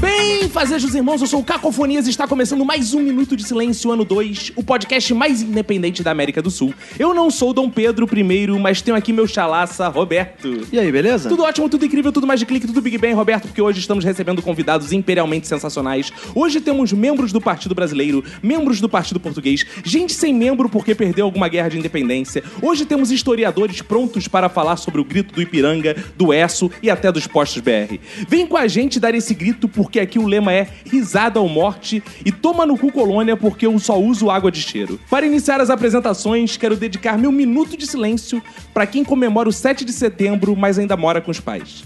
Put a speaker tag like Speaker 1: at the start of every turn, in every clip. Speaker 1: Bem, fazejos irmãos, eu sou o Cacofonias e está começando mais um Minuto de Silêncio, ano 2, o podcast mais independente da América do Sul. Eu não sou Dom Pedro I, mas tenho aqui meu chalaça, Roberto.
Speaker 2: E aí, beleza?
Speaker 1: Tudo ótimo, tudo incrível, tudo mais de clique, tudo Big Bang, Roberto, porque hoje estamos recebendo convidados imperialmente sensacionais. Hoje temos membros do Partido Brasileiro, membros do Partido Português, gente sem membro porque perdeu alguma guerra de independência. Hoje temos historiadores prontos para falar sobre o grito do Ipiranga, do Esso e até dos postos BR. Vem com a gente dar esse grito porque aqui o lema é risada ou morte e toma no cu colônia porque eu só uso água de cheiro. Para iniciar as apresentações, quero dedicar meu minuto de silêncio para quem comemora o 7 de setembro, mas ainda mora com os pais.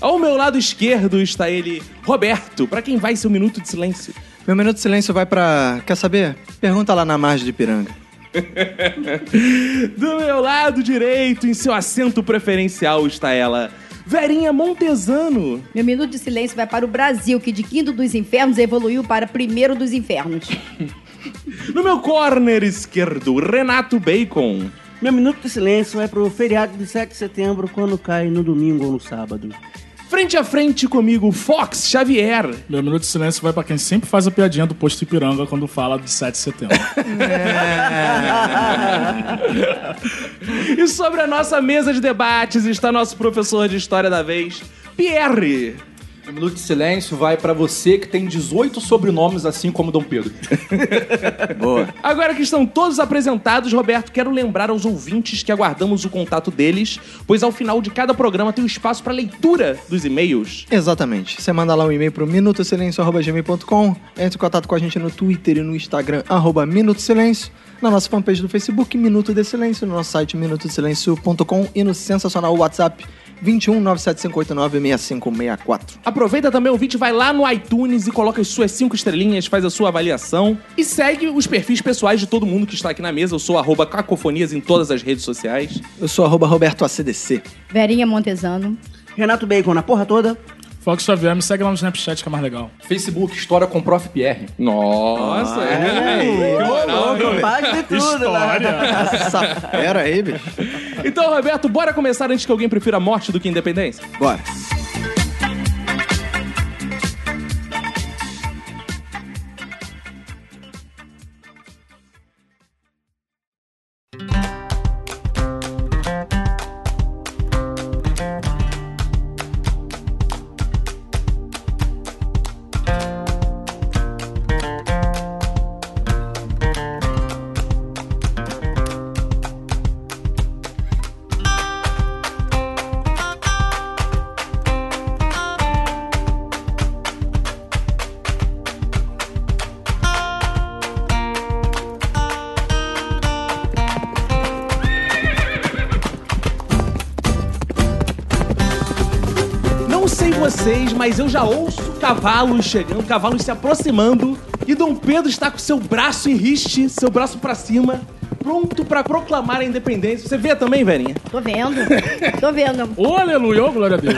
Speaker 1: Ao meu lado esquerdo está ele, Roberto, para quem vai seu minuto de silêncio.
Speaker 2: Meu minuto de silêncio vai pra. Quer saber? Pergunta lá na margem de Piranga.
Speaker 1: Do meu lado direito, em seu assento preferencial, está ela, Verinha Montesano.
Speaker 3: Meu minuto de silêncio vai para o Brasil, que de quinto dos infernos evoluiu para primeiro dos infernos.
Speaker 1: No meu corner esquerdo, Renato Bacon.
Speaker 4: Meu minuto de silêncio é pro feriado de 7 de setembro, quando cai no domingo ou no sábado.
Speaker 1: Frente a frente comigo, Fox Xavier.
Speaker 5: Meu minuto de silêncio vai pra quem sempre faz a piadinha do posto Ipiranga quando fala de 7 de setembro.
Speaker 1: E sobre a nossa mesa de debates está nosso professor de história da vez, Pierre.
Speaker 6: Um minuto de silêncio vai pra você que tem 18 sobrenomes, assim como Dom Pedro.
Speaker 2: Boa.
Speaker 1: Agora que estão todos apresentados, Roberto, quero lembrar aos ouvintes que aguardamos o contato deles, pois ao final de cada programa tem um espaço para leitura dos e-mails.
Speaker 2: Exatamente. Você manda lá um e-mail pro minutosilencio.gmail.com, entre em contato com a gente no Twitter e no Instagram, arroba Minuto Silêncio, na nossa fanpage do Facebook, Minuto de Silêncio, no nosso site minutosilencio.com e no sensacional WhatsApp 21 975896564.
Speaker 1: Aproveita também, ouvinte, vai lá no iTunes e coloca as suas cinco estrelinhas, faz a sua avaliação e segue os perfis pessoais de todo mundo que está aqui na mesa. Eu sou arroba cacofonias em todas as redes sociais.
Speaker 2: Eu sou arroba Roberto ACDC.
Speaker 3: Verinha Montesano.
Speaker 4: Renato Bacon na porra toda.
Speaker 5: Fox Xavier, me segue lá no Snapchat que é mais legal.
Speaker 6: Facebook, história com Prof. Pierre. Ah, é.
Speaker 1: Nossa!
Speaker 4: Ô,
Speaker 1: né,
Speaker 4: louco, pague de tudo, né?
Speaker 2: Essa fera aí, bicho.
Speaker 1: Então, Roberto, bora começar antes que alguém prefira a morte do que a independência?
Speaker 2: Bora.
Speaker 1: Não sei vocês, mas eu já ouço cavalos chegando, cavalos se aproximando, e Dom Pedro está com seu braço em riste, seu braço pra cima, pronto pra proclamar a independência. Você vê também, velhinha?
Speaker 3: Tô vendo. Tô vendo. Um
Speaker 5: Ô, aleluia, ô, glória a Deus.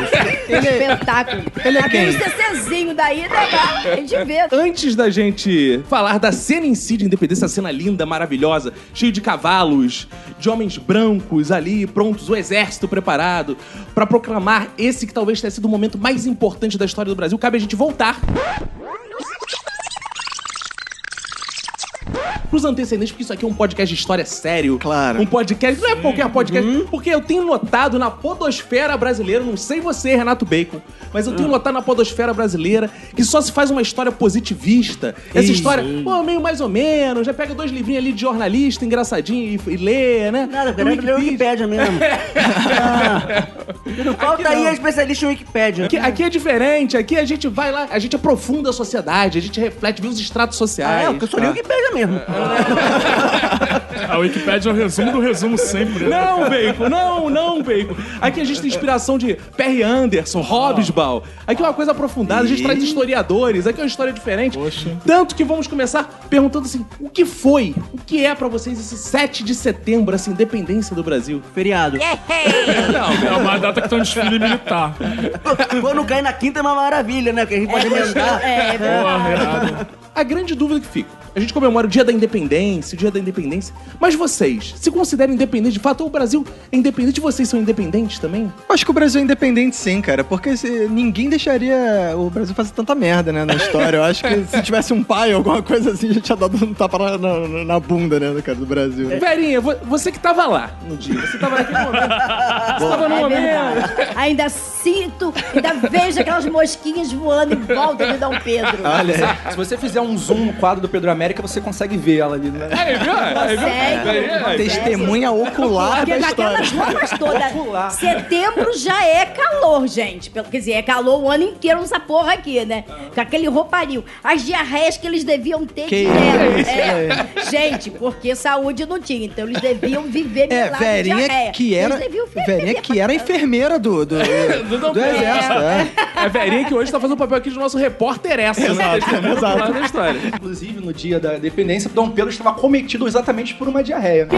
Speaker 3: espetáculo.
Speaker 2: ele é
Speaker 3: Aquele
Speaker 2: quem?
Speaker 3: CCzinho daí, né, cara? A gente vê.
Speaker 1: Antes da gente falar da cena em si de independência, essa cena linda, maravilhosa, cheio de cavalos, de homens brancos ali, prontos, o exército preparado pra proclamar esse que talvez tenha sido o momento mais importante da história do Brasil, cabe a gente voltar pros antecedentes, porque isso aqui é um podcast de história sério.
Speaker 2: Claro.
Speaker 1: Um podcast, não é qualquer podcast, porque eu tenho notado na podosfera brasileira, não sei você, Renato Bacon, mas eu tenho notado na podosfera brasileira que só se faz uma história positivista. Essa história, pô, meio mais ou menos, já pega dois livrinhos ali de jornalista, engraçadinho, e, e lê, né?
Speaker 4: Nada,
Speaker 1: No
Speaker 4: cara, ele é o
Speaker 1: Wikipedia.
Speaker 4: Wikipédia mesmo. Ah, não falta aí a especialista em Wikipédia.
Speaker 1: Aqui, aqui é diferente, aqui a gente vai lá, a gente aprofunda a sociedade, a gente reflete, vê os estratos
Speaker 4: Ah,
Speaker 1: sociais.
Speaker 4: é, porque eu sou de Wikipédia mesmo.
Speaker 5: A Wikipédia é o resumo do resumo sempre. né?
Speaker 7: Não, Bacon, não, não, Bacon. Aqui a gente tem inspiração de Perry Anderson, Hobbesball. Aqui é uma coisa aprofundada, a gente traz historiadores, aqui é uma história diferente.
Speaker 5: Poxa.
Speaker 7: Tanto que vamos começar perguntando assim: o que foi, o que é pra vocês esse 7 de setembro, essa independência do Brasil?
Speaker 4: Feriado.
Speaker 5: É uma data que tem um desfile militar.
Speaker 4: Quando cai na quinta é uma maravilha, né? Que a gente pode emendar.
Speaker 3: É, é
Speaker 5: Porra, irado.
Speaker 7: A grande dúvida que fica: a gente comemora o dia da independência, o dia da independência, mas vocês se consideram independentes de fato? Ou o Brasil é independente? Vocês são independentes também?
Speaker 2: Acho que o Brasil é independente sim, cara, porque se- ninguém deixaria o Brasil fazer tanta merda, né, na história. Eu acho que se tivesse um pai ou alguma coisa assim, já tinha dado um tapa na, na- na bunda, né, cara, do Brasil. né?
Speaker 3: É.
Speaker 7: Verinha, vo- você que tava lá no dia, você tava naquele momento. Você tava no
Speaker 3: É
Speaker 7: momento.
Speaker 3: verdade. Ainda sinto, ainda vejo aquelas mosquinhas voando em volta de Dom Pedro.
Speaker 2: Olha,
Speaker 1: Se você fizer um zoom no quadro do Pedro América, você consegue ver ela ali, né?
Speaker 7: Aí, viu?
Speaker 3: Tá
Speaker 7: Aí, viu?
Speaker 3: Consegue.
Speaker 7: Aí, aí.
Speaker 2: testemunha ocular
Speaker 3: Porque
Speaker 2: da história.
Speaker 3: naquelas roupas todas. Setembro já é calor, gente. Pelo- Quer dizer, é calor o ano inteiro nessa porra aqui, né? Com aquele roupario. As diarreias que eles deviam ter
Speaker 2: Que
Speaker 3: direto.
Speaker 2: isso,
Speaker 3: É. Gente, porque saúde não tinha. Então eles deviam viver
Speaker 2: É,
Speaker 3: milagre de diarreia.
Speaker 2: Verinha que era,
Speaker 3: Eles deviam viver-
Speaker 2: Verinha que era a enfermeira do, do,
Speaker 7: Do Dom
Speaker 2: do
Speaker 7: Pedro.
Speaker 2: exército, é.
Speaker 7: É a Verinha que hoje tá fazendo o papel aqui de nosso repórter essa.
Speaker 2: Exato,
Speaker 7: né?
Speaker 2: exato.
Speaker 7: Lá na história.
Speaker 1: Inclusive, no dia da independência, Dom Pedro estava cometido exatamente por uma diarreia.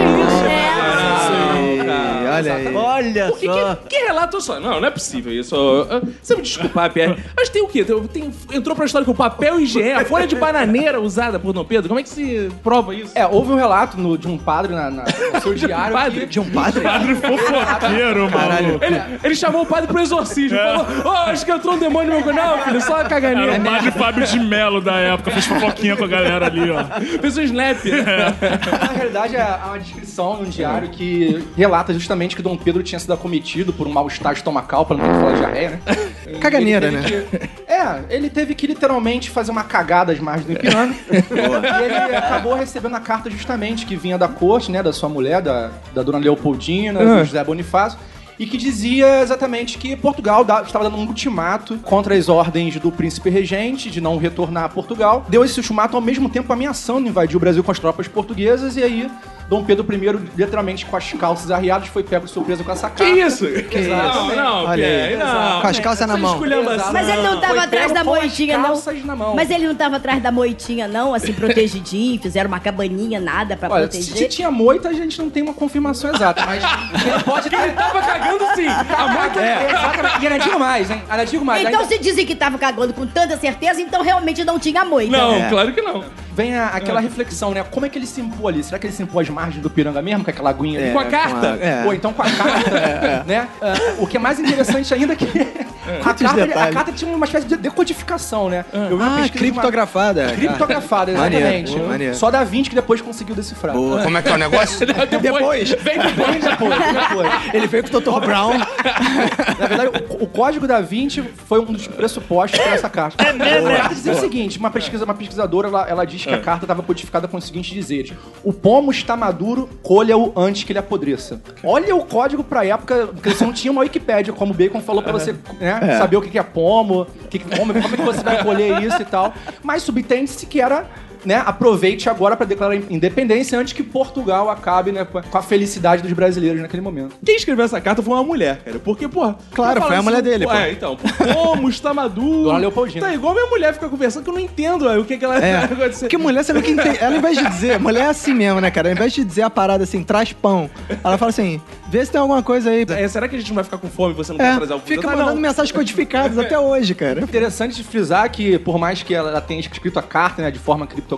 Speaker 2: E olha aí.
Speaker 4: Olha
Speaker 7: Por que,
Speaker 4: só.
Speaker 7: que, que relato só? Não, não é possível isso. Ô, ô, Você me desculpar, Pierre. Mas tem o quê? Tem, tem- entrou pra história que o papel higiene, a folha de bananeira usada por Dom Pedro, como é que se prova isso?
Speaker 1: É, houve um relato no- de um padre na, na- no seu diário.
Speaker 7: padre?
Speaker 1: Que, de um
Speaker 2: Padre,
Speaker 5: Padre fofoqueiro, mano.
Speaker 2: caralho.
Speaker 7: Ele, ele chamou o padre pro exorcismo. Falou, ó, acho que entrou um demônio no meu corpo." Não, filho, só a
Speaker 1: É
Speaker 5: Era o
Speaker 7: caganeira.
Speaker 5: padre Fábio de Melo da época, fez fofoquinha com a galera ali, ó.
Speaker 7: Fez um snap.
Speaker 1: Na realidade, é- há uma descrição num diário que relata justamente que Dom Pedro tinha sido acometido por um mal-estar estomacal, pra não falar diarreia, né?
Speaker 2: Caganeira,
Speaker 1: Ele teve
Speaker 2: né?
Speaker 1: que- é, ele teve que literalmente fazer uma cagada às margens do Ipiranga. e ele acabou recebendo a carta justamente que vinha da corte, né, da sua mulher, da, da dona Leopoldina, do José Bonifácio. E que dizia exatamente que Portugal da- estava dando um ultimato contra as ordens do príncipe regente de não retornar a Portugal. Deu esse ultimato ao mesmo tempo ameaçando invadir o Brasil com as tropas portuguesas. E aí, Dom Pedro I, literalmente com as calças arriadas, foi pego de surpresa com essa
Speaker 7: Que
Speaker 1: carta.
Speaker 7: isso?
Speaker 1: isso?
Speaker 7: Não, não,
Speaker 2: Olha aí.
Speaker 7: Pierre, não.
Speaker 2: Com as calças na
Speaker 7: Você
Speaker 2: mão.
Speaker 7: esculhamba
Speaker 1: Exato.
Speaker 7: assim.
Speaker 3: Mas ele não
Speaker 1: Foi
Speaker 3: tava atrás
Speaker 1: pego
Speaker 3: da
Speaker 1: com as
Speaker 3: moitinha, não.
Speaker 1: calças na mão.
Speaker 3: Mas ele não tava atrás da moitinha, não, assim, protegidinho, fizeram uma cabaninha, nada pra
Speaker 1: Olha, se, se
Speaker 3: proteger.
Speaker 1: tinha moita, a gente não tem uma confirmação exata, mas ele pode ter.
Speaker 7: Tava cagando sim. A moita
Speaker 1: É, exatamente. E ainda digo mais, hein? Ainda digo mais.
Speaker 3: Então
Speaker 1: ainda
Speaker 3: se dizem que tava cagando com tanta certeza, então realmente não tinha moita.
Speaker 7: Não, claro que não.
Speaker 1: Vem a- aquela reflexão, né? Como é que ele se impôs ali? Será que ele se impôs às margens do piranga mesmo, com aquela aguinha ali?
Speaker 7: Com a carta.
Speaker 2: É.
Speaker 1: Ou então com a carta, né? Ah, o que é mais interessante ainda é que a,
Speaker 2: Quantos
Speaker 1: carta, a
Speaker 2: detalhes.
Speaker 1: carta tinha uma espécie de decodificação, né? Eu vi uma
Speaker 2: Ah,
Speaker 1: pesquisa de uma-
Speaker 2: criptografada. cara.
Speaker 1: Criptografada,
Speaker 2: Maneiro,
Speaker 1: exatamente.
Speaker 2: pô, maneiro.
Speaker 1: Só da 20 que depois conseguiu decifrar.
Speaker 2: Boa, como é que é o negócio? Depois,
Speaker 7: Vem depois.
Speaker 1: Depois, depois.
Speaker 2: ele veio com o Dr. Brown.
Speaker 1: Na verdade, o, o código da 20 foi um dos pressupostos para essa carta. A carta dizia o seguinte: uma, pesquisa, uma pesquisadora ela, ela diz que a carta estava codificada com os seguintes dizeres: O pomo está maduro, colha-o antes que ele apodreça. Olha o código pra época, porque você não tinha uma Wikipédia, como o Bacon falou, pra você né, saber o que que é pomo, o que que- como, como é que você vai colher isso e tal. Mas subtende-se que era. Né, aproveite agora para declarar independência antes que Portugal acabe né, com a- com a felicidade dos brasileiros naquele momento.
Speaker 7: Quem escreveu essa carta foi uma mulher, cara. Porque, porra.
Speaker 2: Claro,
Speaker 7: eu falo
Speaker 2: foi a mulher dele, pô.
Speaker 7: É, então. Como está maduro.
Speaker 1: Dona Leopoldina.
Speaker 7: Tá igual minha mulher fica conversando que eu não entendo aí, o que, que ela
Speaker 2: É.
Speaker 7: aconteceu.
Speaker 2: Porque mulher, você nunca entende. Ela, ao invés de dizer, mulher é assim mesmo, né, cara? Ao invés de dizer a parada assim, traz pão, ela fala assim, vê se tem alguma coisa aí.
Speaker 7: É, será que a gente não vai ficar com fome e você não quer trazer
Speaker 2: É,
Speaker 7: algo?
Speaker 2: fica
Speaker 7: Ah,
Speaker 2: mandando
Speaker 7: não.
Speaker 2: mensagens codificadas até hoje, cara.
Speaker 1: Interessante de frisar que, por mais que ela tenha escrito a carta, né, de forma criptografada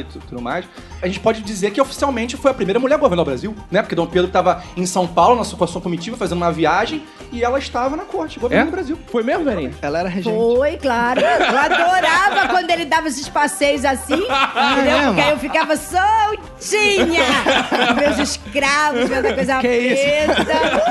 Speaker 1: e tu- tudo mais, a gente pode dizer que oficialmente foi a primeira mulher a governar o Brasil, né? Porque Dom Pedro estava em São Paulo, na sua, com a sua comitiva, fazendo uma viagem, e ela estava na corte,
Speaker 7: É?
Speaker 1: governando o Brasil.
Speaker 7: Foi mesmo, Verinha?
Speaker 2: Ela era regente.
Speaker 3: Foi, claro. Eu adorava quando ele dava esses passeios assim,
Speaker 2: é,
Speaker 3: entendeu?
Speaker 5: Ah,
Speaker 3: Porque aí
Speaker 2: mano.
Speaker 3: eu ficava soltinha. putinha! Meus escravos, tanta coisa
Speaker 6: Que isso?
Speaker 3: preta.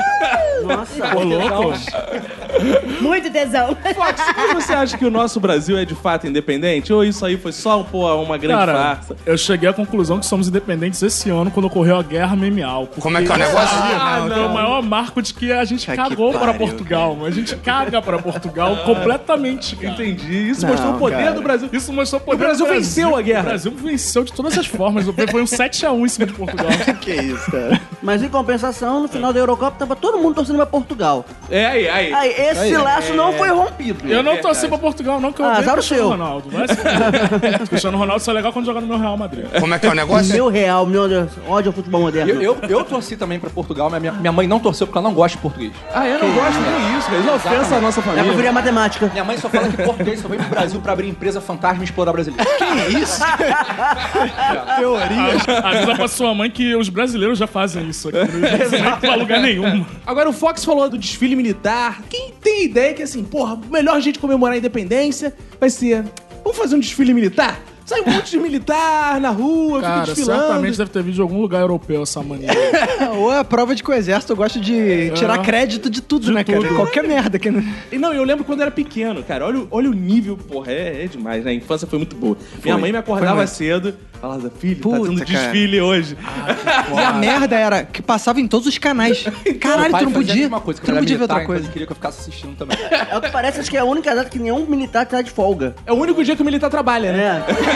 Speaker 4: Nossa,
Speaker 5: Ô, louco.
Speaker 3: Uh, muito tesão.
Speaker 1: Fox, mas você acha que o nosso Brasil é de fato independente? Ou isso aí foi só um, pô, uma grande
Speaker 5: Cara,
Speaker 1: farsa?
Speaker 5: eu cheguei à conclusão que somos independentes esse ano quando ocorreu a guerra memial. porque-
Speaker 8: Como é que é o negócio?
Speaker 5: Ah, não, o maior marco de que a gente
Speaker 8: Puta que
Speaker 5: cagou para
Speaker 8: pariu,
Speaker 5: Portugal. A gente caga para Portugal completamente, cara.
Speaker 1: Entendi. Isso mostrou o
Speaker 2: Não,
Speaker 1: poder
Speaker 2: cara.
Speaker 1: do Brasil.
Speaker 5: Isso mostrou o poder
Speaker 1: O Brasil
Speaker 5: do
Speaker 1: venceu a guerra.
Speaker 5: O Brasil venceu de todas as formas. Foi um 7x1 em cima de Portugal.
Speaker 2: Que isso, cara?
Speaker 4: Mas em compensação, no final da Eurocopa tava todo mundo torcendo pra Portugal.
Speaker 1: É, aí, aí.
Speaker 4: Aí, esse laço não foi rompido.
Speaker 5: Eu não torci pra Portugal, não, que eu
Speaker 4: Ah,
Speaker 5: odeio
Speaker 1: tá
Speaker 4: azar o
Speaker 5: Cristiano
Speaker 4: seu.
Speaker 5: Ronaldo. Vai se fuder. Cristiano Ronaldo só é legal quando joga no meu Real Madrid.
Speaker 8: Como é que é o negócio?
Speaker 4: Meu real, meu Deus, ódio ao futebol moderno.
Speaker 6: Eu, eu, eu torci também pra Portugal, mas minha, minha mãe não torceu porque ela não gosta de português.
Speaker 1: Ah, eu não gosto nem isso, cara. Isso é ofensa à nossa
Speaker 4: Ela
Speaker 1: família.
Speaker 4: preferia matemática.
Speaker 6: Minha mãe só fala que português só veio pro Brasil pra abrir empresa fantasma e explorar brasileiro.
Speaker 5: A- Avisa pra sua mãe que os brasileiros já fazem isso aqui. né? Não vai pra lugar nenhum.
Speaker 1: Agora, o Fox falou do desfile militar. Tá. Quem tem ideia que, assim, porra, o melhor jeito de comemorar a independência vai ser... Vamos fazer um desfile militar? Sai um monte de militar na rua,
Speaker 5: Cara,
Speaker 1: fica desfilando.
Speaker 5: certamente deve ter vindo de algum lugar europeu essa mania.
Speaker 2: Ou é a prova de que o exército gosta
Speaker 1: É.
Speaker 2: de tirar crédito de tudo, né, cara? Qualquer merda. Que...
Speaker 1: E não, eu lembro quando eu era pequeno, cara. Olha, o- olha o nível, porra, é, é demais, né? A infância foi muito boa. Minha mãe me acordava cedo, falava, filho, tá
Speaker 2: Puta,
Speaker 1: tendo
Speaker 2: cara.
Speaker 1: desfile hoje.
Speaker 2: E a merda era que passava em todos os canais.
Speaker 6: Meu
Speaker 2: Caralho,
Speaker 6: pai
Speaker 2: tu não
Speaker 6: fazia a
Speaker 2: podia.
Speaker 6: mesma coisa, que
Speaker 2: tu não
Speaker 6: ele era
Speaker 2: podia ver
Speaker 6: militar,
Speaker 2: outra
Speaker 6: então
Speaker 2: coisa.
Speaker 6: Ele queria que eu ficasse assistindo também.
Speaker 4: É o que parece, acho que é a única data que nenhum militar tá de folga.
Speaker 1: É o único dia que o militar trabalha, né?
Speaker 4: É.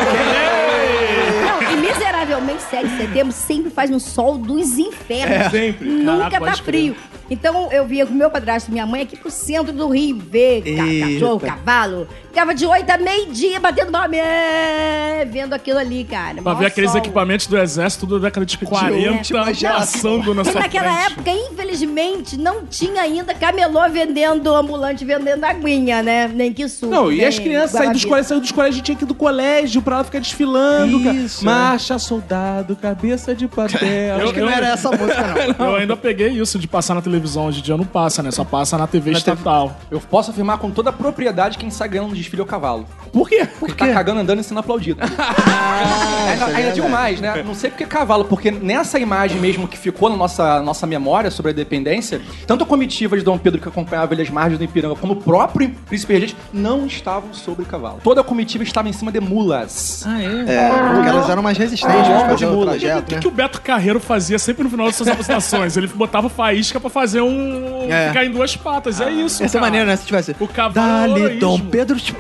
Speaker 3: Não, e miseravelmente 7 de setembro sempre faz um sol dos infernos.
Speaker 5: É, Sempre.
Speaker 3: Nunca
Speaker 5: Caraca,
Speaker 3: tá
Speaker 5: pode crer.
Speaker 3: frio. Então eu via com meu padrasto e minha mãe aqui pro centro do Rio ver ca-
Speaker 2: Eita.
Speaker 3: cachorro, cavalo. Ficava de 8 a meio-dia batendo palma, é, vendo aquilo ali, cara.
Speaker 5: Pra
Speaker 3: Mó
Speaker 5: ver aqueles
Speaker 3: sol.
Speaker 5: equipamentos do exército da década de 40 passando na
Speaker 3: E
Speaker 5: sua
Speaker 3: naquela
Speaker 5: frente.
Speaker 3: época, infelizmente, não tinha ainda camelô vendendo, ambulante vendendo aguinha, né? Nem que suco.
Speaker 1: Não, e
Speaker 3: nem
Speaker 1: as crianças saíram dos
Speaker 3: guarda-vida.
Speaker 1: colégios, saíram dos colégios, a gente tinha que ir do colégio pra ela ficar desfilando, cara.
Speaker 2: Isso, é.
Speaker 1: Marcha, soldado, cabeça de papel.
Speaker 2: Acho que não era essa música, não.
Speaker 5: Eu ainda peguei isso de passar na televisão. Hoje em dia não passa, né? Só passa na TV estatal.
Speaker 6: Eu posso afirmar com toda a propriedade que quem sai ganhando no desfile é o cavalo.
Speaker 1: Por quê? Ah,
Speaker 6: Porque tá cagando andando e sendo aplaudido. ainda
Speaker 1: é
Speaker 6: ainda digo mais, né? Não sei porque cavalo, porque nessa imagem mesmo que ficou na nossa, nossa memória sobre a independência, tanto a comitiva de Dom Pedro que acompanhava ele às margens do Ipiranga, como o próprio príncipe regente, não estavam sobre cavalo. Toda a comitiva estava em cima de mulas.
Speaker 1: Ah,
Speaker 2: É, porque elas eram mais resistentes pra fazer o
Speaker 5: O
Speaker 2: trajeto,
Speaker 5: que,
Speaker 2: né?
Speaker 5: que o Beto Carreiro fazia sempre no final das suas apresentações? Ele botava faísca pra fazer um.
Speaker 2: É.
Speaker 5: ficar em duas patas. é isso.
Speaker 2: Ia ser
Speaker 5: cara.
Speaker 2: maneiro, né? Se tivesse.
Speaker 5: O cavalo é
Speaker 2: Dali,
Speaker 5: heroísmo.
Speaker 2: Dom Pedro. tipo,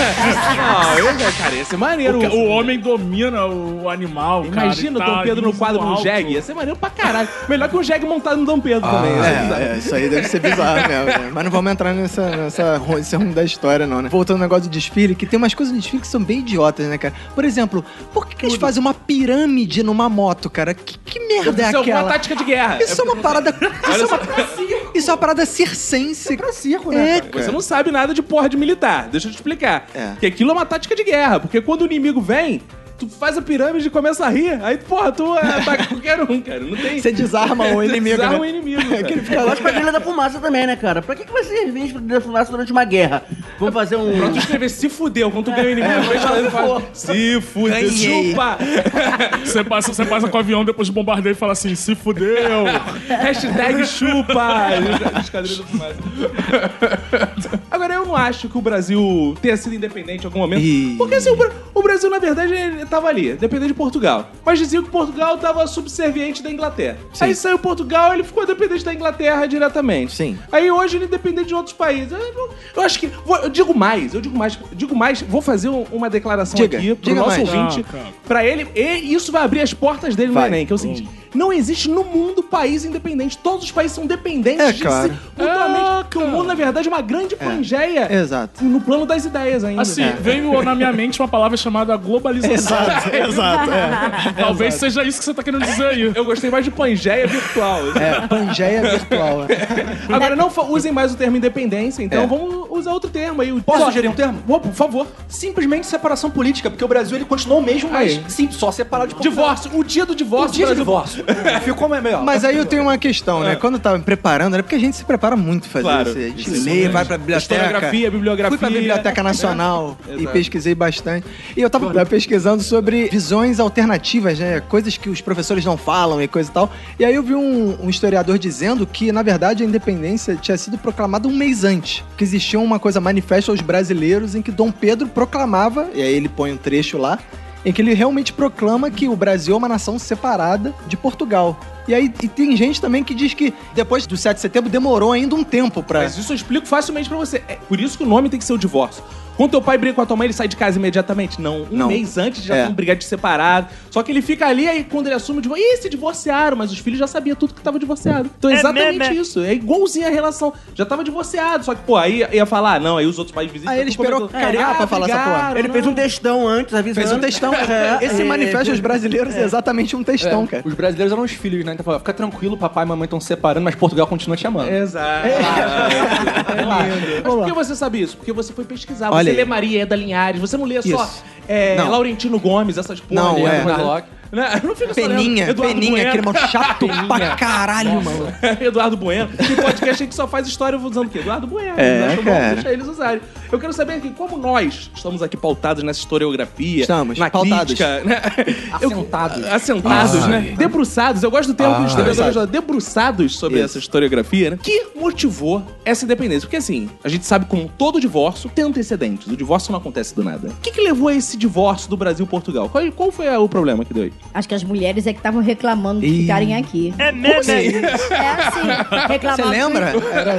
Speaker 1: Ah, eu, cara, ia ser maneiro.
Speaker 5: O, ca- o homem domina o animal. cara,
Speaker 1: Imagina
Speaker 5: e
Speaker 1: o Dom
Speaker 5: tá
Speaker 1: Pedro no
Speaker 5: indo
Speaker 1: quadro com o
Speaker 5: alto.
Speaker 1: jegue. assim. Ia ser maneiro pra caralho. Melhor que o jegue montado no Dom Pedro também. né?
Speaker 2: É, é, isso aí deve ser bizarro mesmo. né? Mas não vamos entrar nessa, nessa, ru- nesse rumo da história, não, né? Voltando ao negócio do desfile, que tem umas coisas no desfile que são bem idiotas, né, cara? Por exemplo, por que, que eles fazem uma pirâmide numa moto, cara? Que, que merda é
Speaker 1: Isso é uma
Speaker 2: aquela?
Speaker 1: tática de guerra.
Speaker 2: Isso é uma parada. Isso é uma, isso é uma parada circense. É pra circo, né? É, cara.
Speaker 1: Você não sabe nada de porra de militar. Deixa eu te explicar.
Speaker 2: É.
Speaker 1: Que aquilo é uma tática de guerra, porque quando o inimigo vem, tu faz a pirâmide e começa a rir. Aí, porra, tu é ataca qualquer um, cara. Não tem.
Speaker 2: Você desarma o inimigo,
Speaker 1: Desarma
Speaker 2: né?
Speaker 1: o é inimigo. cara.
Speaker 4: Eu gosto pra trilha da fumaça também, né, cara? Pra que, que vai servir a trilha da fumaça durante uma guerra? Vamos fazer um.
Speaker 1: Pra tu escrever se fudeu, quando tu ganha o
Speaker 2: É,
Speaker 1: inimigo, vem falando e fala, se fudeu,
Speaker 2: Ganhei.
Speaker 1: chupa!
Speaker 5: Você passa, você passa com o avião depois de bombardeio e fala assim: se fudeu.
Speaker 1: Hashtag chupa! Esquadrilha do Fumaça. Agora, eu não acho que o Brasil tenha sido independente em algum momento.
Speaker 2: Ih.
Speaker 1: Porque assim, o, Bra- o Brasil, na verdade, ele tava ali, dependente de Portugal. Mas diziam que Portugal tava subserviente da Inglaterra. Aí saiu Portugal ele ficou dependente da Inglaterra diretamente.
Speaker 2: Sim.
Speaker 1: Aí hoje ele é dependente de outros países. Eu, não- eu acho que. vou- eu digo mais, eu digo mais, digo mais, vou fazer um- uma declaração
Speaker 2: Diga,
Speaker 1: aqui pro
Speaker 2: diga
Speaker 1: nosso
Speaker 2: mais.
Speaker 1: ouvinte.
Speaker 5: Não, calma.
Speaker 1: Pra ele, e isso vai abrir as portas dele no
Speaker 2: Vai.
Speaker 1: Enem, que é o seguinte:
Speaker 5: Hum.
Speaker 1: não existe no mundo país independente. Todos os países são dependentes
Speaker 2: É,
Speaker 1: de
Speaker 2: claro.
Speaker 1: si mutuamente. Que o mundo, na verdade, é uma grande pangeia
Speaker 2: Exato.
Speaker 1: no plano das ideias ainda.
Speaker 5: Assim,
Speaker 2: É.
Speaker 5: veio na minha mente uma palavra chamada globalização.
Speaker 8: Exato, exato. É.
Speaker 5: Talvez seja isso que você tá querendo dizer aí.
Speaker 1: Eu gostei mais de pangeia virtual.
Speaker 2: É, Pangeia virtual. é.
Speaker 1: Agora, não fa- usem mais o termo independência, então
Speaker 2: É.
Speaker 1: vamos usar outro termo aí.
Speaker 6: Posso sugerir um termo?
Speaker 1: Pô, por favor.
Speaker 6: Simplesmente separação política, porque o Brasil ele continuou o mesmo, mas
Speaker 1: Aí.
Speaker 6: sim, só separado de Portugal.
Speaker 1: Divórcio. O dia do divórcio.
Speaker 6: O dia do
Speaker 1: Brasil.
Speaker 6: divórcio. Ficou melhor.
Speaker 2: Mas aí eu tenho uma questão, né? Quando eu tava me preparando, era porque a gente se prepara muito fazer
Speaker 1: Ah. Claro.
Speaker 2: isso. A gente
Speaker 1: Isso,
Speaker 2: lê, vai pra biblioteca.
Speaker 1: Historiografia, bibliografia. É.
Speaker 2: Fui pra Biblioteca Nacional e
Speaker 1: Exato.
Speaker 2: pesquisei bastante. E eu tava pesquisando sobre visões alternativas, né? Coisas que os professores não falam e coisa e tal. E aí eu vi um, um historiador dizendo que, na verdade, a independência tinha sido proclamada um mês antes. Que existia uma coisa manifesta aos brasileiros em que Dom Pedro proclamava, e aí ele põe um trecho lá, em que ele realmente proclama que o Brasil é uma nação separada de Portugal. E aí e tem gente também que diz que depois do 7 de setembro demorou ainda um tempo pra...
Speaker 1: Mas isso eu explico facilmente pra você. É por isso que o nome tem que ser o divórcio. Quando teu pai briga com a tua mãe, ele sai de casa imediatamente. Não, um
Speaker 2: Não.
Speaker 1: mês antes já
Speaker 2: É.
Speaker 1: estão brigados de separado. Só que ele fica ali, aí quando ele assume o divórcio, ih, se divorciaram, mas os filhos já sabiam tudo que tava divorciado. Então é
Speaker 4: né,
Speaker 1: exatamente isso. É igualzinho a relação. Já tava divorciado, só que, pô, aí ia falar, ah, não, aí os outros pais vizinhos...
Speaker 2: Aí ele
Speaker 1: ficam
Speaker 2: esperou
Speaker 1: comentando, "Ah,
Speaker 2: cagar pra falar essa porra.
Speaker 1: brigaram,
Speaker 4: Ele
Speaker 1: não.
Speaker 4: fez um textão antes, É, avisando.
Speaker 2: Fez um textão. Esse manifesto dos brasileiros é exatamente um textão, cara.
Speaker 6: Os brasileiros eram os filhos, né? Então falava, fica tranquilo, papai e mamãe estão se separando, mas Portugal continua te amando.
Speaker 2: É.
Speaker 1: Exato. É Mas por que você sabe isso? Porque você foi pesquisar.
Speaker 2: Olha
Speaker 1: você
Speaker 2: aí.
Speaker 1: lê Maria Eda Linhares, você não lê só
Speaker 2: Isso.
Speaker 1: é,
Speaker 2: Não.
Speaker 1: Laurentino Gomes, essas porra.
Speaker 2: Não,
Speaker 1: Leandro
Speaker 2: é.
Speaker 1: Narlock. Né? Não fica só lendo
Speaker 2: Peninha,
Speaker 1: Eduardo
Speaker 2: peninha,
Speaker 1: Bueno.
Speaker 2: aquele mano chato pra caralho, mano.
Speaker 1: Eduardo Bueno. Em podcast a gente só faz história usando o quê? Eduardo Bueno.
Speaker 2: É,
Speaker 1: Nós achamos
Speaker 2: cara.
Speaker 1: bom, deixa eles usarem. Eu quero saber aqui, como nós estamos aqui pautados nessa historiografia,
Speaker 2: Estamos,
Speaker 1: na
Speaker 2: pautados. Ah, é.
Speaker 1: crítica, né? Eu-
Speaker 6: Assentados.
Speaker 1: assentados, né? Debruçados. Eu gosto do termo que os historiadores usam, debruçados sobre
Speaker 2: Isso.
Speaker 1: essa historiografia, né? Que motivou essa independência? Porque assim, a gente sabe como todo divórcio tem antecedentes. O divórcio não acontece do nada. O que, que levou a esse divórcio do Brasil e Portugal? Qual, qual foi ah, o problema que deu aí?
Speaker 3: Acho que as mulheres é que estavam reclamando de
Speaker 2: Ih.
Speaker 3: ficarem aqui. É mesmo? É assim.
Speaker 2: Você
Speaker 3: Reclamava
Speaker 2: lembra?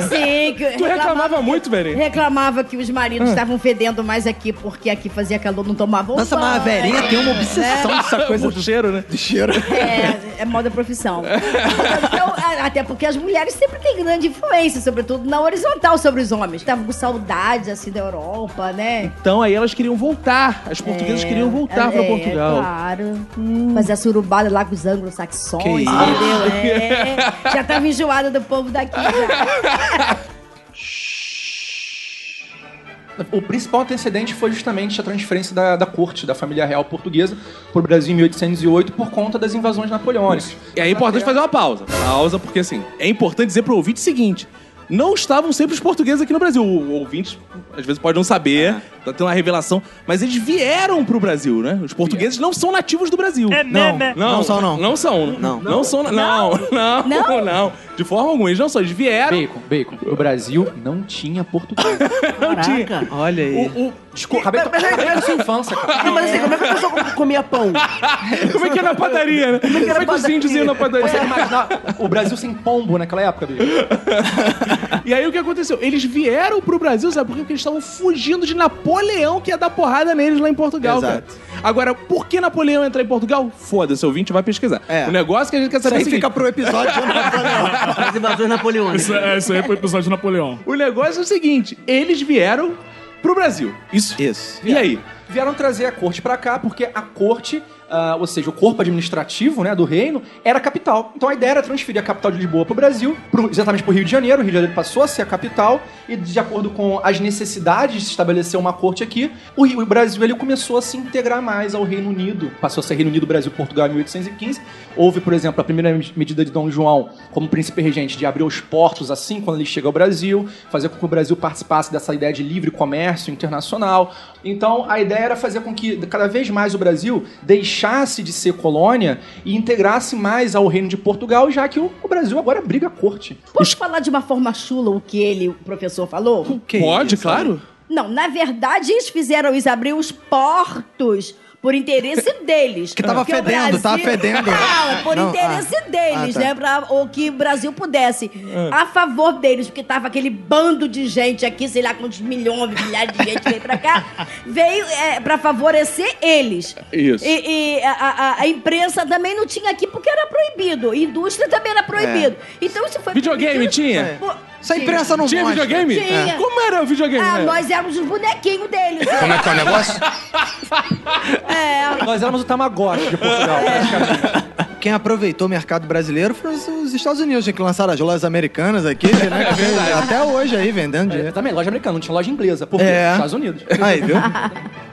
Speaker 3: Sim. que
Speaker 1: Tu reclamava muito, velho.
Speaker 3: Reclamava que os
Speaker 2: Hum.
Speaker 3: maridos estavam fedendo mais aqui porque aqui fazia calor, não um tomavam
Speaker 2: Nossa,
Speaker 3: banho.
Speaker 2: mas a velhinha tem uma obsessão dessa coisa
Speaker 1: O
Speaker 2: do
Speaker 1: cheiro, né?
Speaker 2: cheiro.
Speaker 3: É, é moda profissão. Então, a- até porque as mulheres sempre têm grande influência, sobretudo na horizontal sobre os homens. Estavam com saudade, assim, da Europa, né?
Speaker 1: Então aí elas queriam voltar. As portuguesas queriam voltar
Speaker 3: É,
Speaker 1: pra
Speaker 3: é,
Speaker 1: Portugal.
Speaker 3: Claro. Fazer a surubada lá com os anglo-saxões,
Speaker 2: Hum. Que isso.
Speaker 3: entendeu? É. Já tava enjoada do povo daqui. Já.
Speaker 6: O principal antecedente foi justamente a transferência da, da corte, da família real portuguesa, para o Brasil em 1808, por conta das invasões napoleônicas.
Speaker 1: E aí é importante fazer uma pausa. Pausa, porque assim, é importante dizer pro ouvinte o seguinte. Não estavam sempre os portugueses aqui no Brasil. O ouvinte, às vezes, pode não saber, tá tendo uma revelação, mas eles vieram pro Brasil, né? Os portugueses não são nativos do Brasil. É,
Speaker 2: Não, não são, não.
Speaker 1: Não são. Não,
Speaker 2: Não.
Speaker 1: não são. na- Não, não, não, De forma alguma, eles não são. Eles vieram.
Speaker 6: Bacon, bacon. O Brasil não tinha português.
Speaker 4: Caraca.
Speaker 2: Olha aí.
Speaker 6: o, o, desculpa, acabei com acabei com a sua infância, cara.
Speaker 4: Não, mas assim, como é que a pessoa comia pão?
Speaker 1: Como é que é na padaria, né? Como é que,
Speaker 4: era
Speaker 1: os índios iam na padaria?
Speaker 6: Consegue imaginar o Brasil sem pombo naquela época, bicho?
Speaker 1: E aí o que aconteceu? Eles vieram pro Brasil, sabe por quê? Porque eles estavam fugindo de Napoleão, que ia dar porrada neles lá em Portugal,
Speaker 2: Exato.
Speaker 1: cara. Agora, por que Napoleão entrar em Portugal? Foda-se, ouvinte vai pesquisar.
Speaker 2: É.
Speaker 1: O negócio que a gente quer
Speaker 2: Isso
Speaker 1: saber é o
Speaker 2: aí
Speaker 1: seguinte,
Speaker 2: fica pro episódio.
Speaker 4: As invasões napoleônicas.
Speaker 5: Isso, é, isso aí foi o episódio de Napoleão.
Speaker 1: O negócio é o seguinte, eles vieram pro Brasil. Isso.
Speaker 2: Isso.
Speaker 1: E aí?
Speaker 6: Vieram trazer a corte pra cá porque a corte, ah, ou seja, o corpo administrativo né, do reino, era a capital. Então a ideia era transferir a capital de Lisboa pro Brasil, pro, exatamente pro Rio de Janeiro. O Rio de Janeiro passou a ser a capital e, de acordo com as necessidades de se estabelecer uma corte aqui, o, Rio- o Brasil ele começou a se integrar mais ao Reino Unido. Passou a ser Reino Unido, Brasil, Portugal em 1815. Houve, por exemplo, a primeira me- medida de Dom João como príncipe regente de abrir os portos assim quando ele chega ao Brasil, fazer com que o Brasil participasse dessa ideia de livre comércio internacional. Então, a ideia era fazer com que cada vez mais o Brasil deixasse de ser colônia e integrasse mais ao reino de Portugal, já que o, o Brasil agora briga a corte.
Speaker 3: Posso falar de uma forma chula o que ele, o professor, falou?
Speaker 1: Pode, claro.
Speaker 3: Não, na verdade, eles fizeram isso, abrir os portos por interesse deles.
Speaker 2: Que tava
Speaker 3: Porque o
Speaker 2: fedendo, tava fedendo.
Speaker 3: Não, é por
Speaker 2: Não,
Speaker 3: interesse deles,
Speaker 2: ah, tá. Ah.
Speaker 3: né? Pra, ou que o Brasil pudesse. A favor deles, porque tava aquele bando de gente aqui, sei lá quantos milhões, milhares de gente veio pra cá. Veio é, pra favorecer eles.
Speaker 1: Isso.
Speaker 3: E, e a, a- a imprensa também não tinha aqui porque era proibido. Indústria também era proibido. Então isso foi.
Speaker 1: Videogame
Speaker 3: permitido
Speaker 1: tinha?
Speaker 3: por-
Speaker 2: É. Essa imprensa é. não
Speaker 1: Tinha
Speaker 2: mostra.
Speaker 1: videogame?
Speaker 3: Tinha.
Speaker 1: Como era o videogame?
Speaker 3: Ah,
Speaker 1: né?
Speaker 3: nós éramos os bonequinhos deles. né?
Speaker 8: Como é que é o negócio?
Speaker 3: É,
Speaker 6: Nós éramos o Tamagotchi de Portugal.
Speaker 2: Quem aproveitou o mercado brasileiro foram os- os Estados Unidos, que lançaram as lojas americanas aqui, né?
Speaker 1: É
Speaker 2: que vem até hoje aí vendendo
Speaker 6: É,
Speaker 2: direto.
Speaker 6: também, loja americana, não tinha loja inglesa. Por quê?
Speaker 2: É.
Speaker 6: Estados Unidos.
Speaker 2: Aí, viu?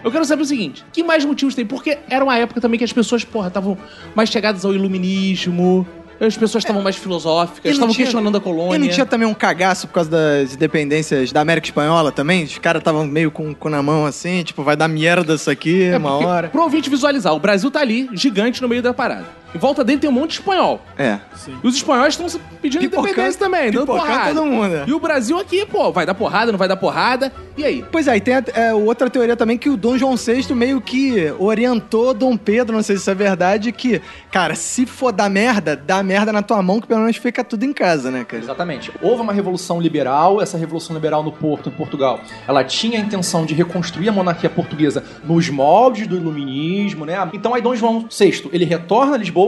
Speaker 1: Eu quero saber o seguinte: que mais motivos tem? Porque era uma época também que as pessoas, porra, estavam mais chegadas ao iluminismo, as pessoas estavam mais filosóficas,
Speaker 2: E não
Speaker 1: estavam
Speaker 2: tinha-
Speaker 1: questionando a
Speaker 2: E
Speaker 1: colônia.
Speaker 2: não tinha também um cagaço por causa das independências da América Espanhola também? Os caras estavam meio com o cu na mão assim, tipo, vai dar merda isso aqui
Speaker 1: É,
Speaker 2: uma
Speaker 1: porque,
Speaker 2: hora.
Speaker 1: Pro ouvinte visualizar, o Brasil tá ali, gigante no meio da parada. Em volta dele tem um monte de espanhol.
Speaker 2: É.
Speaker 1: E os espanhóis estão pedindo
Speaker 2: Pipocando-
Speaker 1: independência também, dando
Speaker 2: pipocando
Speaker 1: porrada.
Speaker 2: todo mundo, né?
Speaker 1: E o Brasil aqui, pô, vai dar porrada, não vai dar porrada. E aí?
Speaker 2: Pois é, e tem a, é, outra teoria também que o Dom João VI meio que orientou Dom Pedro, não sei se isso é verdade, que, cara, se for dar merda, dá merda na tua mão, que pelo menos fica tudo em casa, né, cara?
Speaker 6: Exatamente. Houve uma revolução liberal, essa revolução liberal no Porto, em Portugal, ela tinha a intenção de reconstruir a monarquia portuguesa nos moldes do iluminismo, né? Então aí Dom João VI, ele retorna a Lisboa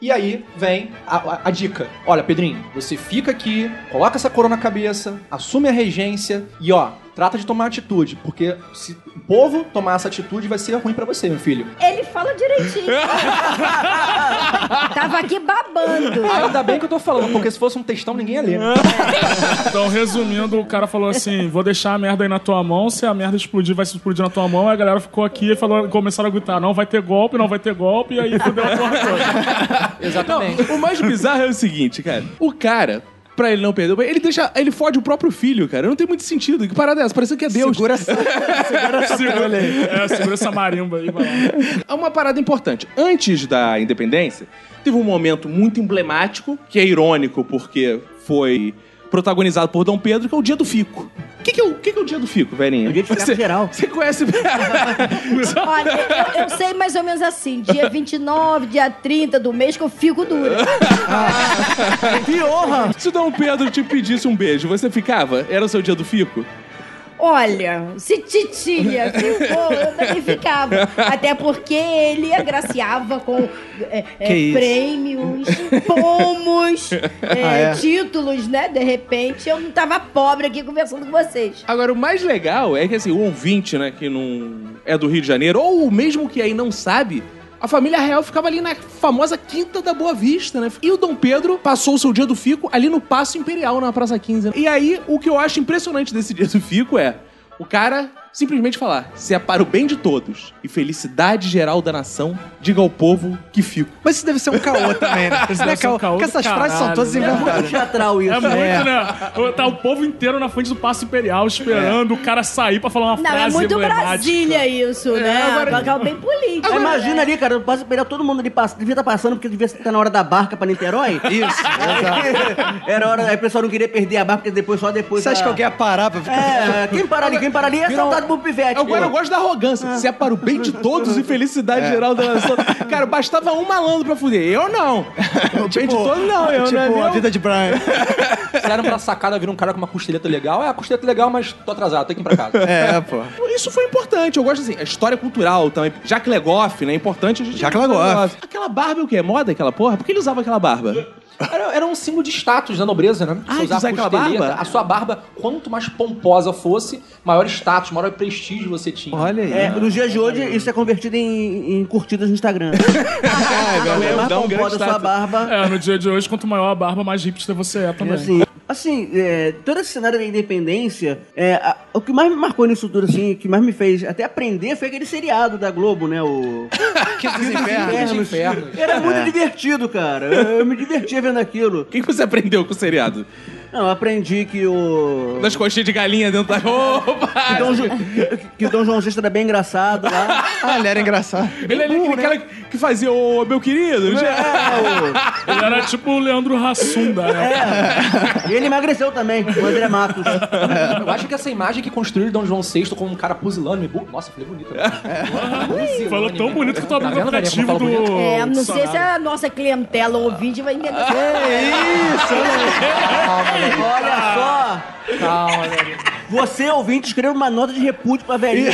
Speaker 6: e aí vem a, a- a dica. Olha, Pedrinho, você fica aqui, coloca essa coroa na cabeça, assume a regência e ó, trata de tomar atitude, porque se o povo tomar essa atitude vai ser ruim pra você, meu filho.
Speaker 3: Ele fala direitinho. Tava aqui babando.
Speaker 6: Ainda bem que eu tô falando, porque se fosse um textão ninguém ia ler.
Speaker 5: Então, resumindo, o cara falou assim: vou deixar a merda aí na tua mão, se a merda explodir, vai se explodir na tua mão. Aí a galera ficou aqui e falou, começaram a gritar: não vai ter golpe, não vai ter golpe, e aí fudeu a porra toda.
Speaker 6: Exatamente.
Speaker 1: O mais bizarro é o seguinte, cara. O cara, pra ele não perder, o bem, ele deixa. Ele fode o próprio filho, cara. Não tem muito sentido. Que parada é essa? Parecendo que é Deus.
Speaker 2: Segura essa, segura essa trolha aí.
Speaker 5: É, segura essa marimba aí, vai lá.
Speaker 1: É uma parada importante. Antes da independência, teve um momento muito emblemático, que é irônico, porque foi protagonizado por Dom Pedro, que é o Dia do Fico. O que, que é o, que que é o Dia do Fico, velhinha?
Speaker 4: O dia de ficar
Speaker 1: Você-
Speaker 4: com geral.
Speaker 1: Você conhece...
Speaker 3: Olha, eu, eu sei mais ou menos assim. Dia 29, dia 30 do mês que eu fico dura.
Speaker 1: Se Dom Pedro te pedisse um beijo, você ficava? Era o seu Dia do Fico?
Speaker 3: Olha, se titia ficou, eu também ficava. Até porque ele agraciava com é, é,
Speaker 2: Que isso?
Speaker 3: prêmios, pomos, é,
Speaker 2: Ah, é?
Speaker 3: títulos, né? De repente, eu não tava pobre aqui conversando com vocês.
Speaker 1: Agora, o mais legal é que, assim, o ouvinte, né, que não é do Rio de Janeiro, ou mesmo que aí não sabe, a família real ficava ali na famosa Quinta da Boa Vista, né? E o Dom Pedro passou o seu dia do Fico ali no Passo Imperial, na Praça 15. E aí, o que eu acho impressionante desse dia do Fico é o cara simplesmente falar: se é para o bem de todos e felicidade geral da nação, diga ao povo que fico.
Speaker 2: Mas isso deve ser um caô também, né? Isso não é
Speaker 5: deve ser
Speaker 2: caô,
Speaker 5: um caô
Speaker 2: porque
Speaker 5: do
Speaker 2: essas frases são
Speaker 5: caralho,
Speaker 2: todas
Speaker 5: né?
Speaker 4: Muito
Speaker 2: inventadas.
Speaker 4: teatral isso.
Speaker 5: É muito,
Speaker 4: né?
Speaker 5: né? Tá o povo inteiro na frente do Passo Imperial esperando o cara sair pra falar uma
Speaker 3: Não, é
Speaker 5: frase
Speaker 3: muito
Speaker 5: emblemática.
Speaker 3: Brasília isso, né? Agora... bem político.
Speaker 2: é
Speaker 4: Agora,
Speaker 3: né?
Speaker 4: imagina ali, cara, eu posso pegar todo mundo ali, pass- devia estar passando, porque devia estar na hora da barca pra Niterói.
Speaker 2: Isso, exato.
Speaker 4: Era hora, aí o pessoal não queria perder a barca, porque depois só depois...
Speaker 2: Você acha
Speaker 4: a-
Speaker 2: que alguém ia parar pra ficar...
Speaker 4: É, quem pararia, quem pararia é saltado por pivete.
Speaker 1: Agora eu gosto da arrogância. Se é para o bem de todos e felicidade
Speaker 2: É.
Speaker 1: geral da nação. Cara, bastava um malandro pra fuder. Eu não. O bem de todos não. Eu
Speaker 2: tipo,
Speaker 1: não é
Speaker 2: a
Speaker 1: meu.
Speaker 2: vida de Brian.
Speaker 6: Fizeram pra sacada vir um cara com uma costeleta legal. É, a costeleta legal, mas tô atrasado, tem que ir pra casa.
Speaker 2: É, pô.
Speaker 1: Isso foi importante. Eu gosto assim. A história cultural também. Jacques Legoff, né? É importante a gente.
Speaker 2: Jacques Legoff.
Speaker 1: Aquela barba é o quê? É moda aquela porra? Por que ele usava aquela barba?
Speaker 6: Era, era um símbolo de status da nobreza, né?
Speaker 1: Ah,
Speaker 6: usar
Speaker 1: usar aquela
Speaker 6: costeleta,
Speaker 1: barba?
Speaker 6: A sua barba, quanto mais pomposa fosse, maior status, maior prestígio você tinha.
Speaker 2: Olha aí.
Speaker 4: É, nos dias de hoje, isso é convertido em, em curtidas no Instagram. É,
Speaker 1: verdade.
Speaker 4: mais
Speaker 1: Dá um grande
Speaker 4: pomposa sua
Speaker 1: status.
Speaker 4: barba.
Speaker 5: É, no dia de hoje, quanto maior a barba, mais hipster você é também.
Speaker 4: Assim, assim é, todo esse cenário da independência, é, a- o que mais me marcou nisso tudo, assim, o que mais me fez até aprender foi aquele seriado da Globo, né? O
Speaker 2: Que
Speaker 4: Infernos. Era muito divertido, cara. Eu, eu me divertia vendo aquilo.
Speaker 1: O que que você aprendeu com o seriado?
Speaker 4: Não, eu aprendi que o.
Speaker 1: Das coxinhas de galinha dentro da
Speaker 4: Que Dom,
Speaker 1: roupa.
Speaker 4: Ju- que o Dom João VI era bem engraçado tá? lá.
Speaker 2: Ah, ele era engraçado.
Speaker 1: Ele ali, aquele
Speaker 2: né?
Speaker 1: cara que fazia o meu querido.
Speaker 4: É,
Speaker 5: Ele era tipo o Leandro Hassunda, né?
Speaker 6: É.
Speaker 4: o- E ele emagreceu também, o André Matos.
Speaker 6: Eu acho que essa imagem que construíram Dom João VI como um cara pusilânime... bu- Nossa, falei bonito. Né?
Speaker 1: É.
Speaker 6: É. Pusilânime.
Speaker 5: Falou tão bonito que tô abrindo o
Speaker 6: Tá vendo, Maria, como
Speaker 5: aplicativo
Speaker 6: fala bonito?
Speaker 5: do.
Speaker 3: É, não sei se
Speaker 5: Bolsonaro.
Speaker 3: a nossa clientela ouvinte vai entender.
Speaker 4: Olha
Speaker 6: Calma, né?
Speaker 4: só, você ouvinte, escreva uma nota de repúdio pra velhinha.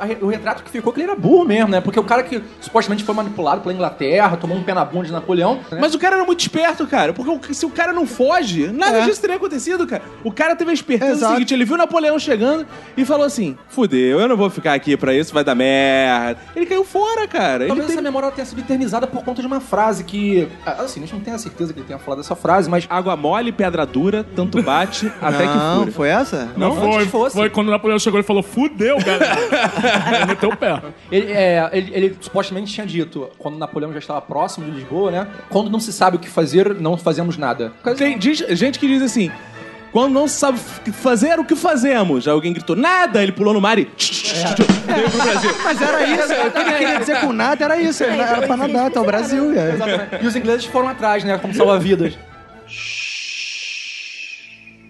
Speaker 6: A re- O retrato que ficou que ele era burro mesmo, né? Porque o cara que supostamente foi manipulado pela Inglaterra, tomou um pé na bunda de Napoleão... né?
Speaker 1: Mas o cara era muito esperto, cara. Porque o- se o cara não foge, nada disso teria acontecido, cara. O cara teve a esperteza
Speaker 2: Exato.
Speaker 1: seguinte: ele viu Napoleão chegando e falou assim: fudeu, eu não vou ficar aqui pra isso, vai dar merda. Ele caiu fora, cara. Ele
Speaker 6: Talvez
Speaker 1: teve...
Speaker 6: essa memória tenha sido eternizada por conta de uma frase que. ah, Assim, a gente não tem a certeza que ele tenha falado essa frase, mas.
Speaker 1: Água mole, pedra dura, tanto bate até que
Speaker 2: Não,
Speaker 1: fura.
Speaker 2: foi a essa?
Speaker 5: Não,
Speaker 6: antes
Speaker 5: foi,
Speaker 6: fosse.
Speaker 5: foi quando o Napoleão chegou ele falou, fudeu, galera. ele meteu o pé.
Speaker 6: Ele, é, ele- ele supostamente tinha dito, quando Napoleão já estava próximo de Lisboa, né? Quando não se sabe o que fazer, não fazemos nada.
Speaker 1: Tem diz- gente que diz assim. Quando não se sabe f- fazer, o que fazemos? Aí alguém gritou, nada! Ele pulou no mar e. Veio pro Brasil.
Speaker 2: Mas era isso, o que ele queria dizer com nada era isso, era era pra nadar até o Brasil. é.
Speaker 6: E os ingleses foram atrás, né? Como salva-vidas.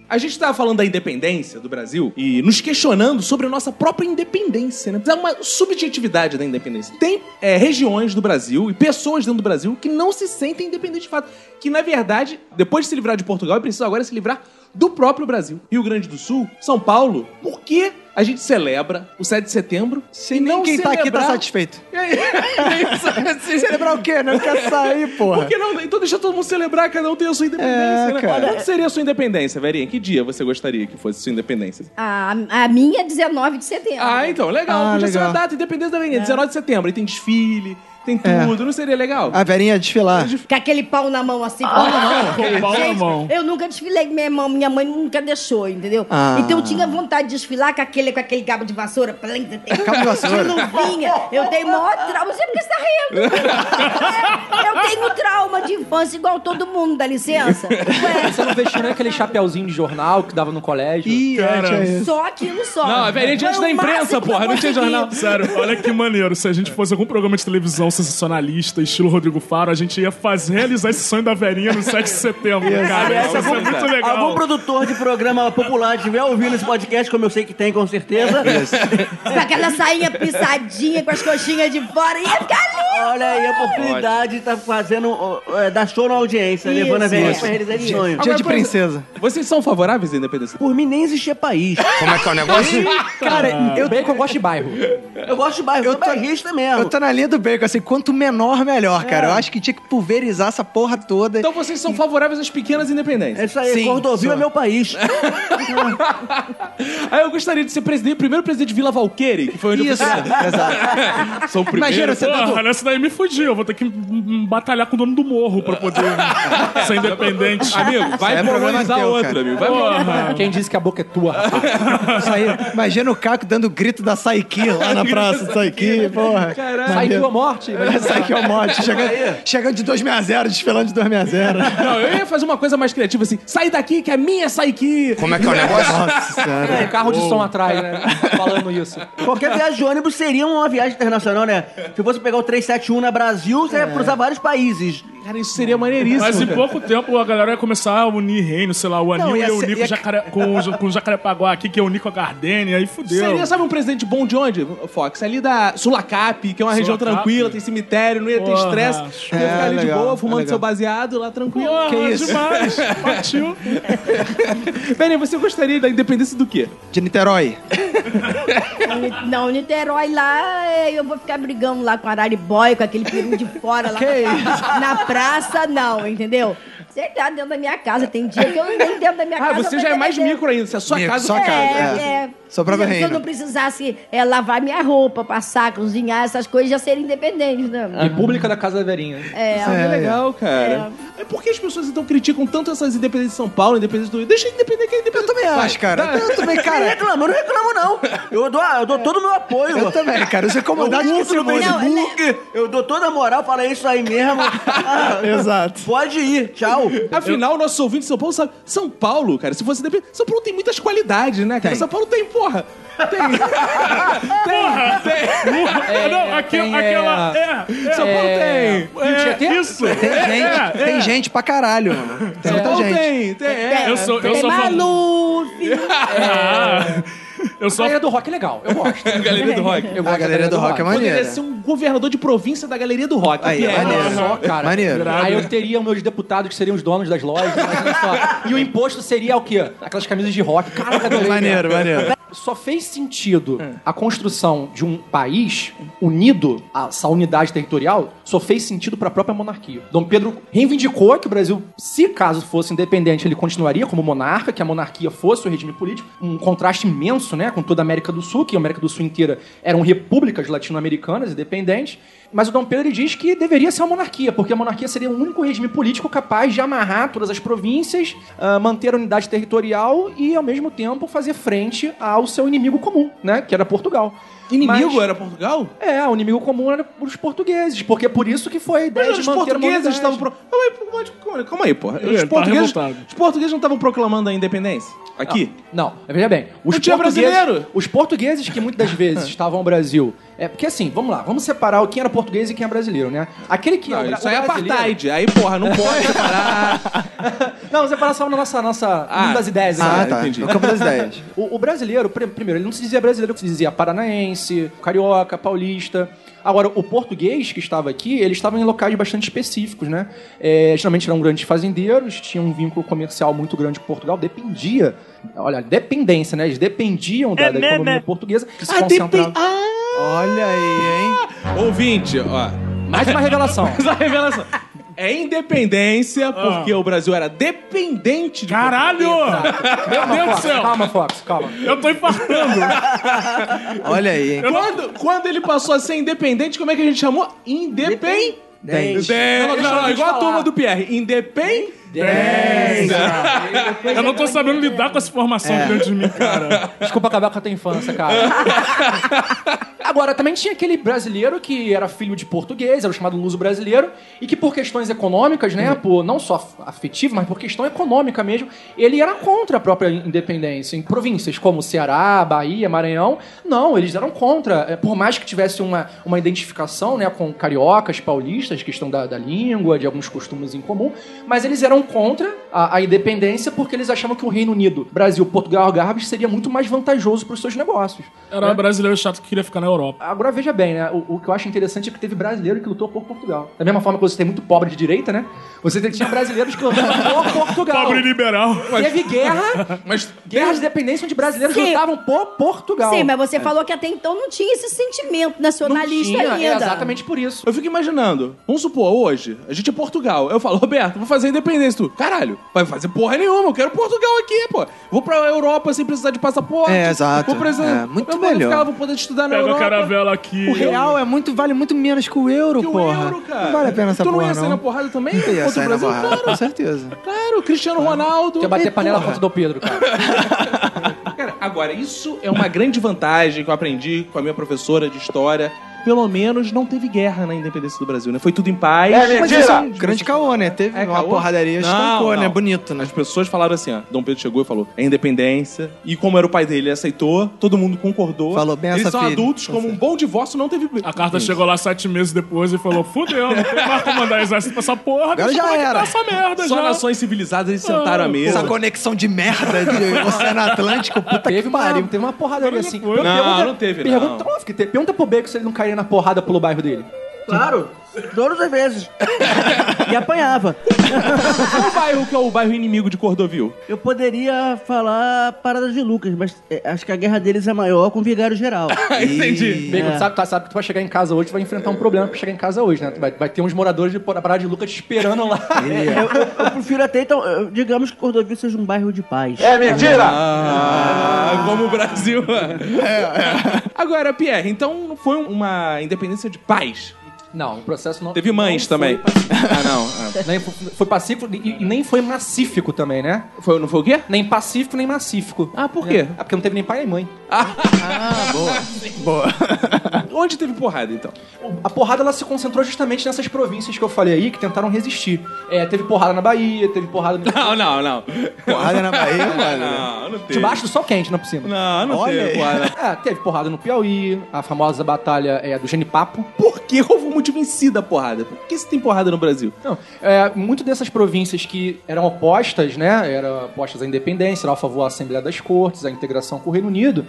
Speaker 1: A gente tava falando da independência do Brasil e nos questionando sobre a nossa própria independência, né? Há uma subjetividade da independência. Tem é, regiões do Brasil e pessoas dentro do Brasil que não se sentem independentes de fato. Que, na verdade, depois de se livrar de Portugal, precisam agora se livrar do próprio Brasil. Rio Grande do Sul, São Paulo. Por que a gente celebra o 7 de setembro
Speaker 2: Se nem quem tá aqui tá satisfeito.
Speaker 1: É
Speaker 2: Celebrar o quê? Não quer sair, porra.
Speaker 1: Por que não? Então deixa todo mundo celebrar, cada um tem a sua independência,
Speaker 2: É,
Speaker 1: né?
Speaker 2: cara.
Speaker 1: Quando seria a sua independência, Verinha? Que dia você gostaria que fosse sua independência?
Speaker 3: A, a minha é 19 de setembro.
Speaker 1: Ah, então, legal.
Speaker 2: Ah,
Speaker 1: Podia ser uma
Speaker 2: legal.
Speaker 1: data independência da Avenida. 19 de setembro. Aí tem desfile, tem
Speaker 2: É.
Speaker 1: tudo. Não seria legal?
Speaker 2: A verinha desfilar.
Speaker 3: Com aquele pau na mão assim.
Speaker 5: Com o pau na
Speaker 3: Gente,
Speaker 5: mão.
Speaker 3: Eu nunca desfilei com minha mão, minha mãe nunca deixou, entendeu?
Speaker 2: Ah.
Speaker 3: Então eu tinha vontade de desfilar com aquele, com aquele cabo de vassoura. Plim, plim, plim.
Speaker 2: Cabo de vassoura.
Speaker 3: De luvinha. Eu dei maior trauma. Você porque você tá rindo. Eu tenho trauma de infância igual todo mundo, dá licença? Ué,
Speaker 6: Você não vestiu nem aquele chapeuzinho de jornal que dava no colégio?
Speaker 2: Ih, é,
Speaker 5: Cara.
Speaker 2: tinha isso.
Speaker 3: só aquilo só.
Speaker 1: Não, é Verinha diante
Speaker 3: Foi
Speaker 1: da
Speaker 3: o
Speaker 1: imprensa,
Speaker 3: máximo que eu
Speaker 1: porra. Não tinha
Speaker 3: consegui.
Speaker 1: jornal.
Speaker 5: Sério, olha que maneiro. Se a gente fosse algum programa de televisão sensacionalista, estilo Rodrigo Faro, a gente ia fazer, realizar esse sonho da verinha no 7 de setembro, cara. Isso é muito legal.
Speaker 4: Algum produtor de programa popular estiver ouvindo esse podcast, como eu sei que tem, com certeza.
Speaker 3: Com aquela sainha pisadinha, com as coxinhas de fora. Ia ficar lindo.
Speaker 4: Olha aí a oportunidade de tá fazendo, ó, é, dar show na audiência,
Speaker 3: Isso,
Speaker 4: levando a verinha
Speaker 3: isso.
Speaker 4: pra realizar esse sonho.
Speaker 2: Dia de princesa.
Speaker 1: Vocês são favoráveis à independência?
Speaker 4: Por mim, nem existia país.
Speaker 8: Como é que é o negócio?
Speaker 6: Cara, eu bem que eu gosto de bairro.
Speaker 4: Eu gosto de bairro, eu
Speaker 2: Eu
Speaker 4: sou
Speaker 2: tô-
Speaker 4: bairrista mesmo.
Speaker 2: Eu tô na linha do bacon, assim, quanto menor, melhor, cara. Eu acho que tinha que pulverizar essa porra toda.
Speaker 1: Então vocês são favoráveis às pequenas
Speaker 4: É
Speaker 1: independências.
Speaker 4: isso aí,
Speaker 2: Sim,
Speaker 4: Cordovil
Speaker 2: sou.
Speaker 4: é meu país.
Speaker 2: É.
Speaker 1: Aí eu gostaria de ser presidente, primeiro presidente de Vila Valqueire, que foi onde
Speaker 2: Isso,
Speaker 1: eu fui criado.
Speaker 2: exato.
Speaker 1: Sou o primeiro.
Speaker 2: Imagina, você tá
Speaker 5: Porra,
Speaker 2: dando...
Speaker 5: nessa daí me fudiu. Eu vou ter que hum, batalhar com o dono do morro pra poder ser independente.
Speaker 1: Amigo, vai
Speaker 2: Isso aí é problema
Speaker 1: colonizar
Speaker 2: teu,
Speaker 1: outro,
Speaker 2: cara.
Speaker 1: amigo. Vai
Speaker 5: Porra.
Speaker 6: Quem disse que a boca é tua, rapaz?
Speaker 2: Isso aí. Imagina o Caco dando o grito da Saiki lá na praça. Saiki, porra. é
Speaker 1: Caralho.
Speaker 6: Sai tua morte.
Speaker 2: Saiki é o mote. Chegando, chegando de 260, desfilando de 260.
Speaker 1: Não, eu ia fazer uma coisa mais criativa assim. Sai daqui que é minha saiki.
Speaker 8: Como é que é o negócio?
Speaker 2: Nossa senhora.
Speaker 1: É,
Speaker 6: Um carro de som atrás, né? Falando isso.
Speaker 4: Qualquer viagem de ônibus seria uma viagem internacional, né? Se você pegar o 371 na Brasil, você ia cruzar vários países.
Speaker 1: Cara, isso né? seria maneiríssimo.
Speaker 5: Mas em
Speaker 1: cara.
Speaker 5: pouco tempo a galera ia começar a unir reino, sei lá, o Anil
Speaker 2: ia
Speaker 5: ia
Speaker 2: ser-
Speaker 5: unir com
Speaker 2: ia-
Speaker 5: o jacaré- com o ja- com o Jacarepaguá aqui, que ia unir com a Gardênia, aí fudeu.
Speaker 1: Seria, sabe, um presidente bom de onde, Fox? É Ali da Sulacap, que é uma região
Speaker 5: Sulacap?
Speaker 1: tranquila, tem cemitério, não ia ter
Speaker 5: Porra.
Speaker 1: estresse. Ia
Speaker 2: É,
Speaker 1: ficar ali de
Speaker 2: legal,
Speaker 1: boa,
Speaker 2: é
Speaker 1: fumando
Speaker 2: legal.
Speaker 1: seu baseado lá tranquilo.
Speaker 5: Porra,
Speaker 1: Que isso?
Speaker 5: demais. Partiu.
Speaker 1: Peraí, você gostaria da independência do quê?
Speaker 2: De Niterói.
Speaker 3: Não, Niterói lá, é, eu vou ficar brigando lá com Araribóia, com aquele peru de fora lá na, na praça, não, entendeu? Você tá dentro da minha casa, tem dia que eu nem dentro da minha
Speaker 1: Ah,
Speaker 3: casa. eu
Speaker 1: você
Speaker 3: vou
Speaker 1: já é mais
Speaker 3: entender.
Speaker 1: micro ainda. Se a sua
Speaker 2: Micro,
Speaker 1: casa...
Speaker 2: só
Speaker 3: É,
Speaker 2: casa.
Speaker 3: é.
Speaker 2: Só pra
Speaker 3: Se eu-
Speaker 2: ver
Speaker 3: Se eu
Speaker 2: reino.
Speaker 3: não precisasse é, lavar minha roupa, passar, cozinhar, essas coisas, já seria independente, né?
Speaker 6: República da Casa da Verinha.
Speaker 3: É,
Speaker 1: Ah, que legal, cara. É. Por que as pessoas então criticam tanto essas independências de São Paulo, independência do Rio? Deixa independente que é independente.
Speaker 2: Eu também acho, cara. Eu também,
Speaker 4: Não
Speaker 2: cara.
Speaker 4: reclamo, eu não reclamo, não. Eu dou, eu dou todo o meu apoio.
Speaker 2: Eu também, cara.
Speaker 1: é
Speaker 2: Os incomodados que
Speaker 4: Eu
Speaker 2: se
Speaker 4: curto no
Speaker 2: mudam.
Speaker 4: Facebook, eu dou toda a moral, fala "É isso aí mesmo. Ah,
Speaker 2: Exato.
Speaker 4: Pode ir, tchau.
Speaker 1: Afinal, nossos ouvintes de São Paulo sabem. São Paulo, cara, se fosse independente. São Paulo tem muitas qualidades, né, cara? São Paulo tem, porra. Tem. tem, tem.
Speaker 5: É, não, aqui,
Speaker 6: tem,
Speaker 5: aquela...
Speaker 6: é,
Speaker 5: É, é,
Speaker 1: São Paulo tem.
Speaker 5: é,
Speaker 6: Tietê?
Speaker 5: isso.
Speaker 2: Tem
Speaker 5: É,
Speaker 2: gente,
Speaker 5: é,
Speaker 2: tem
Speaker 5: é.
Speaker 2: gente pra caralho, mano. Tem
Speaker 1: São
Speaker 2: muita
Speaker 1: Paulo
Speaker 2: gente.
Speaker 1: tem. Tem, é.
Speaker 5: Eu sou, eu
Speaker 3: Tem
Speaker 5: sou fam- Ah,
Speaker 3: Maluf,
Speaker 5: Eu
Speaker 6: A
Speaker 5: sou
Speaker 6: Galeria do Rock é legal, eu gosto.
Speaker 1: Galeria do Rock.
Speaker 6: Eu gosto
Speaker 2: A
Speaker 6: da
Speaker 2: galeria do rock é
Speaker 1: Poderia
Speaker 2: maneira.
Speaker 1: ser um governador de província da Galeria do Rock.
Speaker 2: Aí,
Speaker 1: que é.
Speaker 2: maneiro.
Speaker 6: Só, cara.
Speaker 2: Maneiro.
Speaker 6: Aí eu teria os meus deputados que seriam os donos das lojas, imagina só. E o imposto seria o quê? Aquelas camisas de rock. Caraca,
Speaker 2: tá
Speaker 6: adorei.
Speaker 2: Maneiro, maneiro.
Speaker 6: Só fez sentido a construção de um país unido, a- essa unidade territorial, só fez sentido para a própria monarquia. Dom Pedro reivindicou que o Brasil, se caso fosse independente, ele continuaria como monarca, que a monarquia fosse o regime político. Um contraste imenso, né, com toda a América do Sul, que a América do Sul inteira eram repúblicas latino-americanas, independentes. Mas o Dom Pedro ele diz que deveria ser uma monarquia, porque a monarquia seria o único regime político capaz de amarrar todas as províncias, ah, manter a unidade territorial e, ao mesmo tempo, fazer frente ao seu inimigo comum, né? Que era Portugal.
Speaker 1: Inimigo
Speaker 6: Mas-
Speaker 1: era Portugal?
Speaker 6: É, o inimigo comum era os portugueses, porque é por isso que foi a ideia
Speaker 1: Mas
Speaker 6: de
Speaker 1: os
Speaker 6: manter a
Speaker 1: portugueses
Speaker 6: unidade.
Speaker 1: estavam... Pro... Calma aí, mas calma- Calma aí, porra.
Speaker 5: Ele
Speaker 1: Os
Speaker 5: tá
Speaker 1: portugueses,
Speaker 5: revoltado.
Speaker 1: os portugueses não estavam proclamando a independência? Aqui?
Speaker 6: Não, veja bem. Os
Speaker 1: Não tinha
Speaker 6: portugueses-
Speaker 1: brasileiro?
Speaker 6: Os portugueses que muitas vezes estavam ao Brasil. É, porque assim, vamos lá, vamos separar o quem era português e quem é brasileiro, né? Aquele que.
Speaker 1: Não,
Speaker 6: o, bra-
Speaker 1: isso
Speaker 6: o
Speaker 1: aí é
Speaker 6: brasileiro-
Speaker 1: apartheid. Aí, porra, não pode separar.
Speaker 6: Não, separação na nossa. nossa
Speaker 1: Ah,
Speaker 6: mundo das ideias, né?
Speaker 2: Ah, tá. É o campo das ideias.
Speaker 6: O, o brasileiro, pr- primeiro, ele não se dizia brasileiro, ele se dizia paranaense, carioca, paulista. Agora, o português que estava aqui, ele estava em locais bastante específicos, né? É, geralmente eram grandes fazendeiros, tinham um vínculo comercial muito grande com Portugal, dependia, olha, dependência, né? Eles dependiam da, da economia portuguesa, que se concentrava.
Speaker 2: Olha aí, hein?
Speaker 1: Ouvinte, ó.
Speaker 6: Mais uma revelação.
Speaker 1: Mas a revelação... É independência porque o Brasil era dependente de
Speaker 5: Caralho! Meu Deus do
Speaker 6: Fox,
Speaker 5: céu!
Speaker 6: calma, Fox, calma.
Speaker 5: Eu tô infartando!
Speaker 2: Olha aí, hein?
Speaker 1: Quando, quando ele passou a ser independente, como é que a gente chamou? Independente.
Speaker 2: Dez.
Speaker 1: Não, não,
Speaker 6: eu
Speaker 1: igual
Speaker 6: te
Speaker 1: a
Speaker 6: falar.
Speaker 1: turma do Pierre. Independente.
Speaker 5: Eu não tô sabendo lidar com essa informação aqui dentro de mim, cara.
Speaker 6: Desculpa acabar com a tua infância, cara. Agora, também tinha aquele brasileiro que era filho de português, era o chamado luso brasileiro, e que por questões econômicas, né, por não só afetivo, mas por questão econômica mesmo, ele era contra a própria independência. Em províncias como Ceará, Bahia, Maranhão, não, eles eram contra. Eh, Por mais que tivesse uma, uma identificação né, com cariocas, paulistas, questão da, da língua, de alguns costumes em comum, mas eles eram contra a, a independência porque eles achavam que o Reino Unido, Brasil, Portugal, Algarve seria muito mais vantajoso para os seus negócios.
Speaker 5: Era um brasileiro chato que queria ficar na Europa.
Speaker 6: Agora veja bem, né? O, o que eu acho interessante é que teve brasileiro que lutou por Portugal. Da mesma forma que você tem muito pobre de direita, né? Você te- tinha brasileiros que lutavam por Portugal.
Speaker 5: Pobre liberal.
Speaker 6: Teve guerra, mas guerra de dependência onde brasileiros
Speaker 3: Sim.
Speaker 6: lutavam por Portugal.
Speaker 3: Sim, mas você falou que até então não tinha esse sentimento
Speaker 6: Não
Speaker 3: nacionalista
Speaker 6: tinha,
Speaker 3: ainda.
Speaker 6: é exatamente por isso.
Speaker 1: Eu fico imaginando, vamos supor, hoje, a gente é Portugal. Eu falo, Roberto, vou fazer independência. Tu, caralho, vai fazer porra nenhuma, eu quero Portugal aqui, pô. Vou pra Europa sem precisar de passaporte.
Speaker 2: É, exato.
Speaker 1: Vou precisar...
Speaker 2: É, muito
Speaker 1: eu vou
Speaker 2: melhor.
Speaker 1: Ficar, vou poder estudar na
Speaker 5: Pega a
Speaker 1: Europa.
Speaker 5: caravela aqui.
Speaker 2: O real é muito, vale muito menos que o euro,
Speaker 1: Que o
Speaker 2: porra.
Speaker 1: euro, cara.
Speaker 2: Não vale a pena essa
Speaker 1: tu
Speaker 2: porra,
Speaker 1: Tu não ia sair na
Speaker 2: não.
Speaker 1: porrada também?
Speaker 2: Eu ia
Speaker 1: Contra o
Speaker 2: sair na
Speaker 1: Brasil?
Speaker 2: porrada, com certeza.
Speaker 1: Claro, Cristiano Ronaldo.
Speaker 6: Quer bater panela contra o Dom Pedro, cara.
Speaker 1: Cara, agora, isso é uma grande vantagem que eu aprendi com a minha professora de história. Pelo menos não teve guerra na independência do Brasil, né? Foi tudo em paz.
Speaker 2: Mas isso é um grande caô, né? Teve
Speaker 1: É
Speaker 2: uma
Speaker 1: caô?
Speaker 2: porradaria,
Speaker 1: Não,
Speaker 2: estancou,
Speaker 1: não.
Speaker 2: né? Bonito, né?
Speaker 1: As pessoas falaram assim, ó. Dom Pedro chegou e falou, é independência. E como era o pai dele, ele aceitou, todo mundo concordou.
Speaker 2: Falou, "Bença,
Speaker 1: Eles são
Speaker 2: filho."
Speaker 1: adultos,
Speaker 2: Tá
Speaker 1: como um
Speaker 2: certo.
Speaker 1: bom divórcio, não teve...
Speaker 5: A carta chegou lá sete meses depois e falou: fudeu, não tem mais como mandar exército pra essa porra,
Speaker 2: Agora
Speaker 5: deixa
Speaker 2: já
Speaker 5: eu
Speaker 2: era.
Speaker 5: essa merda
Speaker 1: Só
Speaker 5: já.
Speaker 1: nações civilizadas eles sentaram à mesa.
Speaker 2: Essa conexão de merda de Oceano Atlântico, puta
Speaker 6: Teve
Speaker 2: que
Speaker 6: uma,
Speaker 2: pariu.
Speaker 6: teve uma porradaria
Speaker 5: Mas
Speaker 6: assim.
Speaker 5: não foi.
Speaker 6: Pergunta-
Speaker 1: Não, não teve, não.
Speaker 6: Pergunta, óbvio que teve. pergunta pro Beco se ele não cairia na porrada pelo bairro dele.
Speaker 4: Claro, todas as vezes. e apanhava.
Speaker 1: Qual bairro que é o bairro inimigo de Cordovil?
Speaker 4: Eu poderia falar paradas de Lucas, mas é, acho que a guerra deles é maior com o Vigário Geral.
Speaker 1: Entendi.
Speaker 6: Bem,
Speaker 4: É.
Speaker 6: Ah, tu sabe, tu sabe que tu vai chegar em casa hoje, tu vai enfrentar um problema pra chegar em casa hoje, né? Tu vai, vai ter uns moradores de Por- Pará de Lucas te esperando lá.
Speaker 4: Eu, eu- eu prefiro até, então, eu- digamos que Cordovil seja um bairro de paz.
Speaker 1: Ah, como o Brasil.
Speaker 2: É,
Speaker 1: Agora, Pierre, então não foi uma independência de paz.
Speaker 6: Não, o processo não.
Speaker 1: Teve mães
Speaker 6: não
Speaker 1: também.
Speaker 6: Foi, É,
Speaker 1: Ah, não. Ah.
Speaker 6: nem foi, foi pacífico e, e nem foi macífico também, né?
Speaker 1: Foi, não foi o quê?
Speaker 6: Nem pacífico, nem macífico.
Speaker 1: Ah, por quê? Ah.
Speaker 6: É porque não teve nem pai nem mãe.
Speaker 2: Ah,
Speaker 1: Onde teve porrada, então?
Speaker 6: A porrada ela se concentrou justamente nessas províncias que eu falei aí que tentaram resistir. É, teve porrada na Bahia, teve porrada no-
Speaker 1: Não, não, não.
Speaker 2: Porrada na Bahia, mano.
Speaker 1: Não, não teve.
Speaker 6: debaixo do sol quente, não é possível.
Speaker 1: Não, não
Speaker 2: Olha
Speaker 1: teve
Speaker 2: aí.
Speaker 1: porrada.
Speaker 6: É, teve porrada no Piauí, a famosa batalha é, do Genipapo.
Speaker 1: Por que houve um motivo em si da porrada? Por que se tem porrada no Brasil?
Speaker 6: Não, é, muito dessas províncias que eram opostas, né? Eram opostas à independência, era a favor da Assembleia das Cortes, à integração com o Reino Unido,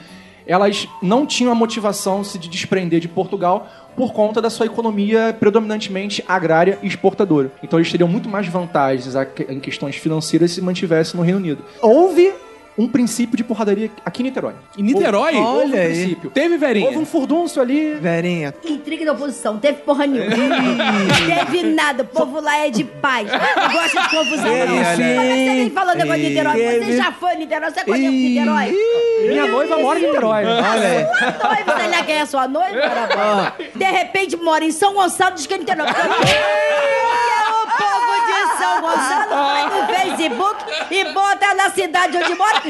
Speaker 6: elas não tinham a motivação de se de desprender de Portugal por conta da sua economia predominantemente agrária e exportadora. Então eles teriam muito mais vantagens a- em questões financeiras se mantivessem no Reino Unido. Houve um princípio de porradaria aqui em Niterói.
Speaker 1: Em Niterói?
Speaker 6: Houve, houve um
Speaker 2: Olha aí.
Speaker 6: princípio.
Speaker 1: Teve verinha.
Speaker 6: Houve um furdúncio ali.
Speaker 2: Verinha.
Speaker 3: Intriga da oposição, teve porra nenhuma. teve nada, o povo lá é de paz. Não gosta de confusão, não.
Speaker 2: Teve
Speaker 3: Mas você nem falou negócio de Niterói, você
Speaker 2: Teve.
Speaker 3: já foi em Niterói, você conhece Niterói? Tá
Speaker 6: Minha noiva mora em Niterói.
Speaker 2: Olha aí.
Speaker 3: Sua noiva, sei lá quem é sua noiva, cara. De repente mora em São Gonçalo, diz que é Niterói. Porque o povo de São Gonçalo vai no Facebook e bota na cidade onde mora,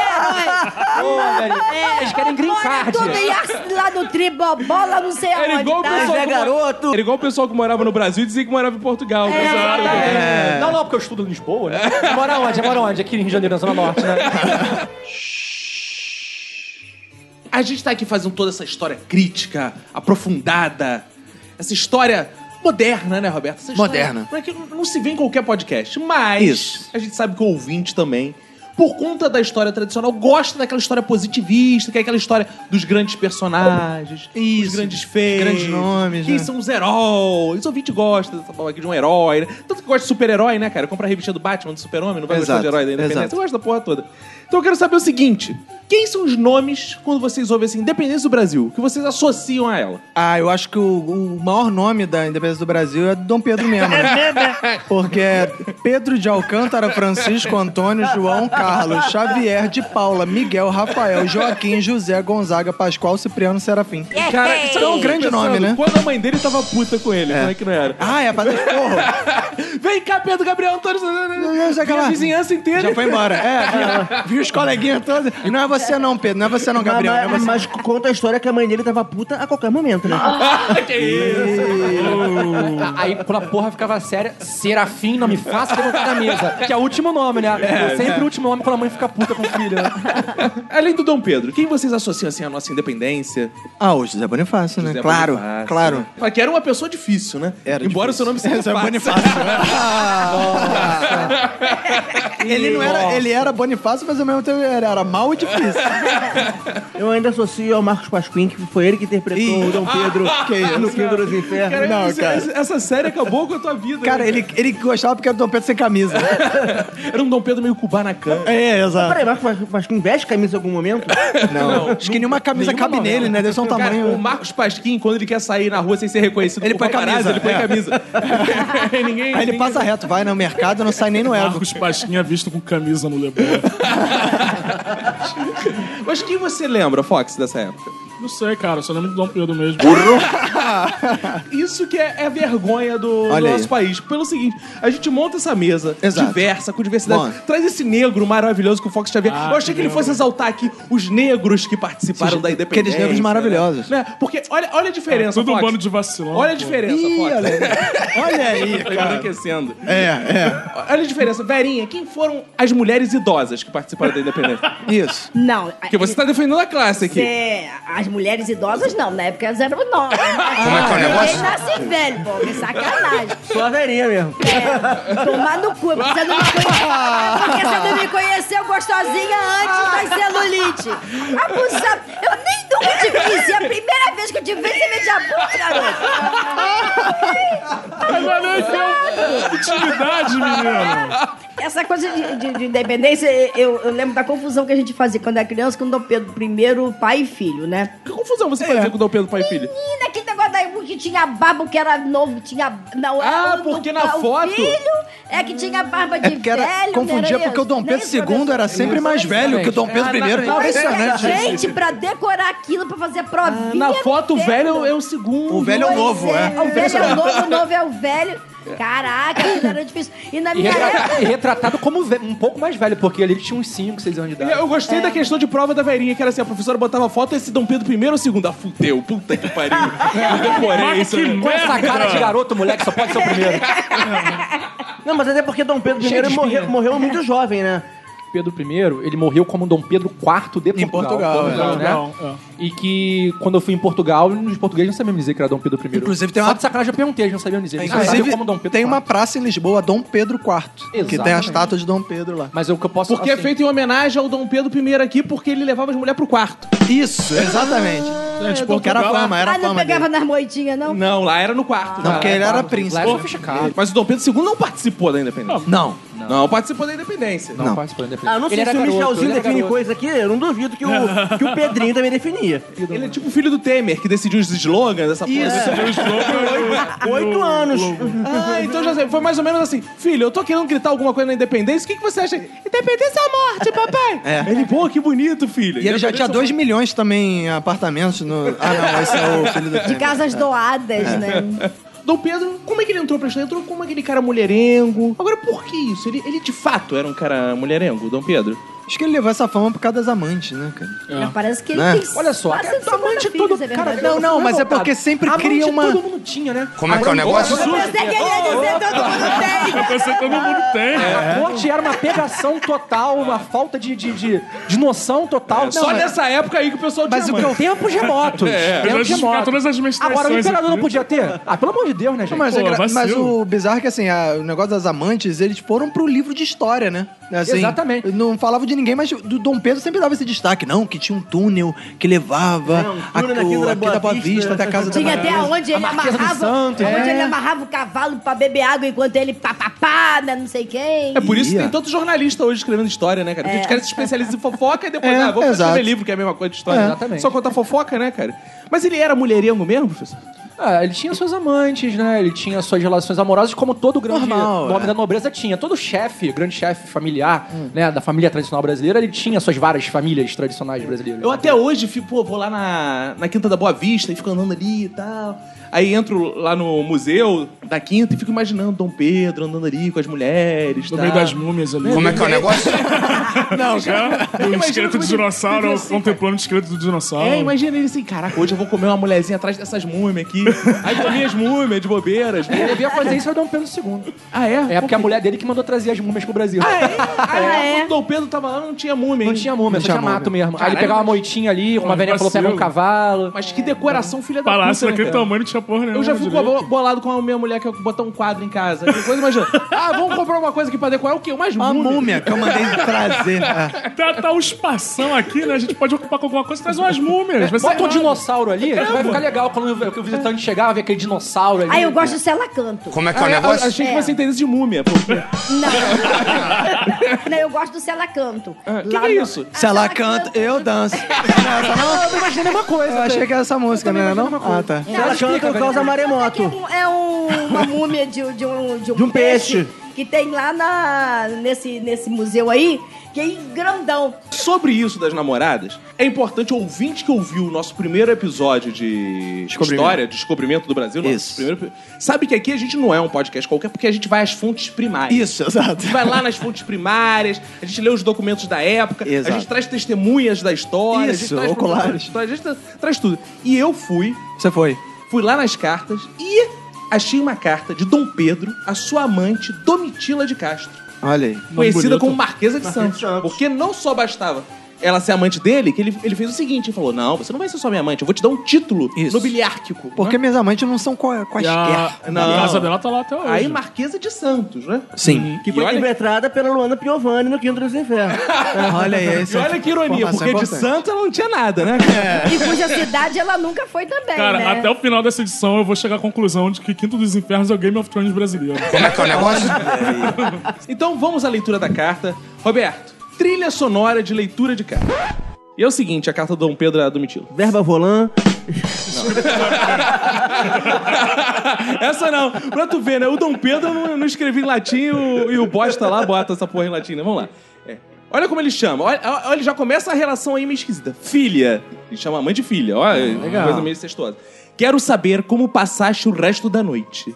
Speaker 3: Niterói.
Speaker 6: Olha aí.
Speaker 2: É,
Speaker 6: Eles querem green
Speaker 3: Mora
Speaker 6: card.
Speaker 3: tudo em Ars- lá no Tribobó, lá não sei
Speaker 1: Era
Speaker 3: aonde.
Speaker 1: igual o
Speaker 3: tá?
Speaker 1: pessoal
Speaker 4: é
Speaker 1: que mora-
Speaker 4: garoto.
Speaker 1: Era igual o pessoal que morava no Brasil e dizia que morava em Portugal. né? Exato.
Speaker 6: É. Não, não, porque eu estudo em Lisboa, né? Mora onde? Mora onde? Aqui no Rio de Janeiro, na Zona Norte, né?
Speaker 1: A gente tá aqui fazendo toda essa história crítica, aprofundada, essa história moderna, né, Roberto? Essa história-
Speaker 2: Moderna.
Speaker 1: Não é que não se vê em qualquer podcast, mas a gente sabe que o ouvinte também, por conta da história tradicional, gosta daquela história positivista, que é aquela história dos grandes
Speaker 2: Ah,
Speaker 1: personagens, dos
Speaker 2: Isso,
Speaker 1: grandes feios,
Speaker 2: grandes nomes,
Speaker 1: quem
Speaker 2: né?
Speaker 1: são os heróis. O ouvinte gosta dessa palavra aqui de um herói, né? Tanto que gosta de super-herói, né, cara? Compra a revista do Batman, do Super-Homem, não vai gostar
Speaker 2: Exato,
Speaker 1: de herói da independência.
Speaker 2: exato.
Speaker 1: Eu gosto da porra toda. Então eu quero saber o seguinte: quem são os nomes, quando vocês ouvem assim, Independência do Brasil, que vocês associam a ela?
Speaker 2: Ah, eu acho que o, o maior nome da independência do Brasil é do Dom Pedro mesmo. Né? Porque é Pedro de Alcântara, Francisco, Antônio, João, Carlos, Xavier, de Paula, Miguel, Rafael, Joaquim, José, Gonzaga, Pascoal, Cipriano, Serafim.
Speaker 1: Cara, isso
Speaker 2: é um grande nome, né?
Speaker 1: Quando a mãe dele tava puta com ele, como é que não era?
Speaker 2: Ah, é pra dar porra.
Speaker 1: Vem cá, Pedro Gabriel Antônio.
Speaker 2: não, sei
Speaker 1: né,
Speaker 2: o que
Speaker 1: Minha
Speaker 2: lá.
Speaker 1: vizinhança inteira.
Speaker 2: Já foi embora. É, vi, vi os coleguinhas todos. Não é você não, Pedro. Não é você não, Gabriel. Não é
Speaker 4: Mas,
Speaker 2: você.
Speaker 4: mas conta a história que a mãe dele tava puta a qualquer momento, né?
Speaker 6: Aí, quando a porra ficava séria, Serafim, não me faça levantar da mesa. Que é o último nome, né? É, sempre o último nome quando a mãe fica puta com o filho. né?
Speaker 1: Além do Dom Pedro, quem vocês associam assim à nossa independência?
Speaker 2: Ah, o José Bonifácio, né?
Speaker 1: José
Speaker 2: claro,
Speaker 1: Bonifácio,
Speaker 2: claro.
Speaker 1: né? Fala Que era uma pessoa difícil, né?
Speaker 2: Era
Speaker 1: Embora
Speaker 2: difícil.
Speaker 1: o seu nome seja
Speaker 2: José
Speaker 1: fácil.
Speaker 2: Ele não era, ele era Bonifácio, mas ao mesmo tempo ele era mal e difícil.
Speaker 4: Eu ainda associo ao Marcos Pasquim, que foi ele que interpretou
Speaker 2: Ih. ah,
Speaker 4: o Dom Pedro
Speaker 2: Que isso,
Speaker 4: no Pedro dos
Speaker 1: Cara,
Speaker 4: Infernos.
Speaker 2: Não,
Speaker 1: essa,
Speaker 2: cara.
Speaker 1: essa série acabou com a tua vida.
Speaker 2: Cara,
Speaker 1: né?
Speaker 2: ele, ele gostava porque era o Dom Pedro sem camisa.
Speaker 1: Era um Dom Pedro meio cubanacan.
Speaker 2: É, exato.
Speaker 4: Peraí, Marcos Pas- Pasquim veste camisa em algum momento?
Speaker 2: Não, acho que nenhuma camisa cabe nele, né? Deve ser um
Speaker 1: Cara,
Speaker 2: tamanho.
Speaker 1: o Marcos Pasquim, quando ele quer sair na rua sem ser reconhecido
Speaker 2: Ele
Speaker 1: por
Speaker 2: põe
Speaker 1: paparazzi,
Speaker 2: camisa,
Speaker 1: ele põe
Speaker 2: é.
Speaker 1: camisa. ninguém,
Speaker 2: Aí ele
Speaker 1: ninguém-
Speaker 2: passa reto, vai no mercado, não sai nem no ego.
Speaker 5: Marcos Pasquinha visto com camisa no Leblon.
Speaker 1: Mas quem você lembra, Fox, dessa época?
Speaker 5: Não sei, cara, só lembro do Dom Pedro mesmo.
Speaker 1: Isso que é, é vergonha do, do
Speaker 2: Olha aí.
Speaker 1: nosso país. Pelo seguinte, a gente monta essa mesa,
Speaker 2: Exato.
Speaker 1: diversa, com diversidade.
Speaker 2: Monta.
Speaker 1: Traz esse negro maravilhoso que o Fox Xavier.
Speaker 5: Ah,
Speaker 1: Eu achei que ele
Speaker 5: negro.
Speaker 1: fosse exaltar aqui os negros que participaram
Speaker 2: Esses-
Speaker 1: da independência.
Speaker 2: aqueles negros
Speaker 1: né?
Speaker 2: maravilhosos.
Speaker 1: Né? Porque olha, olha a diferença,
Speaker 5: Tudo um
Speaker 1: Fox.
Speaker 5: bando de vacilão.
Speaker 1: Olha a
Speaker 5: pô.
Speaker 1: diferença,
Speaker 2: Ih,
Speaker 1: Fox.
Speaker 2: olha aí. Olha aí,
Speaker 1: Tá
Speaker 2: cara.
Speaker 1: enlouquecendo.
Speaker 2: É, é.
Speaker 1: Olha a diferença. Verinha, quem foram as mulheres idosas que participaram da independência?
Speaker 2: Isso.
Speaker 3: Não.
Speaker 1: Porque você tá defendendo a classe aqui.
Speaker 3: Cê- as mulheres idosas não, na época elas eram novas. Como
Speaker 8: é que é o negócio?
Speaker 3: nasce velho, pô, que sacanagem.
Speaker 4: Só a verinha mesmo.
Speaker 3: É, tomar no cu, porque você não me conheceu. Porque você não me conheceu gostosinha antes da celulite. Abusado. Eu nem nunca te vi. É a primeira vez que eu te vi, você me né? jabou, garoto.
Speaker 5: Agora é que é intimidade, menino.
Speaker 3: Essa coisa de, de- de independência, eu, eu lembro da confusão que a gente fazia quando era criança, com o Dom Pedro I, pai e filho, né?
Speaker 1: Que confusão você
Speaker 2: É.
Speaker 1: fazia com o Dom Pedro pai e filho?
Speaker 3: Menina, aquele negócio daí que tinha barba, que era novo, tinha. Não,
Speaker 1: Ah,
Speaker 3: o do-
Speaker 1: porque na
Speaker 3: o
Speaker 1: foto-
Speaker 3: filho é que tinha barba de
Speaker 2: É porque era,
Speaker 3: velho. né?
Speaker 2: confundia porque o Dom Pedro II era sempre mais velho que o Dom Pedro I. Impressionante.
Speaker 3: Gente, pra decorar aquilo, pra fazer a provinha.
Speaker 1: Ah, Na foto, o
Speaker 3: inteira.
Speaker 1: velho é o segundo.
Speaker 2: O velho é o novo,
Speaker 3: Pois
Speaker 2: é.
Speaker 3: O velho é o novo, o novo é o velho. Caraca, aquilo era difícil. E na
Speaker 6: E
Speaker 1: é
Speaker 3: minha época.
Speaker 6: retrata- e retratado como ve- um pouco mais velho, porque ali ele tinha uns 5, 6 anos de idade.
Speaker 1: Eu gostei da questão de prova da velhinha, que era assim, a professora botava foto, esse Dom Pedro I ou segundo? Ah, fudeu, puta que pariu. Eu decorei isso. né?
Speaker 6: Com essa cara de garoto, moleque, só pode ser o primeiro.
Speaker 4: Não, mas até porque Dom Pedro
Speaker 6: Cheio de
Speaker 4: I morreu,
Speaker 6: espinha. É.
Speaker 4: morreu muito jovem, né?
Speaker 6: Pedro I, ele morreu como Dom Pedro IV de Portugal.
Speaker 2: Em Portugal,
Speaker 5: Não,
Speaker 6: né?
Speaker 5: não,
Speaker 6: E que quando eu fui em Portugal, os portugueses não sabiam me dizer que era Dom Pedro I.
Speaker 2: Inclusive, tem uma-
Speaker 6: Só de sacanagem eu perguntei, eles não sabiam me dizer. Eles só sabiam
Speaker 2: Inclusive,
Speaker 6: como Dom Pedro
Speaker 2: tem uma
Speaker 6: IV.
Speaker 2: praça em Lisboa, Dom Pedro IV. Que tem a
Speaker 6: Exatamente.
Speaker 2: estátua de Dom Pedro lá.
Speaker 6: Mas o que eu posso...
Speaker 1: Porque é
Speaker 6: assim,
Speaker 1: feito em homenagem ao Dom Pedro I aqui, porque ele levava as mulheres pro quarto.
Speaker 2: Isso, exatamente.
Speaker 5: é. Gente,
Speaker 2: Porque era
Speaker 5: Portugal-
Speaker 2: fama, era
Speaker 3: Ah, não
Speaker 2: fama
Speaker 3: pegava
Speaker 2: dele.
Speaker 3: nas moitinhas, não?
Speaker 1: Não, lá era no quarto.
Speaker 2: Não, porque ele era
Speaker 6: Lá é
Speaker 2: príncipe.
Speaker 6: sofisticado.
Speaker 1: Mas o Dom Pedro II não participou da independência.
Speaker 2: Não.
Speaker 1: Não, participou da independência.
Speaker 6: Não, participou da independência.
Speaker 4: Ah, não sei
Speaker 6: Ele era
Speaker 4: se o
Speaker 6: garoto,
Speaker 4: Michelzinho
Speaker 6: ele era
Speaker 4: define
Speaker 6: garoto.
Speaker 4: coisa aqui, eu não duvido que o, que o Pedrinho também definia.
Speaker 1: Ele é tipo o filho do Temer, que decidiu os slogans dessa porra.
Speaker 5: Eu estou pra-
Speaker 4: Oito anos.
Speaker 1: Ah, então já sei. Foi mais ou menos assim. Filho, eu tô querendo gritar alguma coisa na independência. O que, que você acha? Independência ou morte, papai? Ele, pô, que bonito, filho.
Speaker 2: E ele já tinha 2 milhões também em apartamentos no. Ah, não, esse é o filho do
Speaker 3: De
Speaker 2: Temer.
Speaker 3: casas doadas, né?
Speaker 1: Dom Pedro, como é que ele entrou pra história? Entrou como aquele cara mulherengo. Agora, por que isso? Ele, ele de fato era um cara mulherengo, Dom Pedro?
Speaker 2: Acho que ele levou essa fama por causa das amantes, né, cara?
Speaker 3: Mas Parece que ele
Speaker 2: Né?
Speaker 3: tem
Speaker 6: Olha só,
Speaker 3: quase
Speaker 6: cara,
Speaker 3: 50
Speaker 6: amante
Speaker 3: filhos,
Speaker 6: todo.
Speaker 3: é
Speaker 6: cara,
Speaker 3: verdade.
Speaker 6: não,
Speaker 1: um
Speaker 6: não, mas é porque
Speaker 2: sempre
Speaker 6: amante
Speaker 2: cria uma.
Speaker 6: todo mundo tinha, né?
Speaker 8: Como é que é o negócio?
Speaker 3: Eu pensei que ele ia dizer todo mundo tem.
Speaker 5: Eu pensei que todo mundo tem. é.
Speaker 6: A morte era uma pegação total, uma falta de, de, de, de noção total. Não,
Speaker 1: Só
Speaker 6: mas-
Speaker 1: nessa época aí que o pessoal
Speaker 6: Mas
Speaker 1: tinha.
Speaker 6: o que tempos remotos.
Speaker 5: Eu vou
Speaker 6: Tempos
Speaker 5: justificar
Speaker 6: remotos.
Speaker 5: todas as menstruações.
Speaker 6: Agora, o imperador não
Speaker 5: aqui.
Speaker 6: podia ter? Ah, pelo amor de Deus, né, gente?
Speaker 2: Mas,
Speaker 5: Pô,
Speaker 2: é gra-
Speaker 5: vacilo.
Speaker 2: mas o bizarro é que assim, a- o negócio das amantes, eles foram pro livro de história, né? Assim,
Speaker 6: Exatamente.
Speaker 2: Não falava de ninguém, mas do Dom Pedro sempre dava esse destaque, não, que tinha um túnel que levava
Speaker 4: É, um túnel
Speaker 2: a,
Speaker 4: daqui
Speaker 2: o-
Speaker 4: da
Speaker 2: aqui
Speaker 4: Boa
Speaker 2: da Boa
Speaker 4: Vista.
Speaker 2: Vista até a casa
Speaker 3: Tinha
Speaker 2: da
Speaker 3: até
Speaker 2: Maria.
Speaker 3: aonde ele
Speaker 6: Marquesa dos
Speaker 3: amarrava.
Speaker 6: Santos,
Speaker 3: aonde
Speaker 6: é.
Speaker 3: ele amarrava o cavalo pra beber água enquanto ele papapá, né, não sei quem.
Speaker 1: É por isso que
Speaker 2: Ia.
Speaker 1: tem tanto jornalista hoje escrevendo história, né, cara? Porque os caras se especializam em fofoca e depois,
Speaker 2: É,
Speaker 1: ah, vamos
Speaker 2: exato.
Speaker 1: escrever livro, que é a mesma coisa de história.
Speaker 2: É.
Speaker 6: Exatamente.
Speaker 1: Só contar fofoca, né, cara? Mas ele era mulherengo mesmo, professor?
Speaker 6: Ah, ele tinha suas amantes, né? Ele tinha suas relações amorosas, como todo grande
Speaker 2: Normal,
Speaker 6: nome
Speaker 2: é.
Speaker 6: da nobreza tinha. Todo chefe, grande chefe familiar, né? Da família tradicional brasileira, ele tinha suas várias famílias tradicionais brasileiras.
Speaker 1: Eu até hoje fico, pô, vou lá na, na Quinta da Boa Vista e fico andando ali e tal. Aí entro lá no museu da Quinta e fico imaginando Dom Pedro andando ali com as mulheres. tá?
Speaker 5: No meio
Speaker 1: tal.
Speaker 5: das múmias ali.
Speaker 8: Como é que é o negócio?
Speaker 5: É, o esqueleto do dinossauro, eu contemplando o esqueleto do dinossauro.
Speaker 1: É, imagina ele assim, caraca, hoje eu vou comer uma mulherzinha atrás dessas múmias aqui. Aí comi as múmias de bobeiras.
Speaker 6: Ele devia fazer isso ao Dom Pedro II.
Speaker 1: Ah, é?
Speaker 6: É porque a mulher dele que mandou trazer as múmias pro Brasil.
Speaker 1: Aí,
Speaker 3: Ah, é?
Speaker 1: quando o Dom Pedro tava lá, não tinha múmia,
Speaker 6: Não
Speaker 1: hein?
Speaker 6: tinha múmia,
Speaker 2: Não
Speaker 6: só
Speaker 2: tinha
Speaker 6: tinha mato mesmo. Aí
Speaker 1: Caralho,
Speaker 6: ele pegava uma moitinha ali, uma
Speaker 5: Olha,
Speaker 6: velhinha falou,
Speaker 5: vacilo.
Speaker 6: pega um cavalo.
Speaker 1: Mas que decoração, filha da
Speaker 5: Palácio
Speaker 1: puta, né,
Speaker 5: daquele
Speaker 1: cara?
Speaker 5: tamanho não tinha porra nenhuma.
Speaker 1: Eu já fico
Speaker 5: direito.
Speaker 1: bo- bolado com a minha mulher que eu botar um quadro em casa. Que coisa, imagina. Ah, vamos comprar uma coisa aqui pra decorar É o quê? Umas
Speaker 2: Uma
Speaker 1: múmias.
Speaker 2: múmia que eu mandei trazer. É.
Speaker 5: Tá, tá um espação aqui, né? A gente pode ocupar com alguma coisa, traz umas múmias. Vai ser
Speaker 6: Bota um
Speaker 5: irado.
Speaker 6: dinossauro ali,
Speaker 1: É,
Speaker 6: acho que vai ficar legal quando o visitante chegar, ver aquele dinossauro ali.
Speaker 3: Aí Ah, eu gosto do Selacanto.
Speaker 8: Como é que é
Speaker 1: Ah,
Speaker 8: o
Speaker 1: eu- eu
Speaker 8: negócio?
Speaker 1: achei que
Speaker 3: É.
Speaker 1: você entendesse de múmia. pô.
Speaker 3: Não. não, eu gosto do Selacanto.
Speaker 1: O que, que é isso?
Speaker 2: Se ela canta, eu danço.
Speaker 6: Eu tô imaginando a mesma coisa.
Speaker 2: Eu achei que era essa música, né? Não? Ah, tá.
Speaker 4: Ela canta causa
Speaker 3: Maremoto. É,
Speaker 4: maremoto.
Speaker 3: um- é um- uma múmia de, de um, de um,
Speaker 4: De um peixe.
Speaker 3: que tem lá na, nesse, nesse museu aí, que é grandão.
Speaker 1: Sobre isso das namoradas, é importante o ouvinte que ouviu o nosso primeiro episódio de
Speaker 2: Descobrimento.
Speaker 1: história, descobrimento do Brasil, nosso
Speaker 2: Isso.
Speaker 1: primeiro- sabe que aqui a gente não é um podcast qualquer porque a gente vai às fontes primárias.
Speaker 2: Isso, exato.
Speaker 1: A gente vai lá nas fontes primárias, a gente lê os documentos da época,
Speaker 2: Exato.
Speaker 1: a gente traz testemunhas da história, a gente
Speaker 2: Isso,
Speaker 1: traz
Speaker 2: oculares.
Speaker 1: da história, a gente tra- traz tudo. E eu fui,
Speaker 2: Você foi.
Speaker 1: fui lá nas cartas e achei uma carta de Dom Pedro, a sua amante Domitila de Castro
Speaker 2: Olha aí.
Speaker 1: conhecida
Speaker 5: bonito.
Speaker 1: como Marquesa de Santos,
Speaker 4: Santos.
Speaker 1: Porque não só bastava ela ser amante dele, que ele, ele fez o seguinte: ele falou, não, você não vai ser só minha amante, eu vou te dar um título
Speaker 2: Isso.
Speaker 1: nobiliárquico. né?
Speaker 2: Porque minhas amantes não são qua-
Speaker 5: E
Speaker 2: quaisquer.
Speaker 5: a, a
Speaker 1: Não.
Speaker 5: casa dela tá lá até hoje.
Speaker 1: Aí Marquesa de Santos, né?
Speaker 2: Sim.
Speaker 4: Que foi
Speaker 1: E olha-
Speaker 4: interpretada pela Luana Piovani no Quinto dos Infernos.
Speaker 2: Olha aí.
Speaker 1: E
Speaker 2: essa
Speaker 1: olha que ironia,
Speaker 2: informação
Speaker 1: porque de
Speaker 2: importante.
Speaker 1: Santos ela não tinha nada, né?
Speaker 3: E cuja cidade ela nunca foi também,
Speaker 5: Cara,
Speaker 3: né?
Speaker 5: até o final dessa edição eu vou chegar à conclusão de que Quinto dos Infernos é o Game of Thrones brasileiro.
Speaker 8: Como é que é o negócio?
Speaker 1: Então vamos à leitura da carta. Roberto, trilha sonora de leitura de carta. E é o seguinte, a carta do Dom Pedro a Domitila.
Speaker 4: Verba Volan.
Speaker 1: Essa não. Pra tu ver, né? O Dom Pedro eu não, eu não escrevi em latim e o, e o bosta lá bota essa porra em latim, né? Vamos lá. É. Olha como ele chama. Olha, olha, ele já começa a relação aí meio esquisita. Filha. Ele chama a mãe de filha. Olha, coisa meio incestuosa. Quero saber como passaste o resto da noite.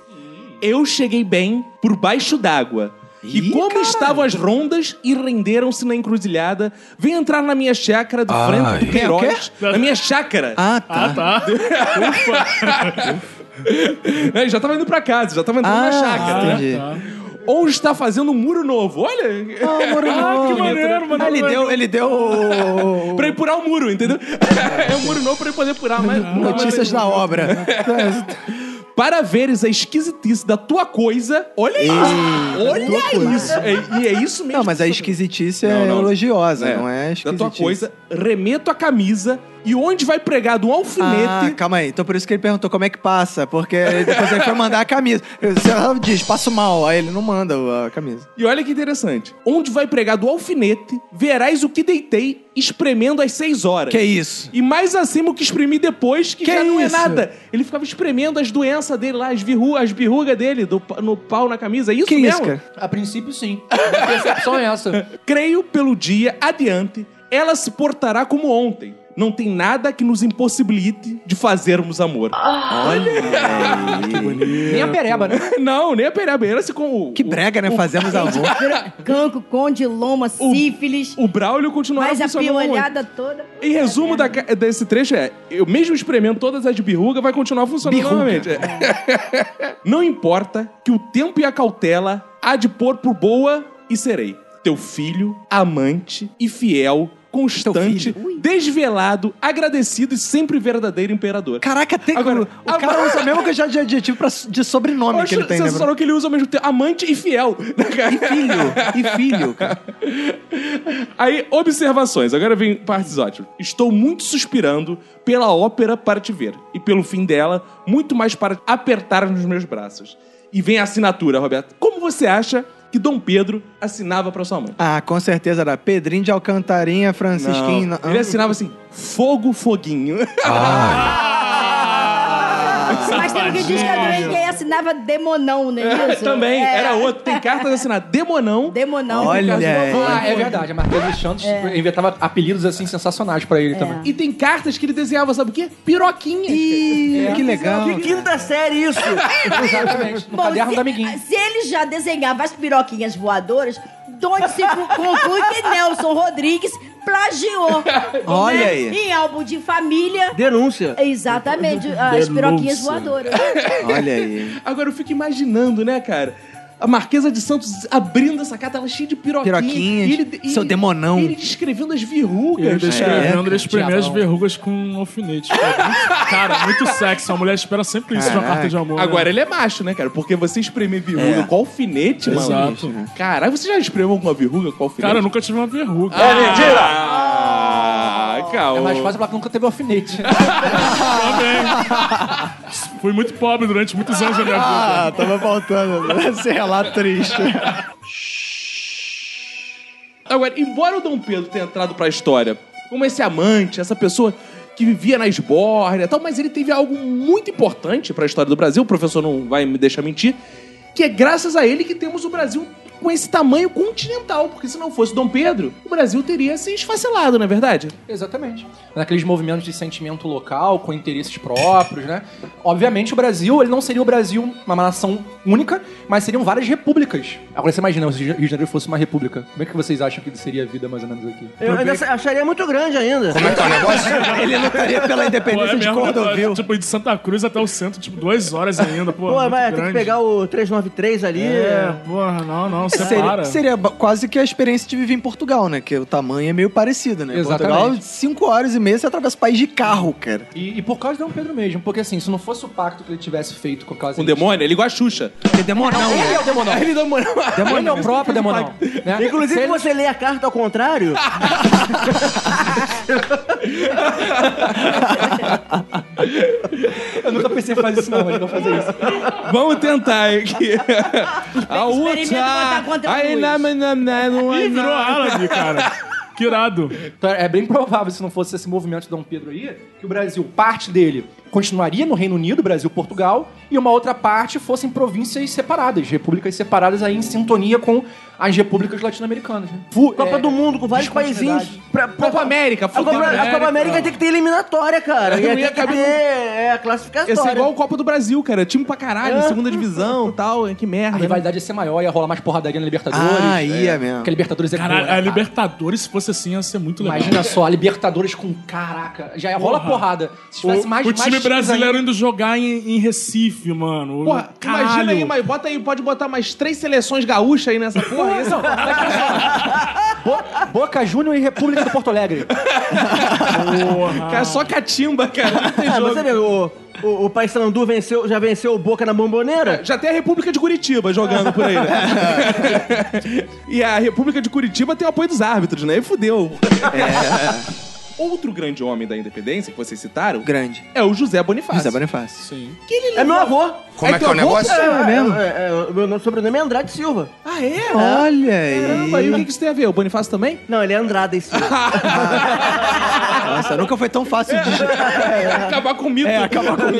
Speaker 1: Eu cheguei bem por baixo d'água. E como estavam as rondas e renderam-se na encruzilhada, vem entrar na minha chácara do Franco Queiroz. Na minha chácara.
Speaker 2: Ah, tá.
Speaker 5: Ah, tá.
Speaker 1: Ele É, já tava indo pra casa, já tava entrando na
Speaker 2: Ah,
Speaker 1: chácara. né?
Speaker 2: entendi.
Speaker 1: ou está fazendo um muro novo. Olha,
Speaker 2: Ah, muro novo.
Speaker 5: que maneiro, mano.
Speaker 2: Ah, ele deu, ele deu o-
Speaker 1: pra apurar o muro, entendeu? é um muro novo pra ele poder apurar. Mas,
Speaker 2: notícias da obra.
Speaker 1: Para veres a esquisitice da tua coisa, olha isso. Olha isso. É- e é isso mesmo.
Speaker 2: Não, mas a esquisitice é
Speaker 1: Não, não.
Speaker 2: elogiosa, não é
Speaker 1: Da
Speaker 2: esquisitice.
Speaker 1: tua coisa, remeto a camisa e onde vai pregado um
Speaker 2: Ah,
Speaker 1: alfinete.
Speaker 2: calma aí. Então por isso que ele perguntou como é que passa, porque aí depois ele foi mandar a camisa. Você diz, passo mal. Aí ele não manda o- a camisa.
Speaker 1: E olha que interessante. Onde vai pregado o alfinete, verás o que deitei espremendo às seis horas.
Speaker 2: Que isso?
Speaker 1: E mais acima o que exprimi depois, que,
Speaker 2: Que
Speaker 1: já não é
Speaker 2: isso?
Speaker 1: nada. Ele ficava espremendo as doenças dele lá, as, virru, as birrugas dele do, pa- no pau, na camisa. É isso
Speaker 2: Que
Speaker 1: mesmo?
Speaker 2: isso, cara?
Speaker 6: A princípio, sim. Minha percepção é essa.
Speaker 1: Creio pelo dia adiante, ela se portará como ontem. Não tem nada que nos impossibilite de fazermos amor.
Speaker 3: Ah.
Speaker 6: Nem a pereba, né?
Speaker 1: Não, nem a pereba. Ela se com o,
Speaker 2: Que brega, né? Fazemos amor.
Speaker 3: Cancro, condiloma, sífilis,
Speaker 1: o Braulio continuava
Speaker 3: mais a
Speaker 1: funcionando muito.
Speaker 3: piolhada toda.
Speaker 1: Em resumo da ca- desse trecho é: eu mesmo espremendo todas as birrugas, vai continuar funcionando novamente. É. Não importa que o tempo e a cautela há de pôr por boa e serei. Teu filho, amante e fiel, constante, desvelado, agradecido e sempre verdadeiro imperador.
Speaker 2: Caraca, tem
Speaker 1: Agora,
Speaker 2: o cara usa mesmo que já de adjetivo pra, de sobrenome que ele tem, né?
Speaker 1: sensacional que ele usa ao mesmo tempo amante e fiel. Né,
Speaker 2: E filho, e filho, cara.
Speaker 1: Aí, observações. Agora vem partes ótimas. Estou muito suspirando pela ópera para te ver. E pelo fim dela, muito mais para apertar nos meus braços. E vem a assinatura, Roberto. Como você acha que Dom Pedro assinava para sua mãe?
Speaker 2: Ah, com certeza era Pedrinho de Alcantarinha, Francisquinho.
Speaker 1: Não.
Speaker 2: não-
Speaker 1: Ele assinava assim, fogo, foguinho.
Speaker 3: Mas tem alguém que diz que a doente que assinava demonão, não é isso?
Speaker 1: Também,
Speaker 3: É,
Speaker 1: era outro. Tem cartas assinadas, demonão.
Speaker 3: Demonão.
Speaker 2: Olha aí.
Speaker 6: Ah, é verdade. A Marquesa de Santos inventava apelidos assim sensacionais pra ele também.
Speaker 1: E tem cartas que ele desenhava, sabe o quê? Piroquinhas.
Speaker 2: Ih, que legal.
Speaker 4: Que quinta série isso?
Speaker 6: Exatamente. No
Speaker 3: Bom,
Speaker 6: caderno
Speaker 3: se,
Speaker 6: da amiguinha.
Speaker 3: se ele já desenhava as piroquinhas voadoras, Donde se co- conclui que Nelson Rodrigues plagiou.
Speaker 2: Olha
Speaker 3: né?
Speaker 2: aí.
Speaker 3: Em álbum de família.
Speaker 4: Denúncia.
Speaker 3: Exatamente, as piroquinhas voadoras.
Speaker 2: Olha aí.
Speaker 1: Agora eu fico imaginando, né, cara? A Marquesa de Santos abrindo essa carta, ela é cheia de piroquinha.
Speaker 2: Piroquinhas, seu demonão.
Speaker 1: E ele descrevendo as
Speaker 5: Ele
Speaker 1: verrugas. É, cara.
Speaker 5: descrevendo, ele espremeu as
Speaker 6: Diabão.
Speaker 5: verrugas com um alfinete. Cara, muito, cara, muito sexy. A mulher espera sempre isso de uma
Speaker 2: Caraca.
Speaker 5: carta de amor. né?
Speaker 1: Agora ele é macho, né, cara? Porque você espremer
Speaker 2: É.
Speaker 1: verruga com alfinete, mano.
Speaker 5: Exato.
Speaker 1: Caralho, você já espremeu alguma verruga com alfinete?
Speaker 5: Cara, eu nunca tive uma verruga.
Speaker 1: É mentira! Ah, calma.
Speaker 6: É mais fácil falar que nunca teve alfinete.
Speaker 5: Fui muito pobre durante muitos anos da minha vida.
Speaker 2: Ah, tava faltando esse relato triste.
Speaker 1: Agora, embora o Dom Pedro tenha entrado pra história como esse amante, essa pessoa que vivia na esbórnia e tal, mas ele teve algo muito importante pra história do Brasil, o professor não vai me deixar mentir, que é graças a ele que temos o Brasil com esse tamanho continental, porque se não fosse Dom Pedro, o Brasil teria se esfacelado, não é verdade?
Speaker 6: Exatamente. Naqueles movimentos de sentimento local, com interesses próprios, né? Obviamente o Brasil, ele não seria o Brasil uma nação única, mas seriam várias repúblicas. Agora você imagina se o Rio de Janeiro fosse uma república. Como é que vocês acham que seria a vida mais ou menos aqui?
Speaker 4: Eu ainda acharia muito grande ainda.
Speaker 8: Como é que é o negócio?
Speaker 2: Ele lutaria pela
Speaker 5: Pô,
Speaker 2: independência de
Speaker 5: mesmo,
Speaker 2: Cordovil.
Speaker 5: Tipo, ir de Santa Cruz até o centro, tipo, duas horas ainda. Pô,
Speaker 4: Pô,
Speaker 5: é?
Speaker 4: é
Speaker 5: muito
Speaker 4: vai ter
Speaker 5: grande.
Speaker 4: que pegar o 393 ali.
Speaker 5: É, porra, não, não,
Speaker 2: Seria,
Speaker 5: separa.
Speaker 2: seria ba- quase que a experiência de viver em Portugal, né? Que o tamanho é meio parecido, né?
Speaker 6: Exatamente.
Speaker 2: Portugal, 5 horas e meia você atravessa o país de carro, cara.
Speaker 6: E, e por causa de Dom Pedro mesmo, porque assim, se não fosse o pacto que ele tivesse feito com causa
Speaker 1: Um demônio, ele igual a Xuxa.
Speaker 2: Porque demorou.
Speaker 4: né?
Speaker 6: Ele é o demonão.
Speaker 1: Ele demorou.
Speaker 6: Demônio é o próprio demonão. né?
Speaker 4: Inclusive,
Speaker 6: Se
Speaker 4: se
Speaker 6: ele-
Speaker 4: você lê a carta ao contrário,
Speaker 6: Eu nunca pensei em fazer isso, não. Ele vai fazer isso.
Speaker 1: Vamos tentar aqui. a é
Speaker 3: botar contra a luz.
Speaker 5: Ih, virou árabe, cara. Que irado.
Speaker 6: Então, é bem provável, se não fosse esse movimento de Dom Pedro aí, que o Brasil, parte dele, continuaria no Reino Unido, Brasil, Portugal, e uma outra parte fossem províncias separadas, repúblicas separadas aí em sintonia com as repúblicas latino-americanas. Né? Fu-
Speaker 4: Copa
Speaker 6: é,
Speaker 4: do Mundo, com vários
Speaker 6: descontinuidade.
Speaker 4: paizinhos. Pra, pra-
Speaker 1: Copa América,
Speaker 4: a Copa,
Speaker 1: fudeu.
Speaker 4: a Copa América tem que ter eliminatória, cara.
Speaker 1: Eu
Speaker 4: Ia
Speaker 1: ia
Speaker 4: ter que
Speaker 1: caber
Speaker 4: ter é, a classificatória.
Speaker 1: Ia ser igual o Copa do Brasil, cara. Time pra caralho, segunda divisão e tal. Que
Speaker 6: A
Speaker 1: merda. né?
Speaker 6: rivalidade ia ser maior, ia rolar mais porradaria na Libertadores.
Speaker 2: Ah, ia
Speaker 6: É,
Speaker 2: mesmo.
Speaker 6: Porque a Libertadores é boa,
Speaker 5: Caralho,
Speaker 6: né,
Speaker 5: a
Speaker 6: cara?
Speaker 5: Libertadores, se fosse assim, ia ser muito legal.
Speaker 6: Imagina só, a Libertadores com caraca. Já ia rola
Speaker 5: Porra.
Speaker 6: porrada. Se
Speaker 5: O,
Speaker 6: tivesse mais
Speaker 5: o
Speaker 6: mais
Speaker 5: time
Speaker 6: times
Speaker 5: brasileiro
Speaker 6: aí-
Speaker 5: indo jogar em, em Recife, mano.
Speaker 1: Porra,
Speaker 5: Caralho.
Speaker 1: imagina aí, mas bota aí, pode botar mais três seleções gaúchas aí nessa porra. Esse é o-
Speaker 6: Bo- Boca Júnior e República do Porto Alegre.
Speaker 5: Porra.
Speaker 1: cara, É só catimba, cara. Não tem
Speaker 4: Ah,
Speaker 1: jogo.
Speaker 4: você vê, o, o, o Paysandu venceu, já venceu o Boca na Bomboneira?
Speaker 1: Já tem a República de Curitiba jogando por aí, né? e a República de Curitiba tem o apoio dos árbitros, né? E fudeu. Outro grande homem da independência que vocês citaram
Speaker 2: Grande.
Speaker 1: é o José Bonifácio.
Speaker 2: José Bonifácio.
Speaker 5: Sim.
Speaker 4: É meu avô.
Speaker 8: Como é que é
Speaker 1: teu
Speaker 8: o
Speaker 1: avô?
Speaker 8: negócio?
Speaker 4: É, mesmo? É, é, o meu nome- sobrenome é Andrade Silva.
Speaker 1: Ah, é?
Speaker 2: Olha aí.
Speaker 1: Caramba, e o que que isso tem a ver? O Bonifácio também?
Speaker 4: Não, ele é Andrade Silva.
Speaker 2: Nossa, nunca foi tão fácil de...
Speaker 1: Tá, acabar É com o
Speaker 6: É,
Speaker 1: mito.
Speaker 2: acabar com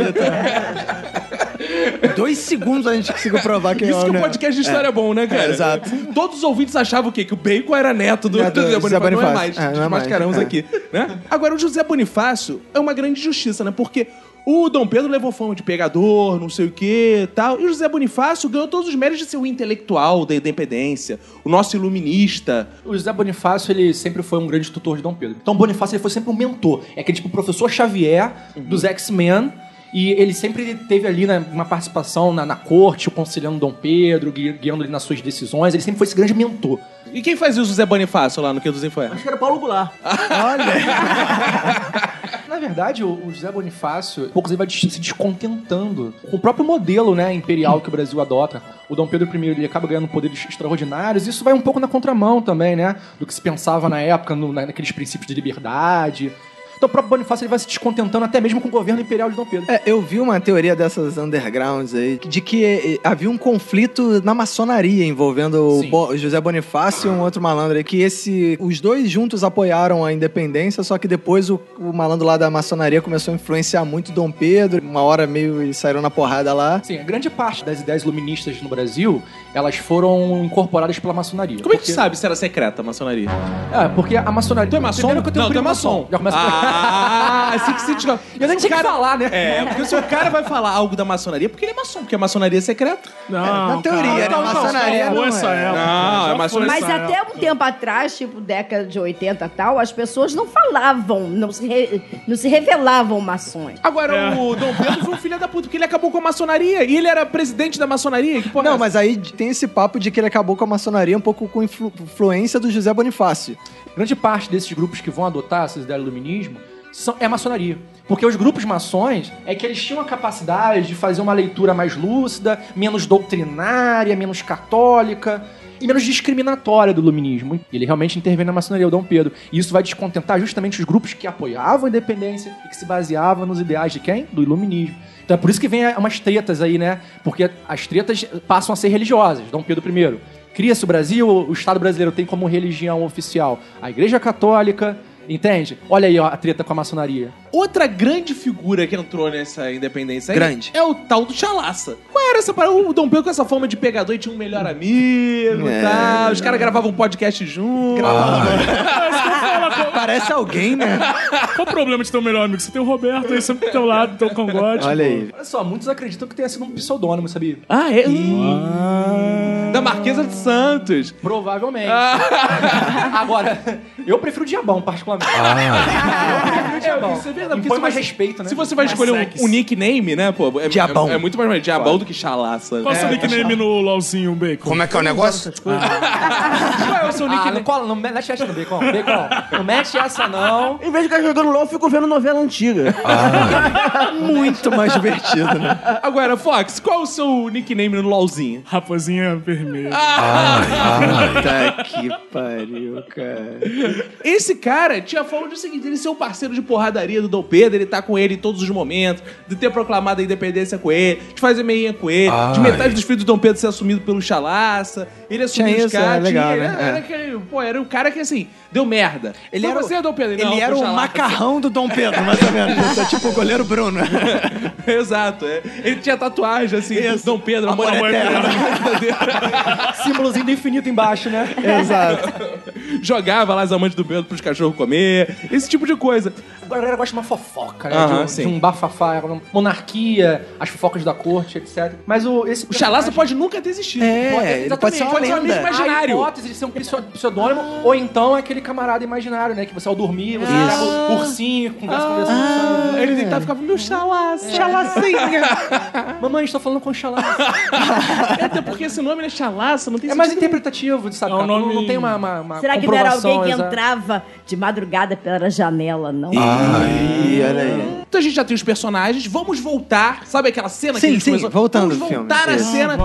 Speaker 2: Dois segundos a gente conseguiu provar quem é
Speaker 1: Isso que
Speaker 2: né?
Speaker 1: o podcast de história é, bom, né, cara?
Speaker 2: É, exato.
Speaker 1: Todos os ouvintes achavam o quê? Que o Bacon era neto do,
Speaker 2: Neto
Speaker 1: do José
Speaker 2: do José
Speaker 1: Bonifácio. Não é mais.
Speaker 2: Bonifácio. É, não é mais,
Speaker 1: Desmascaramos
Speaker 2: é.
Speaker 1: aqui. Né? Agora, o José Bonifácio é uma grande justiça, né? Porque o Dom Pedro levou fama de pegador, não sei o quê e tal. E o José Bonifácio ganhou todos os méritos de ser o intelectual da independência, o nosso iluminista.
Speaker 6: O José Bonifácio, ele sempre foi um grande tutor de Dom Pedro. Então, o Bonifácio, ele foi sempre um mentor. É aquele tipo professor Xavier dos X-Men. E ele sempre teve ali né, uma participação na, na corte, aconselhando Dom Pedro, gui- guiando ele nas suas decisões. Ele sempre foi esse grande mentor.
Speaker 1: E quem fazia o José Bonifácio lá no Que dos Infernos?
Speaker 4: Acho que era Paulo Goulart.
Speaker 6: Na verdade, o o José Bonifácio, poucos ele vai des- se descontentando com o próprio modelo né, imperial que o Brasil adota. O Dom Pedro I ele acaba ganhando poderes extraordinários. Isso vai um pouco na contramão também, né? Do que se pensava na época, no, na- naqueles princípios de liberdade. Então o próprio Bonifácio ele vai se descontentando até mesmo com o governo imperial de Dom Pedro.
Speaker 2: É, eu vi uma teoria dessas undergrounds aí, de que eh, havia um conflito na maçonaria envolvendo o
Speaker 6: Sim.
Speaker 2: Bo- José Bonifácio e um outro malandro aí, que esse, os dois juntos apoiaram a independência, só que depois o, o malandro lá da maçonaria começou a influenciar muito Dom Pedro, uma hora meio eles saíram na porrada lá.
Speaker 6: Sim, a grande parte das ideias iluministas no Brasil, elas foram incorporadas pela maçonaria.
Speaker 1: Como é que tu
Speaker 6: Porque-
Speaker 1: sabe se era secreta a maçonaria?
Speaker 6: Ah, porque a maçonaria... Tu é maçom? Primeiro que eu tenho um
Speaker 1: Não, tu é
Speaker 6: primo
Speaker 1: maçom.
Speaker 6: Já começa por...
Speaker 1: Ah, assim que se descobre.
Speaker 6: Eu nem tinha que falar, né?
Speaker 1: É, porque se o cara vai falar algo da maçonaria, porque ele é maçom, porque a maçonaria é secreta.
Speaker 5: Não,
Speaker 2: na teoria,
Speaker 5: cara,
Speaker 2: né? Maçonaria
Speaker 5: já foi
Speaker 2: não
Speaker 5: essa
Speaker 2: é.
Speaker 5: época,
Speaker 1: Não,
Speaker 5: já
Speaker 1: é
Speaker 5: foi
Speaker 1: maçonaria.
Speaker 5: essa
Speaker 3: Mas até
Speaker 5: época.
Speaker 3: um tempo atrás, tipo década de 80 e tal, as pessoas não falavam, não se, re- não se revelavam maçons.
Speaker 1: Agora,
Speaker 5: É.
Speaker 1: o Dom Pedro foi um filho da puta, porque ele acabou com a maçonaria e ele era presidente da maçonaria. Que porra é
Speaker 2: Não,
Speaker 1: essa?
Speaker 2: mas aí tem esse papo de que ele acabou com a maçonaria um pouco com influ- influência do José Bonifácio.
Speaker 6: grande parte desses grupos que vão adotar essas ideias do iluminismo são, é a maçonaria. Porque os grupos maçons é que eles tinham a capacidade de fazer uma leitura mais lúcida, menos doutrinária, menos católica e menos discriminatória do iluminismo. E ele realmente intervém na maçonaria, o Dom Pedro. E isso vai descontentar justamente os grupos que apoiavam a independência e que se baseavam nos ideais de quem? Do iluminismo. Então é por isso que vem a- umas tretas aí, né? Porque as tretas passam a ser religiosas. Dom Pedro I cria-se o Brasil, o Estado brasileiro tem como religião oficial a Igreja Católica, entende? Olha aí ó, a treta com a maçonaria.
Speaker 1: Outra grande figura que entrou nessa independência aí
Speaker 2: Grande.
Speaker 1: é o tal do Chalaça. Qual era essa parada? O Dom Pedro com essa fama de pegador e tinha um melhor amigo e
Speaker 2: É.
Speaker 1: tal. Os caras gravavam um podcast junto.
Speaker 2: Parece alguém, né?
Speaker 5: Qual o problema de ter o melhor amigo? Você tem o Roberto aí sempre do teu lado, teu cangote.
Speaker 2: Olha aí.
Speaker 6: Olha só, muitos acreditam que tenha sido um pseudônimo, sabia?
Speaker 1: Ah, é? Da Marquesa de Santos.
Speaker 6: Provavelmente. Ah. Agora, eu prefiro o Diabão, particularmente. Eu prefiro o Diabão.
Speaker 1: isso é verdade, porque
Speaker 6: Impõe
Speaker 1: se
Speaker 6: mais
Speaker 1: você-
Speaker 6: respeito, né?
Speaker 1: Se você vai escolher
Speaker 5: sexy.
Speaker 1: um, um nickname, né, pô? É,
Speaker 2: Diabão.
Speaker 1: É, é muito mais mais diabão do que chalaça.
Speaker 5: Qual é o seu
Speaker 1: É.
Speaker 5: nickname no LOLzinho, um Bacon?
Speaker 8: Como é que é o negócio?
Speaker 6: Qual é o seu nick? Ah, não, cola, não mete essa no Bacon. Bacon, não mete essa não.
Speaker 4: Em vez de ficar jogando LOL, eu fico vendo novela antiga.
Speaker 2: Muito mais divertido, né?
Speaker 1: Agora, Fox, qual é o seu nickname no LOLzinho?
Speaker 5: Raposinha vermelha.
Speaker 2: Tá que pariu, cara.
Speaker 1: Esse cara tinha fama de seguinte: ele ser o parceiro de porradaria do Dom Pedro, ele tá com ele em todos os momentos, de ter proclamado a independência com ele, de fazer meinha com ele,
Speaker 2: Ah,
Speaker 1: de metade dos filhos do Dom Pedro ser assumido pelo Chalaça, ele assumiu
Speaker 2: Tinha
Speaker 1: os
Speaker 2: isso,
Speaker 1: caras.
Speaker 2: é legal,
Speaker 1: tinha-
Speaker 2: né?
Speaker 1: era,
Speaker 2: É.
Speaker 1: aquele- pô, era o cara que assim, deu merda.
Speaker 2: Ele
Speaker 1: Foi
Speaker 2: era o-
Speaker 1: você, Dom Pedro?
Speaker 2: Ele
Speaker 1: Não, foi
Speaker 2: era o
Speaker 1: Chalaça.
Speaker 2: macarrão do Dom Pedro, mais ou menos. É tipo o goleiro Bruno.
Speaker 1: Exato, é. Ele tinha tatuagem assim, Dom Pedro, amor,
Speaker 2: Amor
Speaker 1: amor
Speaker 2: eterno.
Speaker 1: eterno.
Speaker 6: Símbolozinho do infinito embaixo, né?
Speaker 2: Exato.
Speaker 1: Jogava lá as amantes do Pedro pros cachorros comer, esse tipo de coisa.
Speaker 6: A galera gosta de uma fofoca, né?
Speaker 1: Aham,
Speaker 6: de, um,
Speaker 1: sim.
Speaker 6: de um bafafá, uma monarquia, as fofocas da corte, etc. Mas o, esse,
Speaker 1: O Chalaça pode nunca ter existido.
Speaker 2: É,
Speaker 1: Pode-
Speaker 2: ele
Speaker 1: exatamente,
Speaker 2: pode ser uma lenda.
Speaker 1: amigo imaginário.
Speaker 6: A hipótese de ser um pseu- pseudônimo, ou então é aquele camarada imaginário, né? Que você ao dormir, você
Speaker 2: Isso.
Speaker 6: pega o ursinho, conversa com ele.
Speaker 1: Ah, Ele tentava ficar meu
Speaker 6: É.
Speaker 1: chalaça. Chalacinha.
Speaker 6: assim, Mamãe, estou falando com o Chalaça.
Speaker 1: Até porque esse nome, né? Chalaça, não tem
Speaker 6: É mais
Speaker 1: sentido.
Speaker 6: interpretativo, sabe?
Speaker 5: É um
Speaker 6: cara? Não- Não
Speaker 5: nome-
Speaker 6: tem uma, uma, uma
Speaker 3: Será que não era alguém que
Speaker 6: comprovação,
Speaker 3: entrava de madrugada pela janela, não?
Speaker 2: Ih, olha aí.
Speaker 1: Então a gente já tem os personagens, vamos voltar. Sabe aquela cena que
Speaker 2: Sim,
Speaker 1: a gente
Speaker 2: sim,
Speaker 1: começou?
Speaker 2: voltando
Speaker 1: vamos
Speaker 2: ao filme.
Speaker 1: voltar à
Speaker 2: Isso.
Speaker 1: cena.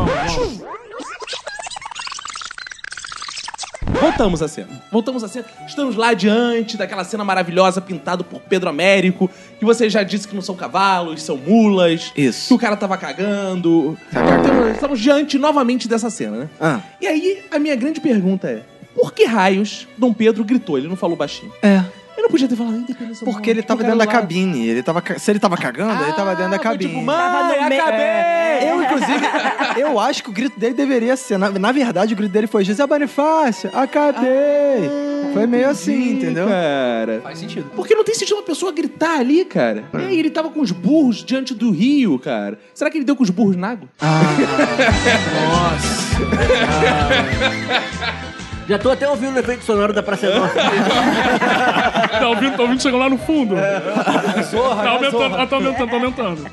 Speaker 1: Voltamos à cena. Voltamos à cena. Estamos lá diante daquela cena maravilhosa pintado por Pedro Américo, que você já disse que não são cavalos, são mulas.
Speaker 2: Isso. Tá
Speaker 1: Que o cara tava cagando. Temos- Estamos diante novamente dessa cena, né?
Speaker 2: Ah.
Speaker 1: E aí, a minha grande pergunta é: por que raios Dom Pedro gritou? Ele não falou baixinho.
Speaker 2: É.
Speaker 1: Eu não podia ter falado independência.
Speaker 2: Porque ele
Speaker 1: um
Speaker 2: tava dentro da cabine. Ele tava, ca- se ele tava cagando, ele tava dentro da cabine.
Speaker 1: Tipo, mano,
Speaker 3: Tava no É. meio-
Speaker 1: acabei!
Speaker 2: Eu, inclusive, eu acho que o grito dele deveria ser. Na, na verdade, o grito dele foi José Bonifácio, acabei! foi meio assim, entendeu?
Speaker 1: Cara.
Speaker 6: Faz sentido.
Speaker 1: É, Porque não tem sentido uma pessoa gritar ali, cara. E aí, ele tava com os burros diante do rio, cara. Será que ele deu com os burros na água?
Speaker 4: Já tô até ouvindo o efeito sonoro da Praça Nossa.
Speaker 5: Tá ouvindo, tá ouvindo chegando lá no fundo.
Speaker 6: Zorra,
Speaker 5: Tá
Speaker 6: né,
Speaker 5: aumentando,
Speaker 6: zorra.
Speaker 5: tá aumentando, tá aumentando.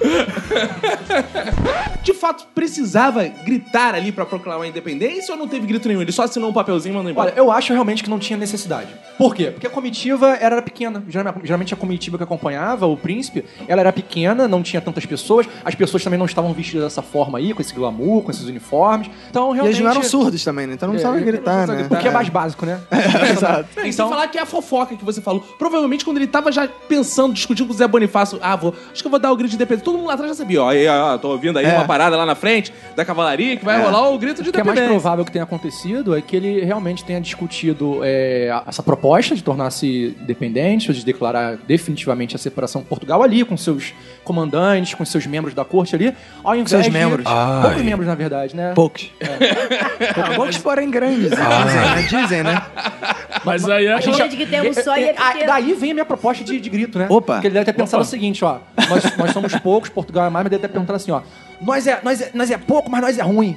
Speaker 1: De fato, precisava gritar ali pra proclamar a independência ou não teve grito nenhum? Ele só assinou um papelzinho e mandou embora.
Speaker 6: Olha, eu acho realmente que não tinha necessidade. Por quê? Porque a comitiva era pequena. Geralmente geralmente é a comitiva que acompanhava o príncipe, ela era pequena, não tinha tantas pessoas. As pessoas também não estavam vestidas dessa forma aí, com esse glamour, com esses uniformes. Então,
Speaker 2: E
Speaker 6: realmente...
Speaker 2: eles não eram surdos também, né? Então não precisava gritar, né?
Speaker 6: Porque é mais básico, né?
Speaker 2: Exato.
Speaker 1: Não, e sem falar que é a fofoca que você falou. Provavelmente quando ele tava já pensando, discutindo com o Zé Bonifácio, ah, vou, acho que eu vou dar o grito de independência. Todo mundo lá atrás já sabia, ó, aí, ó, tô ouvindo aí uma parada lá na frente da cavalaria que vai rolar o grito de
Speaker 6: O que é mais
Speaker 1: independência.
Speaker 6: provável que tenha acontecido é que ele realmente tenha discutido é, a- essa proposta de tornar-se dependente, ou de declarar definitivamente a separação de Portugal ali, com seus comandantes, com seus membros da corte ali, ao invés
Speaker 2: Seus
Speaker 6: de-
Speaker 2: membros.
Speaker 6: Poucos membros, na verdade, né?
Speaker 2: Poucos. Poucos, porém grandes.
Speaker 6: Ah,
Speaker 2: Dizem, né? Dizem, né?
Speaker 5: Mas aí é.
Speaker 6: A gente-
Speaker 3: Grande que tem um sonho
Speaker 6: é,
Speaker 3: é pequeno.
Speaker 6: ah, Daí vem a minha proposta de, de grito, né?
Speaker 2: Opa.
Speaker 6: Porque ele deve ter pensado o seguinte, ó. Nós, nós somos poucos, Portugal é mais, mas ele deve ter perguntado assim, ó. Nós é, nós, é, nós é pouco, mas nós é ruim.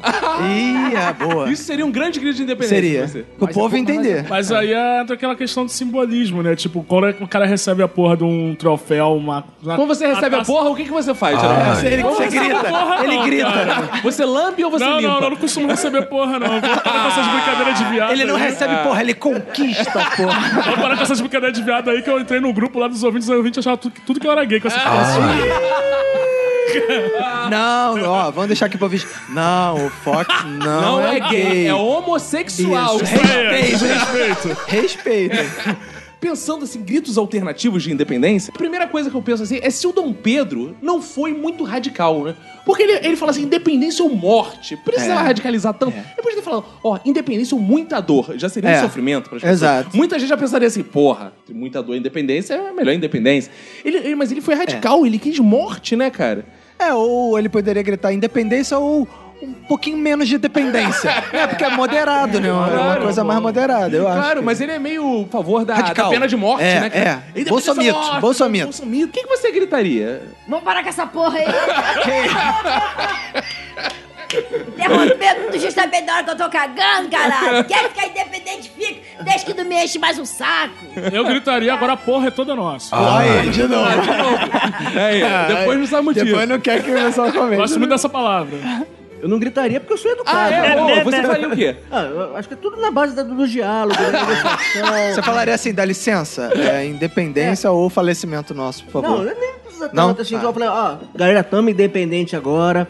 Speaker 2: Ih, é boa.
Speaker 1: Isso seria um grande grito de independência.
Speaker 2: Seria.
Speaker 1: pra você.
Speaker 2: O povo ia entender.
Speaker 5: Mas aí é entra aquela questão de simbolismo, né? Tipo, quando é que o cara recebe a porra de um troféu, uma. uma
Speaker 1: Quando você recebe a
Speaker 5: taça-
Speaker 1: porra, o que, que você faz?
Speaker 2: Se Ele você grita.
Speaker 5: Porra,
Speaker 2: Ele
Speaker 5: não,
Speaker 2: grita.
Speaker 5: cara.
Speaker 1: Você lambe ou você
Speaker 5: Não,
Speaker 1: limpa?
Speaker 5: não, não, não costumo receber porra, não. Vou parar com essas brincadeiras de viado.
Speaker 2: Ele não
Speaker 5: aí.
Speaker 2: recebe
Speaker 1: É.
Speaker 2: porra, ele conquista porra.
Speaker 5: Vou parar com essas brincadeiras de viado aí que eu entrei no grupo lá dos ouvintes e os ouvintes achavam tudo, tudo que eu era gay com essa ah.
Speaker 2: Não, não, ó, vamos deixar aqui pra ouvir. Não, o Fox não,
Speaker 1: Não é gay, é homossexual.
Speaker 2: Isso.
Speaker 5: Respeito, respeito.
Speaker 2: Respeita.
Speaker 1: Pensando assim, gritos alternativos de independência, a primeira coisa que eu penso assim é se o Dom Pedro não foi muito radical, né? Porque ele, ele fala assim, independência ou morte.
Speaker 2: É.
Speaker 1: Precisava radicalizar tanto. Depois ele fala, ó, independência ou muita dor. Já seria um
Speaker 2: É.
Speaker 1: sofrimento para
Speaker 2: Exato.
Speaker 1: Muita gente já pensaria assim, porra, tem muita dor, independência é melhor independência. Ele, ele- mas ele foi radical, ele quis morte, né, cara?
Speaker 2: É, ou ele poderia gritar independência ou um pouquinho menos de dependência. é, porque é moderado, né? É uma
Speaker 1: Claro,
Speaker 2: coisa mais moderada, eu acho.
Speaker 1: Claro, mas ele é meio a favor da,
Speaker 2: Radical.
Speaker 1: da pena de morte,
Speaker 2: É,
Speaker 1: né?
Speaker 2: é.
Speaker 1: Independência
Speaker 2: Bolsomito,
Speaker 1: morte,
Speaker 2: bolsomito.
Speaker 1: bolsomito. O que, que você gritaria?
Speaker 3: Vamos parar com essa porra aí. Interrompendo do justo na hora que eu tô cagando, caralho. Quer ficar independente, fica. Desde que não me enche mais um saco.
Speaker 5: Eu gritaria, agora a porra é toda nossa.
Speaker 2: Ah. Aí, de novo.
Speaker 1: É, depois não sabe motivo.
Speaker 2: Depois não quer que o pessoal comente.
Speaker 5: Gosto muito dessa palavra.
Speaker 4: Eu não gritaria porque eu sou educado.
Speaker 1: Ah,
Speaker 2: né,
Speaker 1: é, boa. você faria o quê?
Speaker 4: Ah, eu acho que é tudo na base da- do diálogo, da negociação.
Speaker 2: Você falaria assim, dá licença, é independência ou falecimento nosso, por favor.
Speaker 4: Não, eu nem precisa
Speaker 2: é Não?
Speaker 4: tanto assim.
Speaker 2: Ah.
Speaker 4: Eu falei, ó, galera, tamo independente agora.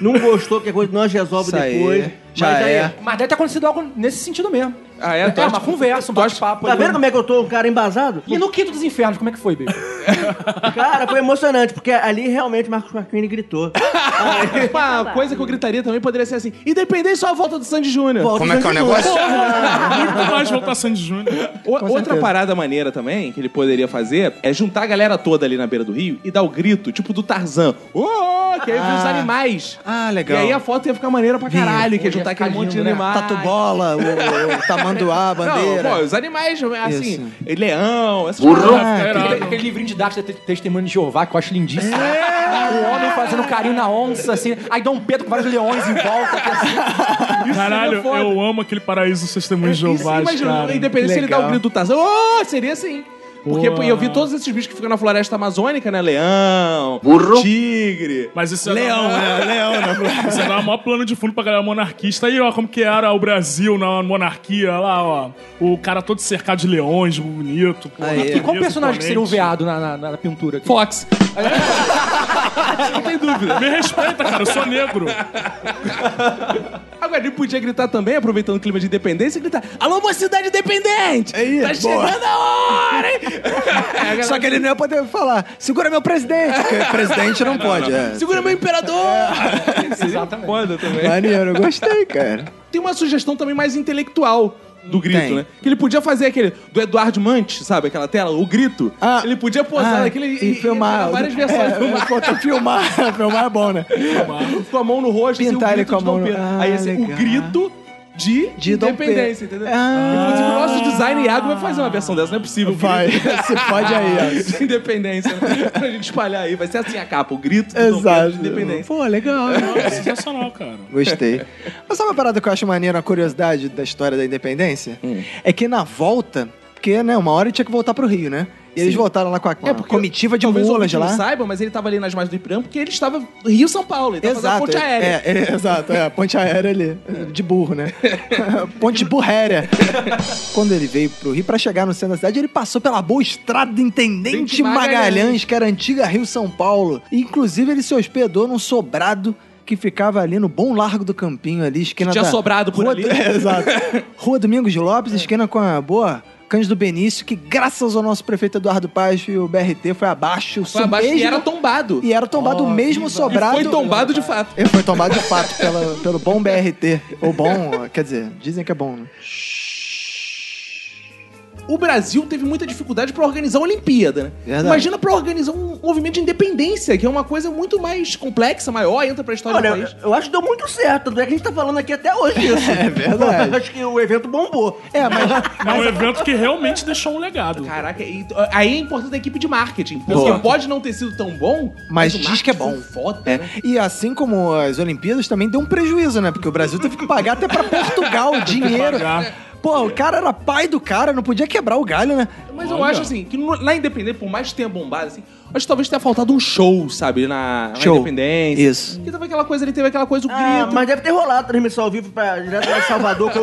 Speaker 4: Não gostou, que a coisa nós resolve
Speaker 2: Isso aí.
Speaker 4: depois.
Speaker 2: Já
Speaker 4: mas aí,
Speaker 2: é.
Speaker 6: Mas deve ter acontecido algo nesse sentido mesmo.
Speaker 1: Ah, é? Tu
Speaker 6: É,
Speaker 1: acha
Speaker 6: uma
Speaker 1: que-
Speaker 6: conversa, um
Speaker 1: tu acha-
Speaker 6: bate-papo.
Speaker 4: Tá
Speaker 6: ali.
Speaker 4: vendo como é que eu tô, um cara embasado?
Speaker 6: E no Quinto dos Infernos, como é que foi, Bibi?
Speaker 4: Cara, foi emocionante, porque ali realmente Marcos Marquini gritou.
Speaker 1: Ah, é Uma coisa que eu gritaria também poderia ser assim: independência ou a volta do Sandy Júnior?
Speaker 8: Como é que é o negócio?
Speaker 5: Muito mais voltar Sandy Júnior.
Speaker 1: O- Outra parada maneira também que ele poderia fazer é juntar a galera toda ali na beira do rio e dar o grito, tipo do Tarzan. Oh, que aí vem os animais.
Speaker 2: Ah, legal.
Speaker 1: E aí a foto ia ficar maneira pra caralho, que ia juntar aquele monte de
Speaker 6: lindo, né?
Speaker 1: animais.
Speaker 2: Tatu bola, o, o tamanduá, bandeira.
Speaker 1: Não, pô, os animais, assim,
Speaker 2: Isso.
Speaker 1: leão, essas coisas.
Speaker 6: Aquele, aquele livrinho didático da Te- Testemunho de Jeová, que eu acho lindíssimo. O homem fazendo carinho na onça, assim. Aí dá um Pedro com vários leões em volta. que assim.
Speaker 5: Caralho,
Speaker 1: foda.
Speaker 5: eu amo aquele paraíso dos testemunhos de
Speaker 1: Isso,
Speaker 5: Jeová,
Speaker 1: imagina,
Speaker 5: cara.
Speaker 1: independente se ele dá o
Speaker 2: Legal.
Speaker 1: grito do Tarzan. Oh, seria assim. Porque pô,
Speaker 5: Boa.
Speaker 1: eu vi todos esses bichos que ficam na floresta amazônica, né? Leão, tigre.
Speaker 5: Mas isso é leão, né? Leão, né? Você dá o maior plano de fundo pra galera monarquista. Aí, ó, como que era o Brasil na monarquia, olha lá, ó. O cara todo cercado de leões, bonito. Pô,
Speaker 2: Aí,
Speaker 6: E qual personagem que seria o
Speaker 5: o
Speaker 6: veado na, na- na pintura? aqui?
Speaker 1: Fox. Não tem dúvida.
Speaker 5: Me respeita, cara, eu sou negro.
Speaker 1: Agora ele podia gritar também, aproveitando o clima de independência, e gritar: Alô, mocidade independente!
Speaker 2: Aí,
Speaker 1: tá
Speaker 2: boa.
Speaker 1: chegando a hora, hein? É,
Speaker 2: Só que ele não ia poder falar, segura meu presidente, porque presidente não pode. é.
Speaker 1: Segura meu imperador! Exatamente. Foda também.
Speaker 2: Maneiro, eu gostei, cara.
Speaker 1: Tem uma sugestão também mais intelectual do grito,
Speaker 2: Tem.
Speaker 1: né? Que ele podia fazer aquele do Eduardo Mantes, sabe? Aquela tela, o grito.
Speaker 2: Ah.
Speaker 1: ele podia posar
Speaker 2: Ah,
Speaker 1: naquele
Speaker 2: e, filmar.
Speaker 1: várias versões.
Speaker 2: É, filmar. filmar, é bom, né?
Speaker 1: com a mão no rosto assim, o
Speaker 2: Pintar ele
Speaker 1: grito
Speaker 2: com a
Speaker 1: de
Speaker 2: mão
Speaker 1: Dom
Speaker 2: no-
Speaker 1: Pedro.
Speaker 2: Ah,
Speaker 1: Aí ia ser o
Speaker 2: legal.
Speaker 1: grito de,
Speaker 2: De Dom
Speaker 1: independência,
Speaker 2: Pedro.
Speaker 1: entendeu?
Speaker 2: Ah.
Speaker 1: Inclusive o nosso design Iago vai fazer uma versão dessa, não é possível. o
Speaker 2: Vai,
Speaker 1: grito
Speaker 2: você pode aí,
Speaker 1: De independência, né? pra gente espalhar aí. Vai ser assim a capa, o grito
Speaker 2: ó.
Speaker 1: de Dom Pedro de
Speaker 2: Exato.
Speaker 1: independência.
Speaker 2: Pô, legal.
Speaker 5: É sensacional, cara.
Speaker 2: Gostei. Mas sabe uma parada que eu acho maneira, uma curiosidade da história da independência? É que na volta, porque, né, uma hora ele tinha que voltar pro Rio, né? E eles voltaram lá com a,
Speaker 1: É, porque
Speaker 2: comitiva de
Speaker 1: Talvez o
Speaker 2: mulas
Speaker 1: ouvinte não
Speaker 2: lá.
Speaker 1: saiba, mas ele tava ali nas margens do Ipiranga porque ele estava Rio-São Paulo, ele tava fazendo a ponte aérea.
Speaker 2: É, é, exato, é, a ponte aérea ali, de burro, né? ponte burréria. Quando ele veio pro Rio, pra chegar no centro da cidade, ele passou pela boa estrada do Intendente
Speaker 1: Intendente Magalhães.
Speaker 2: Magalhães, que era a antiga Rio-São Paulo. E, inclusive, ele se hospedou num sobrado que ficava ali no Bom Largo do Campinho, ali, esquina
Speaker 1: Tinha
Speaker 2: da...
Speaker 1: sobrado por
Speaker 2: Rua...
Speaker 1: ali.
Speaker 2: Tá. É, exato. Rua Domingos de Lopes, esquina com a boa... Cândido Benício, que graças ao nosso prefeito Eduardo Paz e o BRT foi abaixo,
Speaker 1: Foi abaixo
Speaker 2: mesmo,
Speaker 1: e era tombado.
Speaker 2: e era tombado o mesmo sobrado.
Speaker 1: foi tombado de fato.
Speaker 2: Ele foi tombado de fato pela- pelo bom BRT. Ou bom, quer dizer, dizem que é bom, né?
Speaker 1: O Brasil teve muita dificuldade pra organizar a Olimpíada, né?
Speaker 2: Verdade.
Speaker 1: Imagina pra organizar um movimento de independência, que é uma coisa muito mais complexa, maior, entra pra história
Speaker 4: Olha,
Speaker 1: do país.
Speaker 4: eu- eu acho que deu muito certo, tanto é que a gente tá falando aqui até hoje isso. É
Speaker 2: verdade.
Speaker 4: Eu acho que o evento bombou.
Speaker 2: É, mas
Speaker 5: É um evento que realmente deixou um legado.
Speaker 1: Caraca, e- aí é importante a equipe de marketing. Porque
Speaker 2: Boa.
Speaker 1: pode não ter sido tão bom,
Speaker 2: Mas
Speaker 1: o
Speaker 2: diz
Speaker 1: marketing
Speaker 2: que é bom.
Speaker 1: foi Foda, né?
Speaker 2: e assim como as Olimpíadas também deu um prejuízo, né? Porque o Brasil teve que pagar até pra Portugal dinheiro. Pô, o cara era pai do cara, não podia quebrar o galho, né?
Speaker 1: Mas eu acho assim, que no- lá Independência, por mais que tenha bombado, assim, acho que talvez tenha faltado um show, sabe? Na, na
Speaker 2: Show.
Speaker 1: Independência.
Speaker 2: Isso.
Speaker 1: Que tava aquela coisa, ele teve aquela coisa, o grito.
Speaker 4: Ah, mas deve ter rolado transmissão ao vivo pra, direto lá de Salvador com o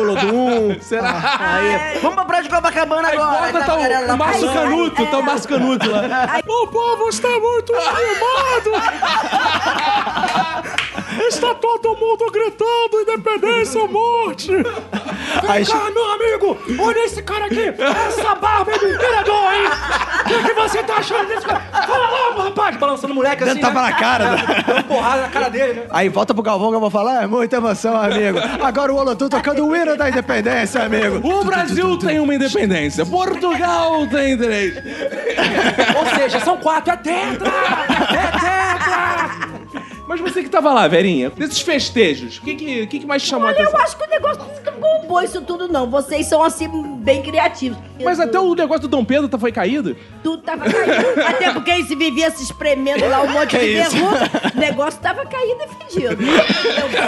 Speaker 4: Olodum.
Speaker 1: Será?
Speaker 4: Aí, vamos pra Praia de Copacabana
Speaker 1: É. Aí
Speaker 4: agora.
Speaker 1: bota,
Speaker 4: Aí
Speaker 1: tá
Speaker 4: a galera
Speaker 1: o,
Speaker 4: lá
Speaker 1: o Márcio
Speaker 4: pulando.
Speaker 1: Canuto,
Speaker 5: É.
Speaker 1: tá o Márcio Canuto lá. O povo está muito animado!
Speaker 5: Está todo mundo gritando independência ou morte!
Speaker 2: Aí, assim,
Speaker 5: Ah, meu amigo! Olha esse cara aqui! Essa barba é do imperador, hein?
Speaker 1: é
Speaker 5: O que você tá achando desse cara? Fala logo, rapaz! Balançando o moleque assim,
Speaker 1: tá
Speaker 2: tapa na cara. né?
Speaker 5: dando porrada na cara dele, né?
Speaker 2: Aí volta pro Galvão que eu vou falar, é muita emoção, amigo. Agora o Olodum tocando o hino da independência, amigo.
Speaker 1: O Brasil tem uma independência, Portugal tem três.
Speaker 5: Ou seja, são quatro, é tetra! É
Speaker 1: Mas você que tava lá, Verinha, desses festejos, o que, que, o que que mais te chamou a
Speaker 3: Olha, eu
Speaker 1: atenção?
Speaker 3: acho que o negócio nunca bombou isso tudo, não. Vocês são, assim, bem criativos.
Speaker 1: Mas até o negócio do Dom Pedro tá, foi caído?
Speaker 3: Tudo tava caído. até porque se vivia se espremendo lá, um monte de
Speaker 2: isso?
Speaker 3: verruga. O negócio tava caído e fedido.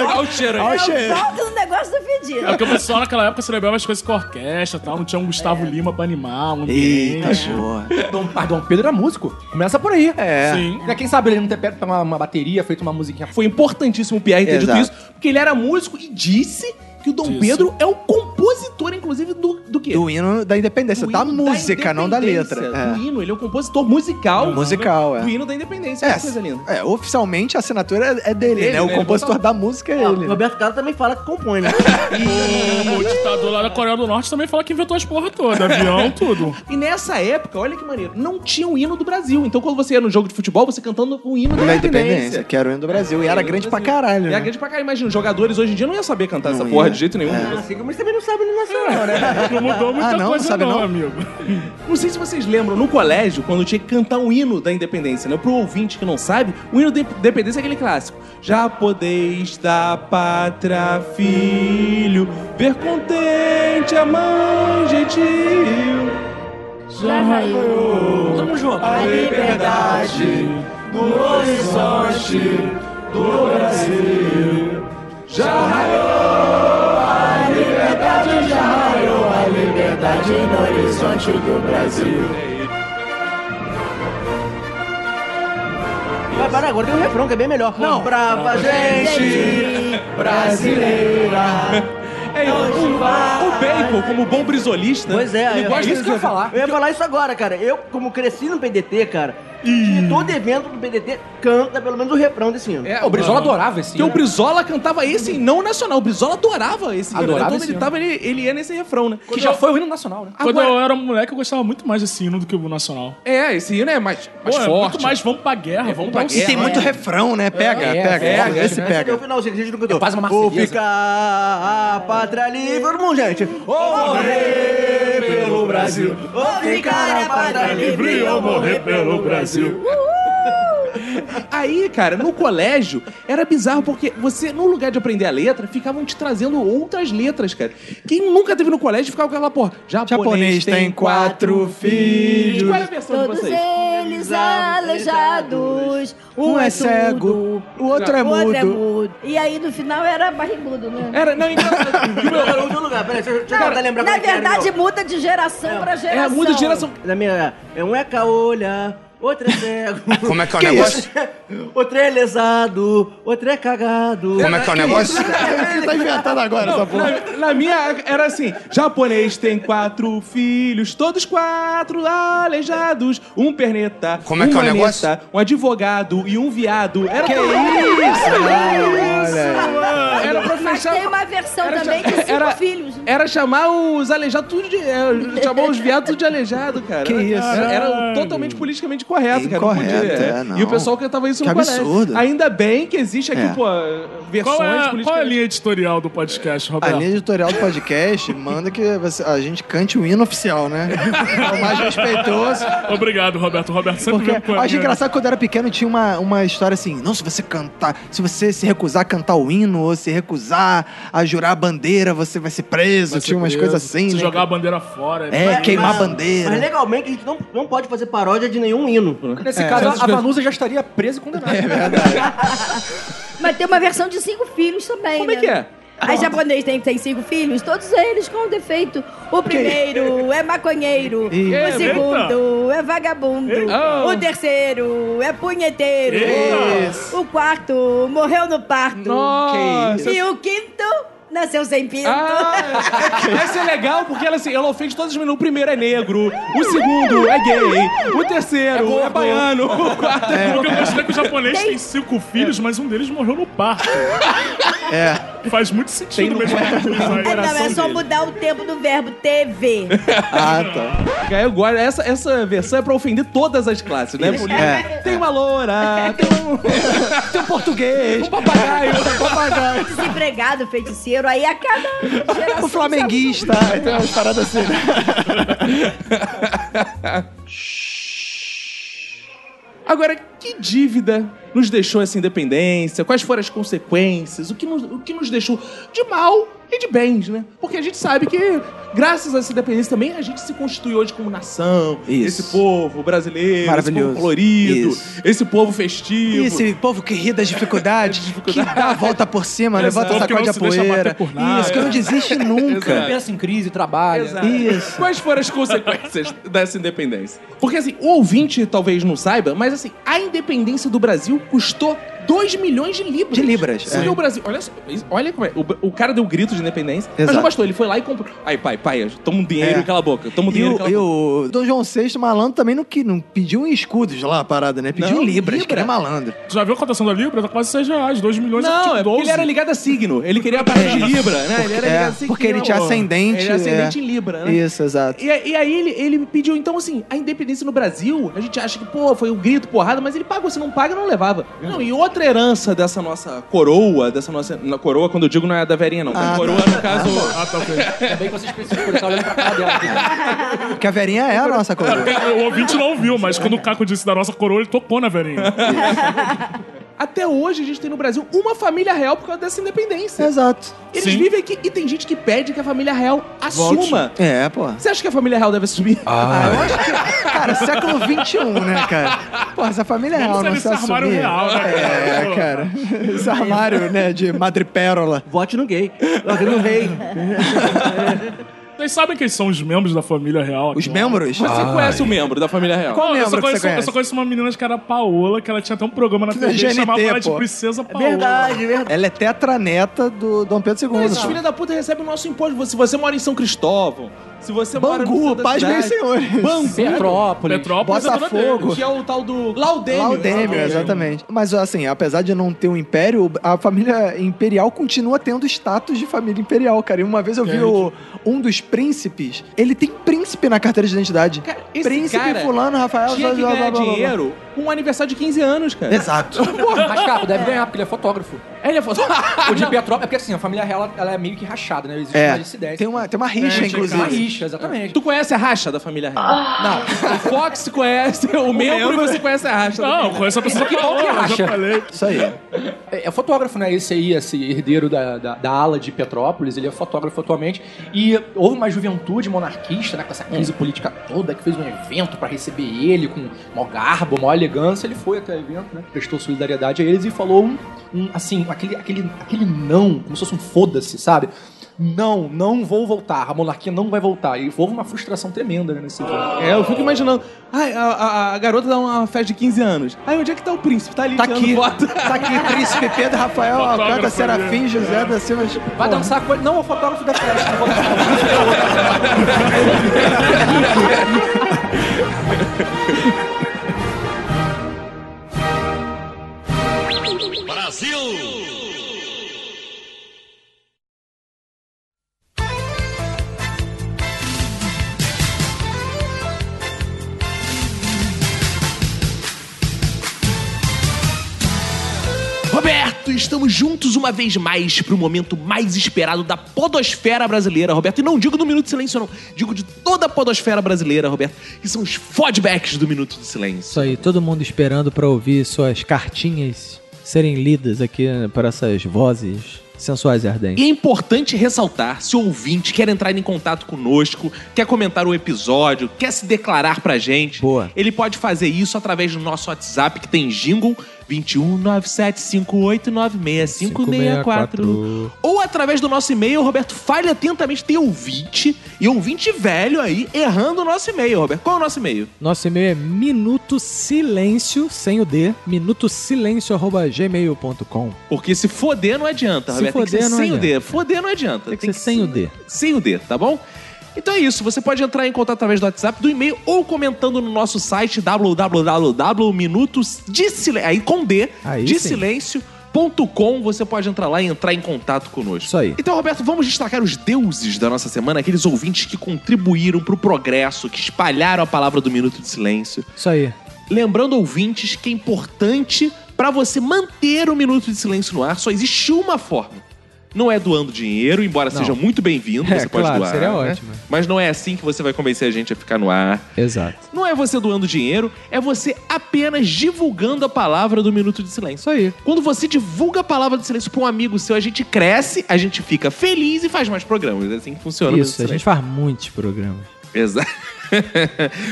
Speaker 1: Olha o cheiro aí.
Speaker 2: Olha o
Speaker 3: Eu
Speaker 2: cheiro.
Speaker 3: volto no negócio do
Speaker 5: É
Speaker 3: fedido.
Speaker 5: porque o pessoal naquela época celebrava as coisas com orquestra e tal, não tinha um Gustavo Lima pra animar, um
Speaker 2: Eita,
Speaker 5: ambiente.
Speaker 2: porra.
Speaker 6: Dom,
Speaker 1: ah,
Speaker 6: mas Dom Pedro era músico. Começa por aí. É.
Speaker 5: Sim.
Speaker 6: Sim. Quem sabe ele não ter pego uma, uma bateria, feito uma musiquinha.
Speaker 1: Foi importantíssimo o Pierre ter dito
Speaker 2: Exato.
Speaker 1: isso, porque ele era músico e disse que o Dom
Speaker 5: Disse.
Speaker 1: Pedro é o compositor, inclusive, do, do quê?
Speaker 2: Do hino da independência,
Speaker 1: Do
Speaker 2: da
Speaker 1: hino
Speaker 2: música, não da
Speaker 1: independência,
Speaker 2: letra.
Speaker 1: Do
Speaker 2: É.
Speaker 1: hino, ele é um compositor musical.
Speaker 2: Musical, é.
Speaker 1: Do hino da independência,
Speaker 2: É,
Speaker 1: que coisa linda.
Speaker 2: é, oficialmente a assinatura é dele,
Speaker 1: Dele,
Speaker 2: né? O
Speaker 1: né?
Speaker 2: compositor
Speaker 1: Ele botou-
Speaker 2: da música é
Speaker 4: É,
Speaker 2: ele.
Speaker 4: o Roberto Carlos também fala que compõe, né?
Speaker 5: O ditador lá da Coreia do Norte também fala que inventou as porra toda, avião, tudo.
Speaker 1: E nessa época, olha que maneiro, não tinha um hino do Brasil. Então, quando você ia no jogo de futebol, você cantando o hino da,
Speaker 2: Da independência,
Speaker 1: independência.
Speaker 2: que era o hino do Brasil. E era grande pra caralho.
Speaker 1: É a
Speaker 2: né?
Speaker 1: grande pra caralho. Imagina, os jogadores hoje em dia não iam saber cantar essa
Speaker 2: Não
Speaker 1: porra
Speaker 2: ia. É.
Speaker 1: de jeito nenhum.
Speaker 4: Assim como você também não sabe no nacional, né?
Speaker 5: Não mudou muita
Speaker 2: Ah, não?
Speaker 5: coisa
Speaker 2: Sabe
Speaker 5: não,
Speaker 2: não?
Speaker 5: amigo.
Speaker 1: Não sei se vocês lembram, no colégio, quando tinha que cantar o hino da independência, né? Pro ouvinte que não sabe, o hino da independência é aquele clássico. Já podeis da pátria, filho, ver contente a mãe gentil.
Speaker 3: Já raiou.
Speaker 5: Tamo junto.
Speaker 3: A
Speaker 1: liberdade no horizonte do Brasil. Já raiou
Speaker 4: Mas para agora tem um refrão que é bem melhor. Não, brava gente!
Speaker 1: brasileira. É aí, o, o Bacon, como bom brisolista.
Speaker 4: Pois é,
Speaker 1: ele
Speaker 4: eu-
Speaker 1: gosta
Speaker 6: é isso que eu
Speaker 1: desse-
Speaker 6: ia falar.
Speaker 4: Eu ia falar isso agora, cara. Eu, como cresci no PDT, cara, e todo evento do PDT canta pelo menos o refrão desse hino.
Speaker 6: É, o Brizola adorava esse.
Speaker 1: Porque o Brizola cantava esse e não o nacional. O Brizola adorava esse hino.
Speaker 6: Adorava
Speaker 1: né? Quando
Speaker 6: esse
Speaker 1: ele
Speaker 6: hino.
Speaker 1: tava, ele, ele ia nesse refrão, né?
Speaker 6: Que já foi o hino nacional, né?
Speaker 5: Quando
Speaker 1: Agora-
Speaker 5: eu era moleque, eu gostava muito mais desse hino do que o nacional.
Speaker 1: É, esse hino é mais, mais
Speaker 5: Pô, é
Speaker 1: forte.
Speaker 5: muito mais vamos pra guerra, vamos pra
Speaker 1: pra
Speaker 5: guerra.
Speaker 8: E tem muito refrão, né? Pega,
Speaker 6: É,
Speaker 8: pega.
Speaker 6: é, é,
Speaker 2: Esse
Speaker 6: é,
Speaker 2: pega.
Speaker 4: É o finalzinho que a gente não cantou.
Speaker 6: É quase uma
Speaker 4: Vou
Speaker 6: Marselhesa.
Speaker 4: ficar a pátria livre, todo mundo, gente. Ou morrer pelo Brasil. Ou ficar a pátria livre, ou morrer pelo Brasil.
Speaker 1: Aí, cara, no colégio, era bizarro porque você, no lugar de aprender a letra, ficavam te trazendo outras letras, cara. Quem nunca teve no colégio ficava com aquela porra. Japonês,
Speaker 2: Japonês tem quatro filhos.
Speaker 1: Qual é a versão
Speaker 3: Todos
Speaker 1: de vocês?
Speaker 3: eles aleijados.
Speaker 2: Um é cego, o
Speaker 1: um
Speaker 2: outro é
Speaker 3: O outro é
Speaker 2: mudo.
Speaker 3: mudo. E aí no final era barrigudo, né?
Speaker 1: Era, não, então. e o meu-
Speaker 4: Era outro lugar, peraí, deixa eu deixa eu tentar lembrar.
Speaker 3: Na
Speaker 4: como é que era,
Speaker 3: verdade,
Speaker 4: meu.
Speaker 3: muda de geração pra geração.
Speaker 1: é muda de geração.
Speaker 4: Na minha, é um é caolha, outro é cego.
Speaker 8: Como é que é o negócio?
Speaker 4: outro é lesado, outro é cagado.
Speaker 8: Como é que é o negócio?
Speaker 2: Ele tá inventando agora essa porra.
Speaker 1: Na, na minha era assim: japonês tem quatro filhos, todos quatro aleijados, um perneta,
Speaker 8: Como é
Speaker 1: um
Speaker 8: que é o
Speaker 1: maneta,
Speaker 8: negócio?
Speaker 1: um advogado e um viado. Era que isso? Era pra
Speaker 3: É Mas
Speaker 1: fechar.
Speaker 3: tem uma versão
Speaker 1: Era
Speaker 3: também
Speaker 1: cha-
Speaker 3: de cinco
Speaker 1: era-
Speaker 3: filhos. né?
Speaker 1: Era chamar os aleijados tudo de. é, chamar os viados tudo de aleijado, cara. Que
Speaker 2: isso?
Speaker 1: Era, era totalmente politicamente correto, cara. Não podia.
Speaker 2: Incorreto, é, não.
Speaker 1: E o pessoal cantava isso no
Speaker 2: Que
Speaker 1: colégio.
Speaker 2: absurdo.
Speaker 1: Ainda bem que existe aqui,
Speaker 2: É.
Speaker 1: pô, versões
Speaker 5: Qual é, qual é a
Speaker 1: politicamente-
Speaker 5: linha editorial do podcast,
Speaker 2: A
Speaker 5: Roberto?
Speaker 2: linha editorial do podcast manda que você- a gente cante o hino oficial, né? É o mais respeitoso.
Speaker 5: Obrigado, Roberto. O Roberto sempre
Speaker 2: Porque
Speaker 5: vem com
Speaker 2: eu
Speaker 5: a
Speaker 2: achei
Speaker 5: linha-
Speaker 2: engraçado que quando eu era pequeno tinha uma, uma história assim: não, se você cantar, se você se recusar a cantar o hino, ou se recusar a jurar a bandeira, você vai ser preso.
Speaker 5: Vai ser
Speaker 2: tinha umas
Speaker 5: preso,
Speaker 2: coisas assim,
Speaker 5: Se
Speaker 2: né?
Speaker 5: jogar a bandeira fora.
Speaker 2: É,
Speaker 5: Mas-
Speaker 2: queimar a
Speaker 5: mas-
Speaker 2: bandeira.
Speaker 4: Mas legalmente a gente não, não pode fazer paródia de nenhum hino.
Speaker 6: Nesse caso, a Vanusa já estaria presa e condenada. É verdade.
Speaker 3: Mas tem uma versão de cinco filhos também.
Speaker 1: Como é
Speaker 3: né?
Speaker 1: que é?
Speaker 3: Aí japonês tem, tem cinco filhos, todos eles com defeito. O primeiro é maconheiro,
Speaker 2: Eita.
Speaker 3: o segundo é vagabundo,
Speaker 1: Eita.
Speaker 3: o terceiro é punheteiro,
Speaker 2: Eita.
Speaker 3: o quarto morreu no parto
Speaker 1: Nossa!
Speaker 3: e o quinto nasceu sem pinto.
Speaker 1: Ah, essa é legal porque ela, assim, ela ofende todas as meninas. O primeiro é negro, o segundo é gay, o terceiro é, baiano, o quarto é.
Speaker 5: Porque eu gostei que o japonês tem cinco filhos, mas um deles morreu no parto. É. Faz muito sentido mesmo.
Speaker 3: É, não, é só mudar o tempo do verbo TV.
Speaker 2: Ah, tá.
Speaker 1: É, Eu gosto. Essa, essa versão é pra ofender todas as classes, né? Porque
Speaker 2: É.
Speaker 1: Tem uma loura, tem um, tem um português, um papagaio, um papagaio.
Speaker 3: Desempregado, feiticeiro, aí a cada geração...
Speaker 2: O flamenguista. Tem umas paradas assim, né?
Speaker 1: Agora, que dívida nos deixou essa independência? Quais foram as consequências? O que nos, o que nos deixou de mal e de bens, né? Porque a gente sabe que, graças a essa independência também, a gente se constitui hoje como nação.
Speaker 2: Isso.
Speaker 1: Esse povo brasileiro, esse
Speaker 2: Maravilhoso.
Speaker 1: povo colorido,
Speaker 2: Isso.
Speaker 1: esse povo festivo.
Speaker 2: E esse povo que ri das dificuldades, que dá a volta por cima, né?
Speaker 5: Exato.
Speaker 2: levanta,
Speaker 5: Povo que
Speaker 2: sacode
Speaker 5: não
Speaker 2: a
Speaker 5: se deixa
Speaker 2: poeira.
Speaker 5: bater por nada.
Speaker 2: Isso, que não desiste nunca.
Speaker 6: Pensa em crise, trabalha.
Speaker 1: Exato.
Speaker 2: Isso.
Speaker 1: Quais foram as consequências dessa independência? Porque, assim, o ouvinte talvez não saiba, mas, assim, a independência do Brasil custou 2 milhões de libras.
Speaker 2: De libras,
Speaker 1: Porque
Speaker 2: é.
Speaker 1: o Brasil... Olha, só, olha como é. O, o cara deu grito de independência, mas
Speaker 2: Exato.
Speaker 1: não bastou. Ele foi lá e comprou. Aí, pai, pai, toma um dinheiro
Speaker 2: É.
Speaker 1: e cala a boca. Toma um
Speaker 2: E
Speaker 1: dinheiro e
Speaker 2: o,
Speaker 1: cala
Speaker 2: e
Speaker 1: a boca.
Speaker 2: o Dom João VI, malandro, também não, que, não pediu em escudos lá a parada, né? Pediu
Speaker 1: Não,
Speaker 2: em libras,
Speaker 1: libra.
Speaker 2: que ele é malandro.
Speaker 5: Tu Já viu a cotação da Libra? Tá quase 6 reais, 2 milhões
Speaker 1: Não,
Speaker 5: tipo
Speaker 1: é porque ele
Speaker 5: 12.
Speaker 1: era ligado a signo. Ele queria a parada de Libra, né? Ele era
Speaker 2: É,
Speaker 1: ligado a signo.
Speaker 2: porque ele tinha
Speaker 1: pô.
Speaker 2: ascendente,
Speaker 1: Ele era ascendente
Speaker 2: é.
Speaker 1: em Libra, né?
Speaker 2: Isso, exato.
Speaker 1: E, e aí ele, ele pediu, então assim, a independência no Brasil, a gente acha que, pô, foi um grito, porrada, mas ele pagou, se não paga, não levava. Não, e outra herança dessa nossa coroa, dessa nossa. Na coroa, quando eu digo não é a da verinha, não. coroa, no caso.
Speaker 5: tá. Ah, tá, ok.
Speaker 6: Ainda bem que vocês precisam ficar olhando pra cara dela.
Speaker 2: Porque a verinha é a nossa coroa.
Speaker 5: O ouvinte não ouviu, mas quando o Caco disse da nossa coroa, ele tocou na velhinha.
Speaker 1: Até hoje a gente tem no Brasil uma família real por causa dessa independência.
Speaker 2: Exato.
Speaker 1: Eles
Speaker 5: É. Sim.
Speaker 1: vivem aqui e tem gente que pede que a família real assuma.
Speaker 2: É, pô.
Speaker 1: Você acha que a família real deve assumir?
Speaker 2: Ah,
Speaker 5: é
Speaker 2: eu acho que. Cara, século XXI, né, cara? Pô, essa família é real,
Speaker 5: Vamos
Speaker 2: não
Speaker 5: sair
Speaker 2: se
Speaker 5: desse armário
Speaker 2: assumir.
Speaker 5: real, né, cara?
Speaker 2: É,
Speaker 5: Pô.
Speaker 2: cara. Esse armário, né, de madrepérola.
Speaker 4: Vote no gay. Vote no rei.
Speaker 5: Vocês sabem quem são os membros da família real?
Speaker 2: Os
Speaker 5: aqui?
Speaker 2: membros?
Speaker 1: Você conhece o membro da família real?
Speaker 2: Qual
Speaker 5: Não, eu, só
Speaker 2: membro que você
Speaker 5: conheço, eu
Speaker 2: conhece? é
Speaker 5: só conheço uma menina que era a Paola, que ela tinha até um programa na TV que
Speaker 2: GNT,
Speaker 5: chamava ela de
Speaker 2: pô. É
Speaker 5: Princesa Paola.
Speaker 4: Verdade, verdade.
Speaker 2: Ela é tetraneta do Dom Pedro II.
Speaker 1: Esses filhos da puta recebem o nosso imposto. Se você mora em São Cristóvão, se você mora no centro
Speaker 2: Bangu,
Speaker 1: da
Speaker 2: paz bem
Speaker 1: cidade,
Speaker 2: senhores.
Speaker 6: Petrópolis.
Speaker 5: Petrópolis é toda dele.
Speaker 2: Botafogo.
Speaker 1: Que é o tal do né? Laudêmio.
Speaker 2: Laudêmio, exatamente. Mas assim, apesar de não ter um império, a família imperial continua tendo status de família imperial, cara. E uma vez eu vi o- um dos príncipes, ele tem príncipe na carteira de identidade.
Speaker 1: Cara, esse
Speaker 2: príncipe
Speaker 1: cara
Speaker 2: fulano, Rafael,
Speaker 1: Tinha que
Speaker 2: blá, blá,
Speaker 1: ganhar
Speaker 2: blá, blá, blá.
Speaker 1: dinheiro com um aniversário de 15 anos, cara.
Speaker 2: Exato.
Speaker 6: Rascado, deve ganhar, porque ele é fotógrafo. Ele é fotógrafo. o de Petrópolis, é porque assim, a família real ela- ela é meio que rachada, né? Existe uma
Speaker 2: É,
Speaker 6: dissidência.
Speaker 2: tem uma, tem uma rixa, inclusive.
Speaker 6: Uma rixa, exatamente. Ah.
Speaker 1: Tu conhece a racha da família real? Não. O Fox conhece o, membro, e você conhece a racha.
Speaker 5: Não, eu conheço a Princesa
Speaker 6: Que bom
Speaker 5: Paola,
Speaker 1: é
Speaker 6: que
Speaker 5: eu
Speaker 6: racha.
Speaker 5: já falei.
Speaker 2: Isso aí.
Speaker 6: É, é fotógrafo, né? Esse aí, esse herdeiro da, da, da ala de Petrópolis, ele é fotógrafo atualmente. E houve uma juventude monarquista, né? Com essa crise política toda, que fez um evento pra receber ele com maior garbo, maior elegância. Ele foi até o evento, né? Prestou solidariedade a eles e falou um, um, assim, aquele, aquele, aquele não, como se fosse um foda-se, sabe? Não, não vou voltar. A monarquia não vai voltar. E houve uma frustração tremenda né, nesse evento.
Speaker 1: É, eu fico imaginando. Ai, a, a- a garota dá uma festa de 15 anos. Ai, onde é que tá o príncipe? Tá ali
Speaker 2: Tá
Speaker 1: tirando
Speaker 2: aqui.
Speaker 1: foto.
Speaker 2: Tá aqui, príncipe Pedro,
Speaker 9: É,
Speaker 2: Rafael,
Speaker 5: Fotógrafo
Speaker 2: Alcântara,
Speaker 5: ali,
Speaker 2: Serafim, José da Silva.
Speaker 6: Vai
Speaker 1: um
Speaker 6: dançar com ele? Não, o fotógrafo da festa. não vou dançar.
Speaker 1: Roberto, estamos juntos uma vez mais pro momento mais esperado da podosfera brasileira, Roberto. E não digo do Minuto de Silêncio, não. Digo de toda a podosfera brasileira, Roberto. Que são os fodbacks do Minuto de Silêncio.
Speaker 9: Isso aí, todo mundo esperando pra ouvir suas cartinhas serem lidas aqui né, por essas vozes sensuais e
Speaker 1: E
Speaker 9: ardentes.
Speaker 1: é importante ressaltar, se o ouvinte quer entrar em contato conosco, quer comentar o episódio, quer se declarar pra gente,
Speaker 9: Boa.
Speaker 1: ele pode fazer isso através do nosso WhatsApp, que tem jingle 21 975896564. Ou através do nosso e-mail, Roberto, fale atentamente, tem ouvinte, e ouvinte velho aí, errando o nosso e-mail, Roberto. Qual é o nosso e-mail?
Speaker 9: Nosso e-mail é minuto silêncio, sem o D, minutosilêncio.gmail.com.
Speaker 1: Porque se foder não adianta,
Speaker 9: Se
Speaker 1: Roberto. tem que
Speaker 9: foder,
Speaker 1: ser
Speaker 9: não
Speaker 1: sem o
Speaker 9: adianta.
Speaker 1: D. Foder não adianta.
Speaker 9: Tem que ser sem o D.
Speaker 1: sem o D, tá bom? Então é isso, você pode entrar em contato através do WhatsApp, do e-mail ou comentando no nosso site www.minutosdesilêncio, aí com D,
Speaker 9: Aí
Speaker 1: de
Speaker 9: sim.
Speaker 1: silêncio.com, você pode entrar lá e entrar em contato conosco.
Speaker 9: Isso aí.
Speaker 1: Então, Roberto, vamos destacar os deuses da nossa semana, aqueles ouvintes que contribuíram pro progresso, que espalharam a palavra do Minuto de Silêncio.
Speaker 9: Isso aí.
Speaker 1: Lembrando, ouvintes, que é importante pra você manter o Minuto de Silêncio no ar, só existe uma forma. Não é doando dinheiro, embora
Speaker 9: Não.
Speaker 1: seja muito bem-vindo,
Speaker 9: É,
Speaker 1: você pode
Speaker 9: claro,
Speaker 1: doar.
Speaker 9: seria
Speaker 1: né?
Speaker 9: ótimo.
Speaker 1: Mas não é assim que você vai convencer a gente a ficar no ar.
Speaker 9: Exato.
Speaker 1: Não é você doando dinheiro, é você apenas divulgando a palavra do Minuto de Silêncio.
Speaker 9: Isso aí.
Speaker 1: Quando você divulga a palavra do silêncio pra um amigo seu, a gente cresce, a gente fica feliz e faz mais programas. É assim que funciona o Minuto
Speaker 9: Isso,
Speaker 1: do
Speaker 9: a
Speaker 1: Silêncio.
Speaker 9: gente faz muitos programas.
Speaker 1: Exato.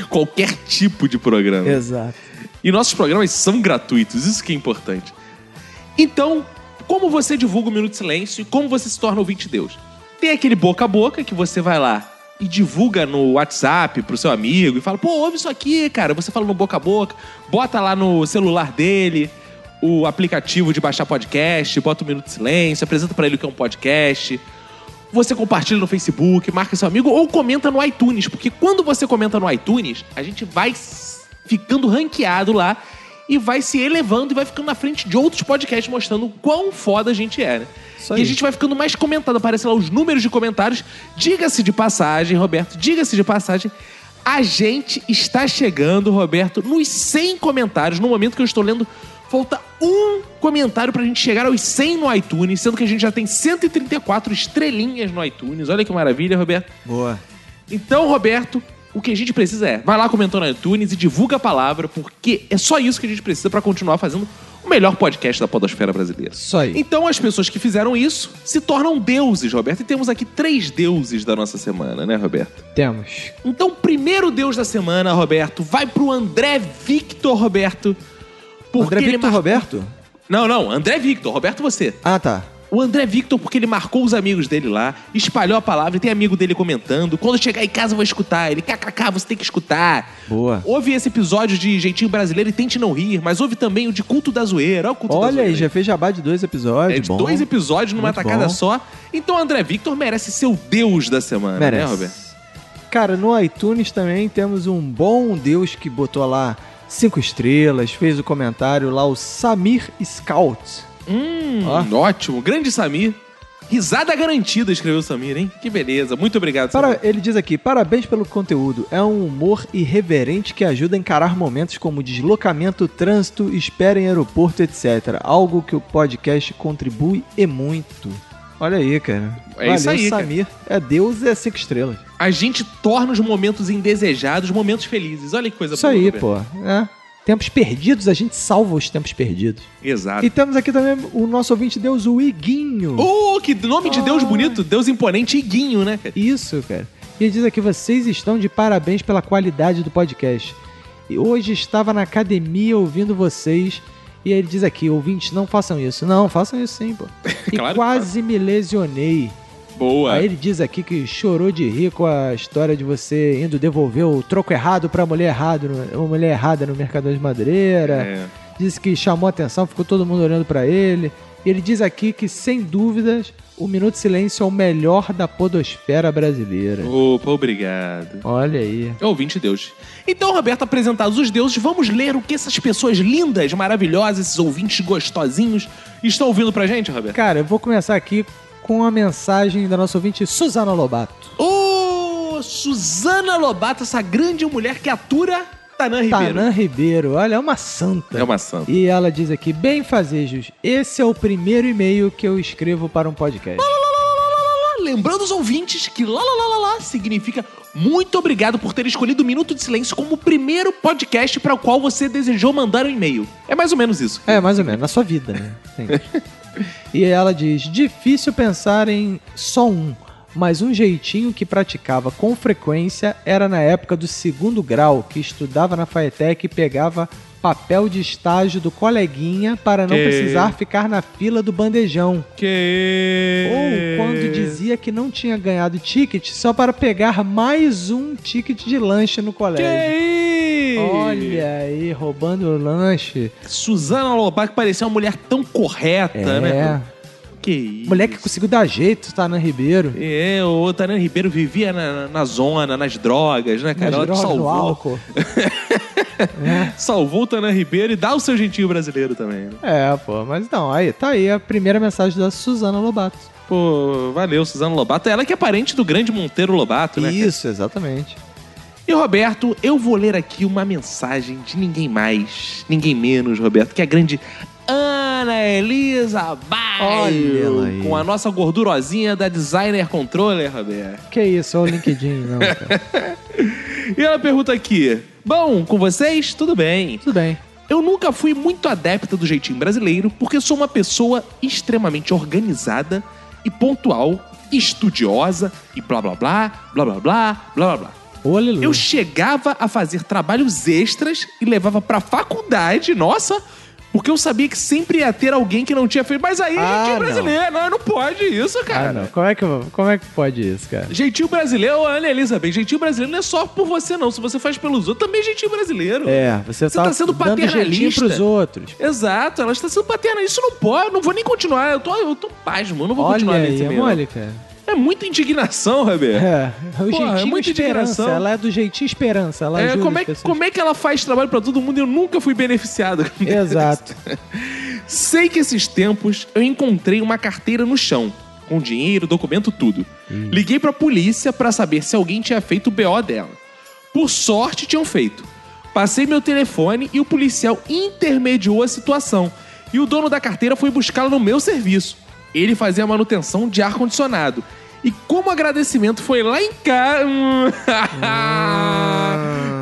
Speaker 1: Qualquer tipo de programa.
Speaker 9: Exato.
Speaker 1: E nossos programas são gratuitos, isso que é importante. Então, como você divulga o Minuto de Silêncio e como você se torna ouvinte de Deus? Tem aquele boca a boca que você vai lá e divulga no WhatsApp pro seu amigo e fala, pô, ouve isso aqui, cara. Você fala no boca a boca, bota lá no celular dele o aplicativo de baixar podcast, bota o Minuto de Silêncio, apresenta pra ele o que é um podcast. Você compartilha no Facebook, marca seu amigo ou comenta no iTunes, porque quando você comenta no iTunes, a gente vai s- ficando ranqueado lá e vai se elevando e vai ficando na frente de outros podcasts mostrando o quão foda a gente é, né?
Speaker 9: Isso
Speaker 1: E
Speaker 9: aí.
Speaker 1: a gente vai ficando mais comentado, aparecem lá os números de comentários. Diga-se de passagem, Roberto, diga-se de passagem, a gente está chegando, Roberto, nos 100 comentários. No momento que eu estou lendo, falta um comentário pra gente chegar aos 100 no iTunes, sendo que a gente já tem 134 estrelinhas no iTunes. Olha que maravilha, Roberto.
Speaker 9: Boa.
Speaker 1: Então, Roberto, o que a gente precisa é, vai lá comentando no iTunes e divulga a palavra, porque é só isso que a gente precisa pra continuar fazendo o melhor podcast da podosfera brasileira.
Speaker 9: Isso aí.
Speaker 1: Então as pessoas que fizeram isso se tornam deuses, Roberto. E temos aqui três deuses da nossa semana, né, Roberto?
Speaker 9: Temos.
Speaker 1: Então o primeiro deus da semana, Roberto, vai pro André Victor, Roberto. Porque
Speaker 2: André
Speaker 1: ele
Speaker 2: Victor
Speaker 1: mar-
Speaker 2: Roberto?
Speaker 1: Não, não, André Victor, Roberto você.
Speaker 2: Ah, tá.
Speaker 1: O André Victor, porque ele marcou os amigos dele lá, espalhou a palavra e tem amigo dele comentando. Quando chegar em casa, eu vou escutar. Ele, kkk, você tem que escutar.
Speaker 9: Boa.
Speaker 1: Ouve esse episódio de Jeitinho Brasileiro e tente não rir, mas ouve também o de Culto da Zoeira. Olha o Culto da
Speaker 9: Olha
Speaker 1: Zoeira.
Speaker 9: aí, já fez jabá de dois episódios.
Speaker 1: É de
Speaker 9: bom.
Speaker 1: dois episódios numa
Speaker 9: Muito
Speaker 1: tacada
Speaker 9: bom.
Speaker 1: só. Então o André Victor merece ser o deus da semana, né,
Speaker 9: Merece.
Speaker 1: Roberto?
Speaker 9: Cara, no iTunes também temos um bom Deus que botou lá cinco estrelas, fez o comentário lá, o Samir Scout.
Speaker 1: Hum, ótimo. Grande Samir. Risada garantida, escreveu o Samir, hein? Que beleza. Muito obrigado, Samir.
Speaker 9: Para- ele diz aqui: parabéns pelo conteúdo. É um humor irreverente que ajuda a encarar momentos como deslocamento, trânsito, espera em aeroporto, etc. Algo que o podcast contribui e muito. Olha aí, cara.
Speaker 1: É isso
Speaker 9: Valeu,
Speaker 1: aí, cara.
Speaker 9: Samir. É Deus e é cinco estrelas.
Speaker 1: A gente torna os momentos indesejados momentos felizes. Olha que coisa
Speaker 9: Isso
Speaker 1: boa.
Speaker 9: aí,
Speaker 1: Roberto.
Speaker 9: pô. É. Tempos perdidos, a gente salva os tempos perdidos.
Speaker 1: Exato.
Speaker 9: E temos aqui também o nosso ouvinte Deus, o Iguinho.
Speaker 1: Oh, que nome de Deus bonito, Deus imponente e guinho, né? cara?
Speaker 9: Isso, cara. E diz aqui: vocês estão de parabéns pela qualidade do podcast. E hoje estava na academia ouvindo vocês. E ele diz aqui: ouvintes, não façam isso. Não, façam isso sim, pô. E
Speaker 1: Claro que
Speaker 9: quase me lesionei.
Speaker 1: Boa.
Speaker 9: Aí ele diz aqui que chorou de rir com a história de você indo devolver o troco errado pra mulher, errado no, mulher errada no Mercador de Madureira.
Speaker 1: É.
Speaker 9: Disse que chamou a atenção, ficou todo mundo olhando pra ele. E ele diz aqui que, sem dúvidas, o Minuto de Silêncio é o melhor da podosfera brasileira.
Speaker 1: Opa, obrigado.
Speaker 9: Olha aí.
Speaker 1: É ouvinte Deus. Então, Roberto, apresentados os deuses, vamos ler o que essas pessoas lindas, maravilhosas, esses ouvintes gostosinhos estão ouvindo pra gente, Roberto?
Speaker 9: Cara, eu vou começar aqui com a mensagem da nossa ouvinte Suzana Lobato.
Speaker 1: Ô, Suzana Lobato, essa grande mulher que atura Tanã Ribeiro.
Speaker 9: Tanã Ribeiro, olha, é uma santa.
Speaker 1: É uma santa.
Speaker 9: E ela diz aqui, bem fazejos, esse é o primeiro e-mail que eu escrevo para um podcast.
Speaker 1: Lembrando os ouvintes que lá, lá, lá, lá, lá significa muito obrigado por ter escolhido o Minuto de Silêncio como o primeiro podcast para o qual você desejou mandar um e-mail. É mais ou menos isso.
Speaker 9: É, mais ou menos, na sua vida, né? Sim. e ela diz: difícil pensar em só um, mas um jeitinho que praticava com frequência era na época do segundo grau, que estudava na Faetec e pegava papel de estágio do coleguinha para não
Speaker 1: Que-
Speaker 9: precisar ficar na fila do bandejão.
Speaker 1: Que...
Speaker 9: Ou quando dizia que não tinha ganhado ticket só para pegar mais um ticket de lanche no colégio. Olha aí, roubando o lanche.
Speaker 1: Suzana Lobato parecia uma
Speaker 2: é
Speaker 1: mulher tão correta,
Speaker 9: é.
Speaker 1: né? Que isso.
Speaker 9: Mulher que conseguiu dar jeito, tá, na Ribeiro.
Speaker 1: É, o Tanã Ribeiro vivia na, na- na zona, nas drogas, né, cara?
Speaker 9: Nas
Speaker 1: Ela
Speaker 9: drogas, no
Speaker 1: salvou.
Speaker 9: álcool.
Speaker 1: Salvou o Tanã Ribeiro e dá o seu jeitinho brasileiro também. Né?
Speaker 9: É, pô, mas não, aí tá aí a primeira mensagem da Suzana Lobato.
Speaker 1: Pô, valeu, Suzana Lobato. Ela que é parente do grande Monteiro Lobato, né?
Speaker 9: Isso, exatamente.
Speaker 1: E Roberto, eu vou ler aqui uma mensagem de ninguém mais, ninguém menos, Roberto, que é a grande Ana Elisa
Speaker 9: Olha ela
Speaker 1: Baio,
Speaker 9: aí.
Speaker 1: com a nossa gordurosinha da Designer Controller, Roberto.
Speaker 9: Que isso, olha o LinkedIn, não, cara.
Speaker 1: E ela pergunta aqui: Bom, com vocês? Tudo bem.
Speaker 9: Tudo bem.
Speaker 1: Eu nunca fui muito adepta do jeitinho brasileiro porque sou uma pessoa extremamente organizada e pontual, estudiosa e blá blá blá, blá blá blá, blá blá blá.
Speaker 9: Olha, Lu.
Speaker 1: Eu chegava a fazer trabalhos extras e levava pra faculdade, nossa, porque eu sabia que sempre ia ter alguém que não tinha feito. Mas aí,
Speaker 9: Ah, não.
Speaker 1: jeitinho brasileiro, não, não pode isso,
Speaker 9: Ah,
Speaker 1: cara.
Speaker 9: não. Como é, que, como é que pode isso, cara?
Speaker 1: Jeitinho brasileiro, Ana Elizabeth, jeitinho brasileiro não é só por você, não. Se você faz pelos outros, também é jeitinho brasileiro.
Speaker 9: É, você,
Speaker 1: Você tá sendo
Speaker 9: dando jeitinho
Speaker 1: paternalista.
Speaker 9: pros outros.
Speaker 1: Exato, ela está sendo paterna. Isso não pode, eu não vou nem continuar. Eu tô, eu tô pasmo, eu não vou
Speaker 9: Olha
Speaker 1: continuar
Speaker 9: aí,
Speaker 1: nesse
Speaker 9: é
Speaker 1: meio.
Speaker 9: mole, cara.
Speaker 1: É muita indignação, Roberto.
Speaker 9: É, é o
Speaker 1: Porra, é
Speaker 9: jeitinho
Speaker 1: muita
Speaker 9: esperança.
Speaker 1: indignação.
Speaker 9: Ela é do jeitinho esperança. Ela
Speaker 1: É,
Speaker 9: ajuda
Speaker 1: como,
Speaker 9: as
Speaker 1: é, que-
Speaker 9: pessoas.
Speaker 1: como é que ela faz trabalho pra todo mundo e eu nunca fui beneficiado?
Speaker 9: Exato.
Speaker 1: Sei que esses tempos eu encontrei uma carteira no chão, com dinheiro, documento, tudo.
Speaker 9: Hum.
Speaker 1: Liguei pra polícia pra saber se alguém tinha feito o BO dela. Por sorte, tinham feito. Passei meu telefone e o policial intermediou a situação. E o dono da carteira foi buscá-la no meu serviço. Ele fazia manutenção de ar-condicionado. E como agradecimento foi lá em casa.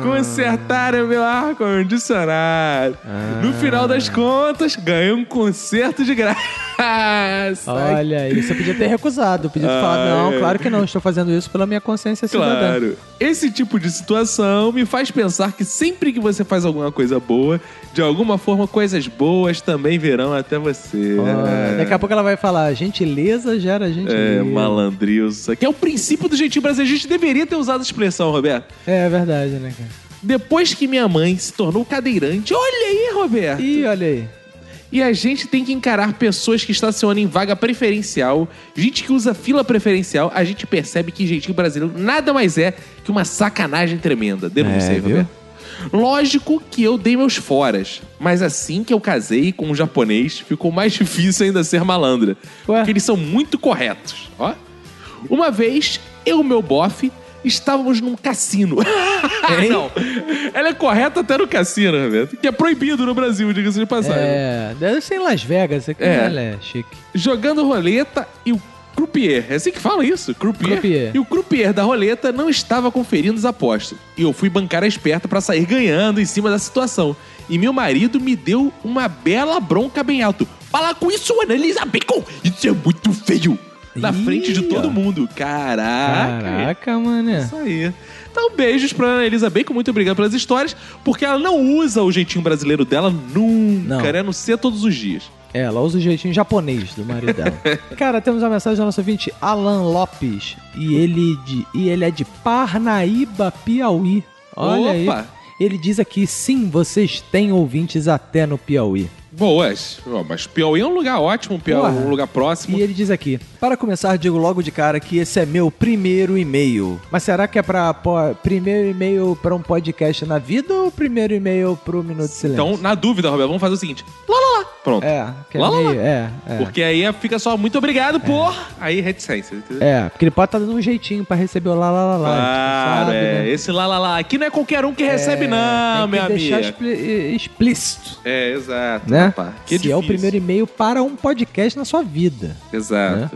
Speaker 1: Consertaram meu
Speaker 9: Ah.
Speaker 1: ar-condicionado. No final das contas, ganhei um concerto de graça.
Speaker 9: Ah, Olha aí, você podia ter recusado, podia ter falado, não,
Speaker 1: Ai.
Speaker 9: claro que não, estou fazendo isso pela minha consciência cidadã.
Speaker 1: Claro. Esse tipo de situação me faz pensar que sempre que você faz alguma coisa boa, de alguma forma coisas boas também virão até você.
Speaker 8: É.
Speaker 9: Ah, Daqui a pouco ela vai falar, gentileza gera
Speaker 1: É,
Speaker 9: gentileza.
Speaker 1: malandril, isso aqui é o princípio do jeitinho brasileiro. A gente deveria ter usado a expressão, Roberto.
Speaker 9: É, é verdade, né, cara?
Speaker 1: Depois que minha mãe se tornou cadeirante, olha aí, Roberto.
Speaker 9: Ih, olha aí.
Speaker 1: E a gente tem que encarar pessoas que estacionam em vaga preferencial, gente que usa fila preferencial, a gente percebe que jeitinho brasileiro nada mais é que uma sacanagem tremenda. Denunciei,
Speaker 9: É, viu?
Speaker 1: Roberto. Lógico que eu dei meus foras, mas assim que eu casei com um japonês, ficou mais difícil ainda ser malandra. Porque eles são muito corretos, ó. Uma vez, eu e meu bofe estávamos num cassino. Não, ela é correta até no cassino, Roberto, que é proibido no Brasil, diga-se de passagem.
Speaker 9: É, deve ser em Las Vegas, é que
Speaker 1: É.
Speaker 9: ela é chique.
Speaker 1: jogando roleta e o croupier, é assim que fala isso? Croupier.
Speaker 9: Croupier.
Speaker 1: E o croupier da roleta não estava conferindo as apostas. E eu fui bancar a esperta pra sair ganhando em cima da situação. E meu marido me deu uma bela bronca bem alto. Fala com isso, Ana Elisa Bacon! Isso é muito feio! Na
Speaker 9: Ih,
Speaker 1: frente de todo
Speaker 9: ó.
Speaker 1: mundo. Caraca! é.
Speaker 9: Caraca, mano.
Speaker 1: Isso aí. Então, beijos pra Ana Elisa Bacon. Muito obrigado pelas histórias, porque ela não usa o jeitinho brasileiro dela nunca,
Speaker 9: Não.
Speaker 1: né? A não ser todos os dias.
Speaker 9: É, ela usa o jeitinho japonês do marido dela. Cara, temos uma mensagem do nosso ouvinte, Alan Lopes. E ele, de- e ele é de Parnaíba, Piauí. Olha
Speaker 1: Opa!
Speaker 9: aí. Ele diz aqui, sim, vocês têm ouvintes até no Piauí.
Speaker 1: Boas. Ó, Mas Piauí é um lugar ótimo, Piauí é
Speaker 9: Porra.
Speaker 1: um lugar próximo.
Speaker 9: E ele diz aqui,
Speaker 4: Para começar, digo logo de cara que esse é meu primeiro e-mail.
Speaker 9: mas será que é pra po- primeiro e-mail pra um podcast na vida ou primeiro e-mail pro Minuto de Silêncio?
Speaker 1: Então, na dúvida, Roberto, vamos fazer o seguinte. Lá, lá, lá. Pronto.
Speaker 9: É, que é
Speaker 1: Lá, lá,
Speaker 9: meio,
Speaker 1: lá.
Speaker 9: é, é.
Speaker 1: Porque aí fica só muito obrigado por... Aí, reticência. entendeu?
Speaker 9: É, porque ele pode estar dando um jeitinho pra receber o lá, lá, lá, lá.
Speaker 1: Claro,
Speaker 9: a gente não sabe,
Speaker 1: é.
Speaker 9: né?
Speaker 1: Esse lá, lá, lá. Aqui não é qualquer um que recebe, não,
Speaker 9: Tem
Speaker 1: minha
Speaker 9: que deixar
Speaker 1: amiga.
Speaker 9: expli- eh, explícito.
Speaker 1: É, exato.
Speaker 9: né?
Speaker 1: rapaz.
Speaker 9: Se
Speaker 1: Que
Speaker 9: é o
Speaker 1: difícil.
Speaker 9: primeiro e-mail para um podcast na sua vida.
Speaker 1: Exato.
Speaker 9: né?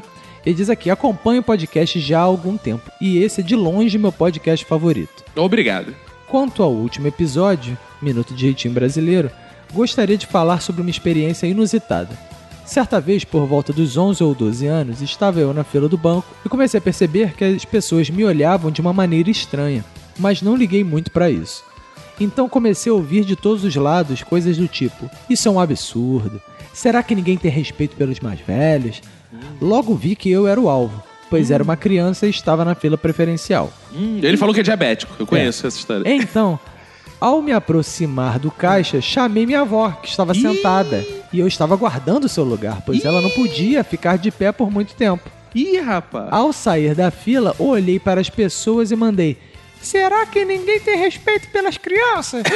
Speaker 9: Ele diz aqui: acompanho o podcast já há algum tempo e esse é de longe meu podcast favorito.
Speaker 1: Obrigado.
Speaker 9: Quanto ao último episódio, Minuto de Jeitinho Brasileiro, gostaria de falar sobre uma experiência inusitada. Certa vez, por volta dos 11 ou 12 anos, estava eu na fila do banco e comecei a perceber que as pessoas me olhavam de uma maneira estranha, mas não liguei muito para isso. Então comecei a ouvir de todos os lados coisas do tipo: Isso é um absurdo. Será que ninguém tem respeito pelos mais velhos? Logo vi que eu era o alvo, pois era uma criança e estava na fila preferencial.
Speaker 1: Hum, ele falou que é diabético. Eu conheço essa história.
Speaker 9: Então, ao me aproximar do caixa, chamei minha avó, que estava sentada. E eu estava guardando o seu lugar, pois ela não podia ficar de pé por muito tempo.
Speaker 1: Ih, rapaz.
Speaker 9: Ao sair da fila, olhei para as pessoas e mandei: Será que ninguém tem respeito pelas crianças?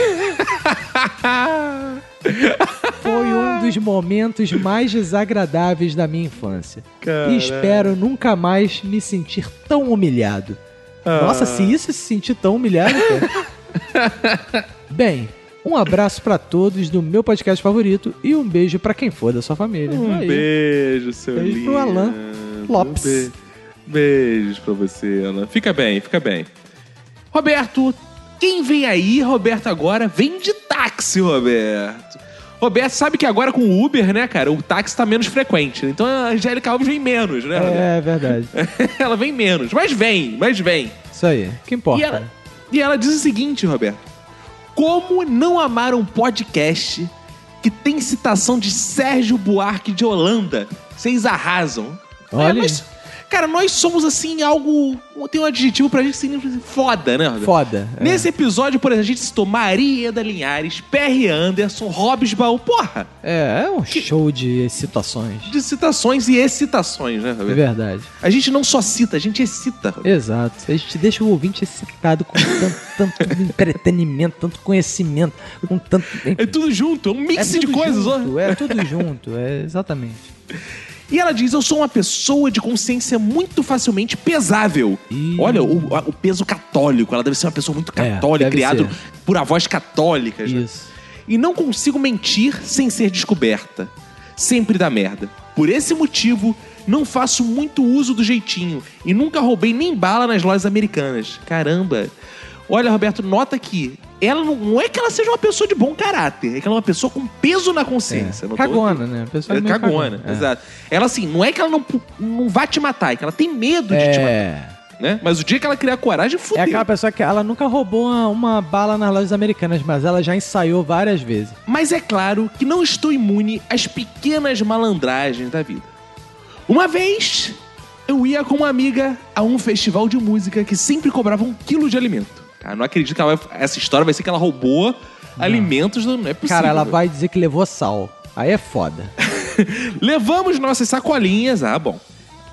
Speaker 9: Foi um dos momentos mais desagradáveis da minha infância. E espero nunca mais me sentir tão humilhado.
Speaker 1: Ah.
Speaker 9: Nossa, se isso se sentir tão humilhado, cara. Bem, um abraço pra todos do meu podcast favorito e um beijo pra quem for da sua família.
Speaker 1: Um
Speaker 9: Aí.
Speaker 1: beijo, seu
Speaker 9: Beijo pro
Speaker 1: lindo.
Speaker 9: Alan Lopes.
Speaker 1: Be- Beijos pra você, Alan. Fica bem, fica bem. Roberto, quem vem aí, Roberto, agora vem de táxi, Roberto. Roberto, sabe que agora com o Uber, né, cara, o táxi tá menos frequente. Então a Angélica Alves vem menos, né, Roberto?
Speaker 9: É verdade.
Speaker 1: Ela vem menos, mas vem, mas vem.
Speaker 9: Isso aí. O que importa?
Speaker 1: E ela, e ela diz o seguinte, Roberto. Como não amar um podcast que tem citação de Sérgio Buarque de Holanda? Vocês arrasam.
Speaker 9: Olha
Speaker 1: É, nós- cara, nós somos assim, algo. Tem um adjetivo pra gente que significa foda, né, Roberto?
Speaker 9: Foda. é.
Speaker 1: Nesse episódio, por exemplo, a gente citou Maria Eda Linhares, Perry Anderson, Hobbesbaum, porra!
Speaker 9: É, é um show de citações.
Speaker 1: De citações e excitações, né,
Speaker 9: É
Speaker 1: Roberto?
Speaker 9: verdade.
Speaker 1: A gente não só cita, a gente excita. Roberto.
Speaker 9: Exato. A gente deixa o ouvinte excitado com tanto, tanto entretenimento, tanto conhecimento, com tanto.
Speaker 1: É tudo junto, é um mix de
Speaker 9: tudo
Speaker 1: coisas, ó.
Speaker 9: junto, É tudo junto, é exatamente.
Speaker 1: E ela diz: Eu sou uma pessoa de consciência muito facilmente pesável.
Speaker 9: Ih.
Speaker 1: Olha, o, a- o peso católico. Ela deve ser uma pessoa muito
Speaker 9: É,
Speaker 1: católica,
Speaker 9: deve
Speaker 1: criada
Speaker 9: ser.
Speaker 1: por avós católicas. né?
Speaker 9: Isso.
Speaker 1: E não consigo mentir sem ser descoberta. Sempre dá merda. Por esse motivo, não faço muito uso do jeitinho e nunca roubei nem bala nas lojas americanas. Caramba. Olha, Roberto, nota que Ela não, não é que ela seja uma pessoa de bom caráter, é que ela é uma pessoa com peso na consciência.
Speaker 2: É.
Speaker 1: Não tô-
Speaker 2: Cagona, né? A pessoa
Speaker 1: É,
Speaker 2: é meio
Speaker 1: cagona,
Speaker 2: cagona. É.
Speaker 1: exato. Ela, assim, não é que ela não, pu- não vá te matar, é que ela tem medo de te matar. Né? Mas o dia que ela criar coragem, fudeu.
Speaker 2: É aquela pessoa que ela nunca roubou uma, uma bala nas lojas americanas, mas ela já ensaiou várias vezes.
Speaker 1: Mas é claro que não estou imune às pequenas malandragens da vida. Uma vez, eu ia com uma amiga a um festival de música que sempre cobrava um quilo de alimento. Cara, não acredito que ela vai- essa história vai ser que ela roubou alimentos. Não é possível.
Speaker 2: Cara, ela vai dizer que levou sal. Aí é foda.
Speaker 1: Levamos nossas sacolinhas, ah, bom.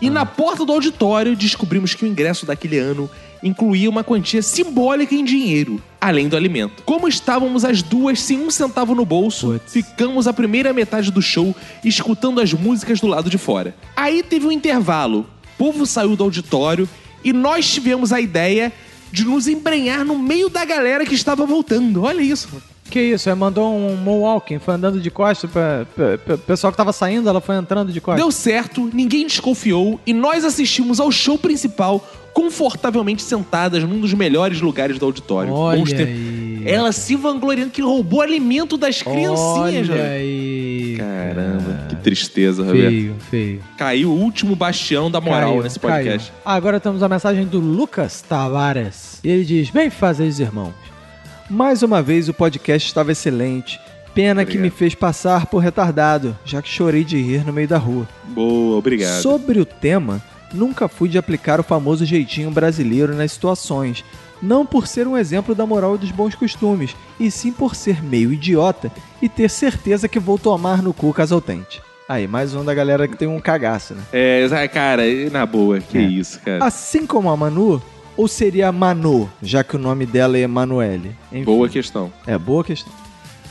Speaker 1: E na porta do auditório descobrimos que o ingresso daquele ano incluía uma quantia simbólica em dinheiro, além do alimento. Como estávamos as duas sem um centavo no bolso, ficamos a primeira metade do show escutando as músicas do lado de fora. Aí teve um intervalo, o povo saiu do auditório e nós tivemos a ideia de nos embrenhar no meio da galera que estava voltando. Olha isso.
Speaker 2: Que isso? Ela mandou um moonwalking, foi andando de costas pra, pra- pra- pessoal que tava saindo, ela foi entrando de costas.
Speaker 1: Deu certo, ninguém desconfiou e nós assistimos ao show principal confortavelmente sentadas num dos melhores lugares do auditório.
Speaker 2: Olha
Speaker 1: Vamos ter- Ela se vangloriando que roubou alimento das criancinhas, né?
Speaker 2: Olha
Speaker 1: velho.
Speaker 2: aí.
Speaker 1: Caramba, que tristeza, Roberto.
Speaker 2: Feio, feio.
Speaker 1: Caiu o último bastião da moral
Speaker 2: Caiu,
Speaker 1: nesse podcast.
Speaker 2: caiu. Agora temos a mensagem do Lucas Tavares. E ele diz: Bem fazeres, irmãos. Mais uma vez o podcast estava excelente. Pena que me fez passar por retardado, já que chorei de rir no meio da rua.
Speaker 1: Boa, obrigado.
Speaker 2: Sobre o tema, nunca fui de aplicar o famoso jeitinho brasileiro nas situações. Não por ser um exemplo da moral e dos bons costumes, e sim por ser meio idiota e ter certeza que vou tomar no cu caso eu tente. Aí, mais um da galera que tem um cagaço, né?
Speaker 1: É, Zé, cara, e na boa,
Speaker 2: É.
Speaker 1: que isso, cara.
Speaker 2: Assim como a Manu, ou seria Manu, já que o nome dela é Emanuele? Enfim,
Speaker 1: boa questão.
Speaker 2: É, boa questão.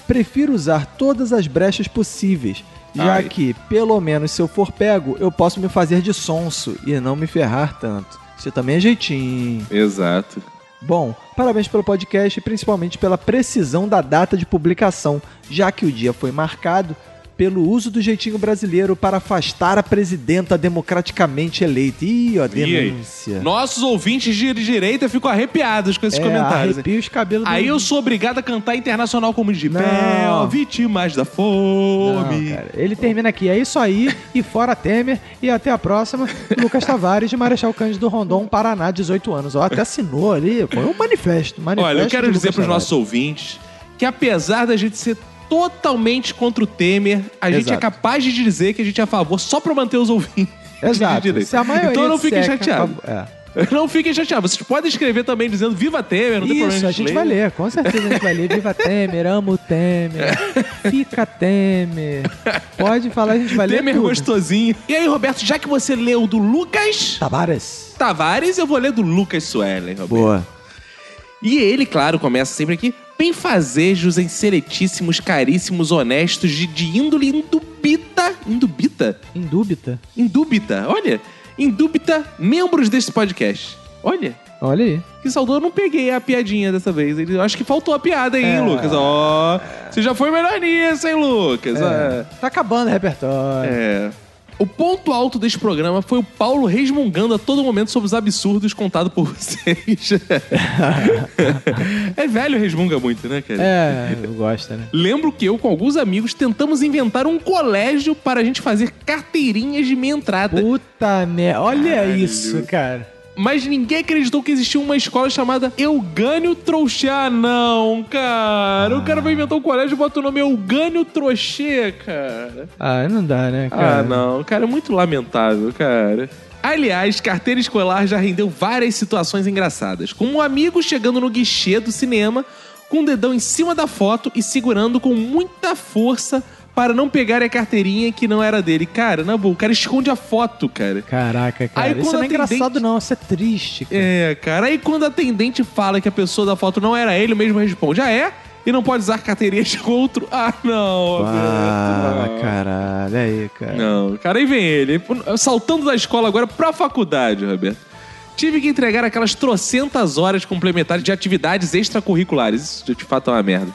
Speaker 2: Prefiro usar todas as brechas possíveis, já
Speaker 1: Ai.
Speaker 2: que, pelo menos se eu for pego, eu posso me fazer de sonso e não me ferrar tanto. Isso também é jeitinho.
Speaker 1: Exato.
Speaker 2: Bom, parabéns pelo podcast e principalmente pela precisão da data de publicação, já que o dia foi marcado pelo uso do jeitinho brasileiro para afastar a presidenta democraticamente eleita. Ih, ó,
Speaker 1: E aí?
Speaker 2: denúncia.
Speaker 1: Nossos ouvintes de direita ficam arrepiados com esses
Speaker 2: É,
Speaker 1: comentários.
Speaker 2: arrepia os cabelos
Speaker 1: Aí
Speaker 2: do-
Speaker 1: eu sou obrigado a cantar internacional como de
Speaker 2: Não.
Speaker 1: pé, vítimas da fome.
Speaker 2: Não, cara. Ele termina aqui. É isso aí. E fora Temer. E até a próxima. Lucas Tavares, de Marechal Cândido Rondon, Paraná, 18 anos. Ó, até assinou ali. Foi um manifesto. manifesto
Speaker 1: Olha, eu quero
Speaker 2: de
Speaker 1: dizer
Speaker 2: Lucas
Speaker 1: pros
Speaker 2: Tavares.
Speaker 1: nossos ouvintes que apesar da gente ser totalmente contra o Temer, a gente é
Speaker 2: Exato.
Speaker 1: capaz de dizer que a gente é a favor só pra manter os ouvintes.
Speaker 2: Exato.
Speaker 1: de direita.
Speaker 2: Se a maioria
Speaker 1: então não
Speaker 2: disser
Speaker 1: fiquem
Speaker 2: que é a
Speaker 1: chateados.
Speaker 2: favor- é.
Speaker 1: Não fiquem chateados. Vocês podem escrever também dizendo Viva Temer, não tem problema.
Speaker 2: Isso, a gente vai ler, É, com certeza a gente vai ler. Viva Temer, amo Temer,
Speaker 1: É.
Speaker 2: fica Temer. Pode falar, a gente vai ler.
Speaker 1: Temer
Speaker 2: tudo.
Speaker 1: gostosinho. E aí, Roberto, já que você leu do Lucas
Speaker 2: Tavares.
Speaker 1: Tavares, eu vou ler do Lucas Suelen, Roberto.
Speaker 2: Boa.
Speaker 1: E ele, claro, começa sempre aqui. Benfazejos em seletíssimos, caríssimos, honestos, de, de índole indubita. Indubita?
Speaker 2: Indúbita.
Speaker 1: Indubita, olha. Indubita, membros desse podcast. Olha.
Speaker 2: Olha aí.
Speaker 1: Que saudou, eu não peguei a piadinha dessa vez. Ele- eu acho que faltou a piada
Speaker 2: É.
Speaker 1: aí, hein, Lucas. Ó, você já foi melhor nisso, hein, Lucas?
Speaker 2: É.
Speaker 1: Ah.
Speaker 2: Tá acabando o repertório.
Speaker 1: É. O ponto alto desse programa foi o Paulo resmungando a todo momento sobre os absurdos contados por vocês. é velho, resmunga muito, né, cara?
Speaker 2: É, gosta, né?
Speaker 1: Lembro que eu, com alguns amigos, tentamos inventar um colégio para a gente fazer carteirinhas de meia entrada.
Speaker 2: Puta merda, olha isso, cara.
Speaker 1: Mas ninguém acreditou que existia uma escola chamada Eugânio Trouxê. Ah, não, cara. O cara vai inventar um colégio e bota o nome Eugânio Trouxê, cara.
Speaker 2: Ah, não dá, né, cara?
Speaker 1: Ah, não, cara, é muito lamentável, cara. Aliás, carteira escolar já rendeu várias situações engraçadas, como um amigo chegando no guichê do cinema com o dedão em cima da foto e segurando com muita força para não pegar a carteirinha que não era dele. Cara, na boa, o cara esconde a foto, cara.
Speaker 2: Caraca, cara.
Speaker 1: Aí
Speaker 2: isso
Speaker 1: quando
Speaker 2: não é
Speaker 1: atendente-
Speaker 2: engraçado, não. Isso é triste, cara.
Speaker 1: É, cara. Aí quando a atendente fala que é a pessoa da foto não era ele, mesmo responde: Ah, é? E não pode usar carteirinha de outro? Ah, não.
Speaker 2: Ah,
Speaker 1: Roberto, não.
Speaker 2: caralho, aí, cara.
Speaker 1: Não, cara, aí vem ele. Saltando da escola agora pra faculdade, Roberto. Tive que entregar aquelas trocentas horas complementares de atividades extracurriculares. Isso de fato é uma merda.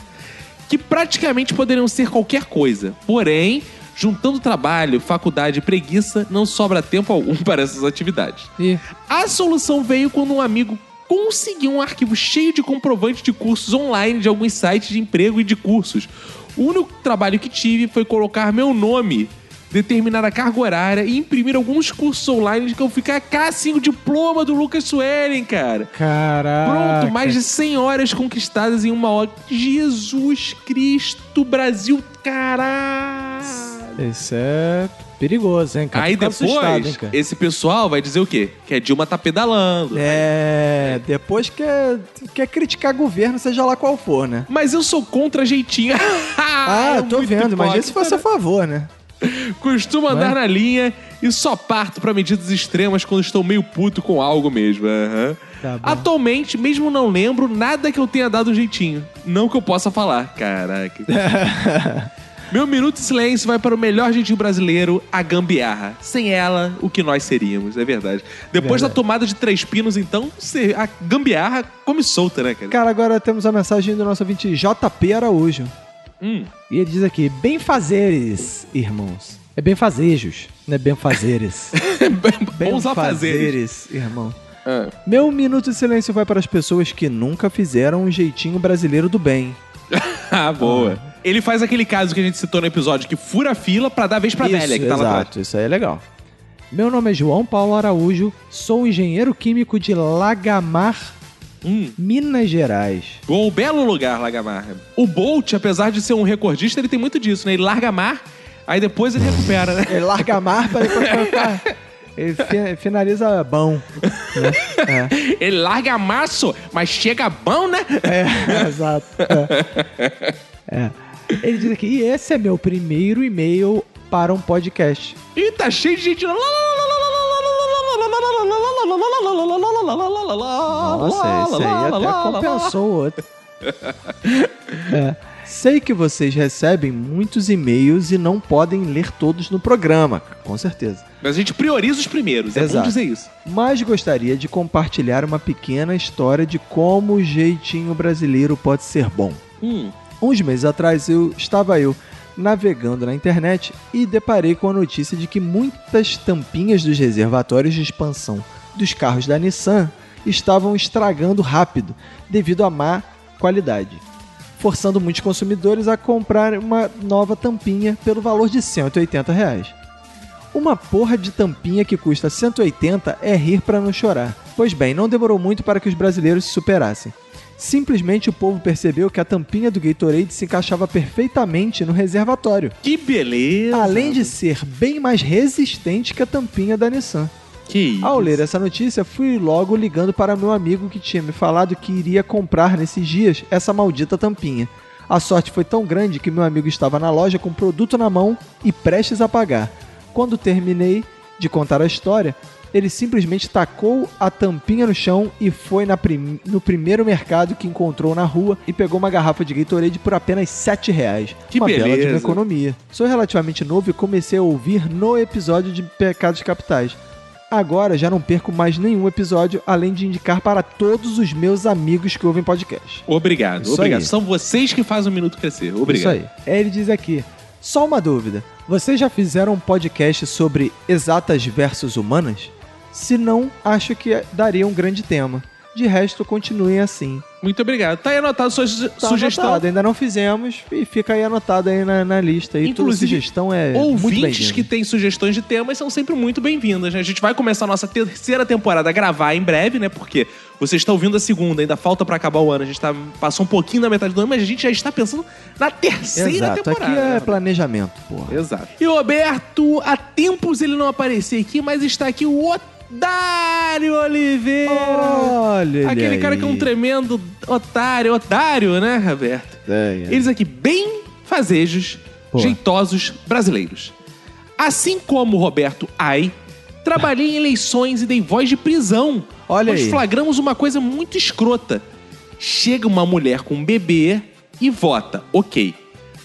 Speaker 1: Que praticamente poderiam ser qualquer coisa. Porém, juntando trabalho, faculdade e preguiça, não sobra tempo algum para essas atividades.
Speaker 2: Ih,
Speaker 1: A solução veio quando um amigo conseguiu um arquivo cheio de comprovantes de cursos online de alguns sites de emprego e de cursos. O único trabalho que tive foi colocar meu nome, determinar a carga horária e imprimir alguns cursos online que eu ficar cá sim assim, o diploma do Lucas Suelen, cara.
Speaker 2: Caraca.
Speaker 1: Pronto, mais de 100 horas conquistadas em uma hora. Jesus Cristo, Brasil, caralho!
Speaker 2: Isso é perigoso, hein, cara?
Speaker 1: Aí
Speaker 2: Fica
Speaker 1: depois,
Speaker 10: Tá
Speaker 2: assustado, hein, cara?
Speaker 1: esse pessoal vai dizer o quê? Que a Dilma tá pedalando.
Speaker 10: É, depois quer, quer criticar governo, seja lá qual for, né?
Speaker 1: Mas eu sou contra jeitinho. É
Speaker 10: ah, eu tô vendo, imagina se fosse a favor, né?
Speaker 1: Costumo
Speaker 2: é?
Speaker 1: andar na linha e só parto pra medidas extremas quando estou meio puto com algo mesmo. aham.
Speaker 2: Tá
Speaker 1: Atualmente, mesmo não lembro nada que eu tenha dado um jeitinho. Não que eu possa falar. Caraca. Meu minuto de silêncio vai para o melhor jeitinho brasileiro, a gambiarra. Sem ela, o que nós seríamos, é verdade. Depois da
Speaker 2: Verdade.
Speaker 1: tomada de três pinos, então, se- a gambiarra come solta, né, cara?
Speaker 2: Cara, agora temos a mensagem do nosso ouvinte JP Araújo.
Speaker 1: Hum.
Speaker 2: E ele diz aqui: benfazeres, irmãos. É benfazejos, não é benfazeres.
Speaker 1: É Bons afazeres.
Speaker 2: Benfazeres, irmão.
Speaker 1: É.
Speaker 2: Meu minuto de silêncio vai para as pessoas que nunca fizeram um jeitinho brasileiro do bem.
Speaker 1: ah, boa. Ele faz aquele caso que a gente citou no episódio, que fura a fila pra dar vez pra
Speaker 2: Isso,
Speaker 1: velha que tá lá atrás.
Speaker 2: Exato, isso aí é legal. Meu nome é João Paulo Araújo, sou engenheiro químico de Lagamar,
Speaker 1: Hum.
Speaker 2: Minas Gerais.
Speaker 1: Bom, um belo lugar, Lagamarra. O Bolt, apesar de ser um recordista, ele tem muito disso, né? Ele larga a mar, aí depois ele recupera, né?
Speaker 10: Ele larga a mar pra depois
Speaker 2: colocar. Ele fi- finaliza bom.
Speaker 1: Ele larga maço, mas chega bom, né?
Speaker 2: É, exato. É. Ele diz aqui, e esse é meu primeiro e-mail para um podcast.
Speaker 1: Ih, tá cheio de gente. lá, lá, lá,
Speaker 2: Nossa, esse aí até compensou o outro. É. Sei que vocês recebem muitos e-mails e não podem ler todos no programa, com certeza.
Speaker 1: Mas a gente prioriza os primeiros, é bom
Speaker 2: Exato.
Speaker 1: dizer isso.
Speaker 2: Mas gostaria de compartilhar uma pequena história de como o jeitinho brasileiro pode ser bom.
Speaker 1: Hum.
Speaker 2: Uns meses atrás eu estava eu navegando na internet e deparei com a notícia de que muitas tampinhas dos reservatórios de expansão dos carros da Nissan estavam estragando rápido devido à má qualidade, forçando muitos consumidores a comprar uma nova tampinha pelo valor de R$ 180 reais. Uma porra de tampinha que custa 180 é rir pra não chorar. Pois bem, não demorou muito para que os brasileiros se superassem. Simplesmente o povo percebeu que a tampinha do Gatorade se encaixava perfeitamente no reservatório.
Speaker 1: Que beleza!
Speaker 2: Além de ser bem mais resistente que a tampinha da Nissan.
Speaker 1: Que isso.
Speaker 2: Ao ler essa notícia, fui logo ligando para meu amigo que tinha me falado que iria comprar nesses dias essa maldita tampinha. A sorte foi tão grande que meu amigo estava na loja com o produto na mão e prestes a pagar. Quando terminei de contar a história, ele simplesmente tacou a tampinha no chão e foi na prim- no primeiro mercado que encontrou na rua e pegou uma garrafa de Gatorade por apenas R$ 7 reais.
Speaker 1: Que
Speaker 2: uma bela de uma
Speaker 1: beleza.
Speaker 2: economia. Sou relativamente novo e comecei a ouvir no episódio de Pecados Capitais. Agora já não perco mais nenhum episódio, além de indicar para todos os meus amigos que ouvem podcast.
Speaker 1: Obrigado,
Speaker 2: Isso
Speaker 1: obrigado.
Speaker 2: aí.
Speaker 1: São vocês que fazem o minuto crescer. Obrigado.
Speaker 2: Isso aí. É, Ele diz aqui: só uma dúvida. Vocês já fizeram um podcast sobre exatas versus humanas? Se não, acho que daria um grande tema. De resto, continuem assim.
Speaker 1: Muito obrigado. Tá aí anotado sua su-
Speaker 2: Tá
Speaker 1: sugestão.
Speaker 2: anotado, ainda não fizemos e fica aí anotado aí na, na lista. E toda
Speaker 1: Inclusive,
Speaker 2: sugestão é muito
Speaker 1: Ouvintes
Speaker 2: bem-vinda.
Speaker 1: que têm sugestões de temas são sempre muito bem-vindas. né? A gente vai começar a nossa terceira temporada a gravar em breve, né? Porque você está ouvindo a segunda, ainda falta pra acabar o ano. A gente tá, passou um pouquinho da metade do ano, mas a gente já está pensando na terceira
Speaker 2: Exato, aqui
Speaker 1: temporada.
Speaker 2: é planejamento, porra.
Speaker 1: Exato. E o Roberto, há tempos ele não aparecia aqui, mas está aqui o Otário Oliveira.
Speaker 2: Oh, Olha ele
Speaker 1: Aquele cara que é um
Speaker 2: aí.
Speaker 1: tremendo otário, otário, né, Roberto?
Speaker 2: É, é.
Speaker 1: Eles aqui, bem fazejos, jeitosos brasileiros. Assim como o Roberto Ai, trabalhei em eleições e dei voz de prisão.
Speaker 2: Olha
Speaker 1: Nós
Speaker 2: aí.
Speaker 1: flagramos uma coisa muito escrota. Chega uma mulher com um bebê e vota, ok.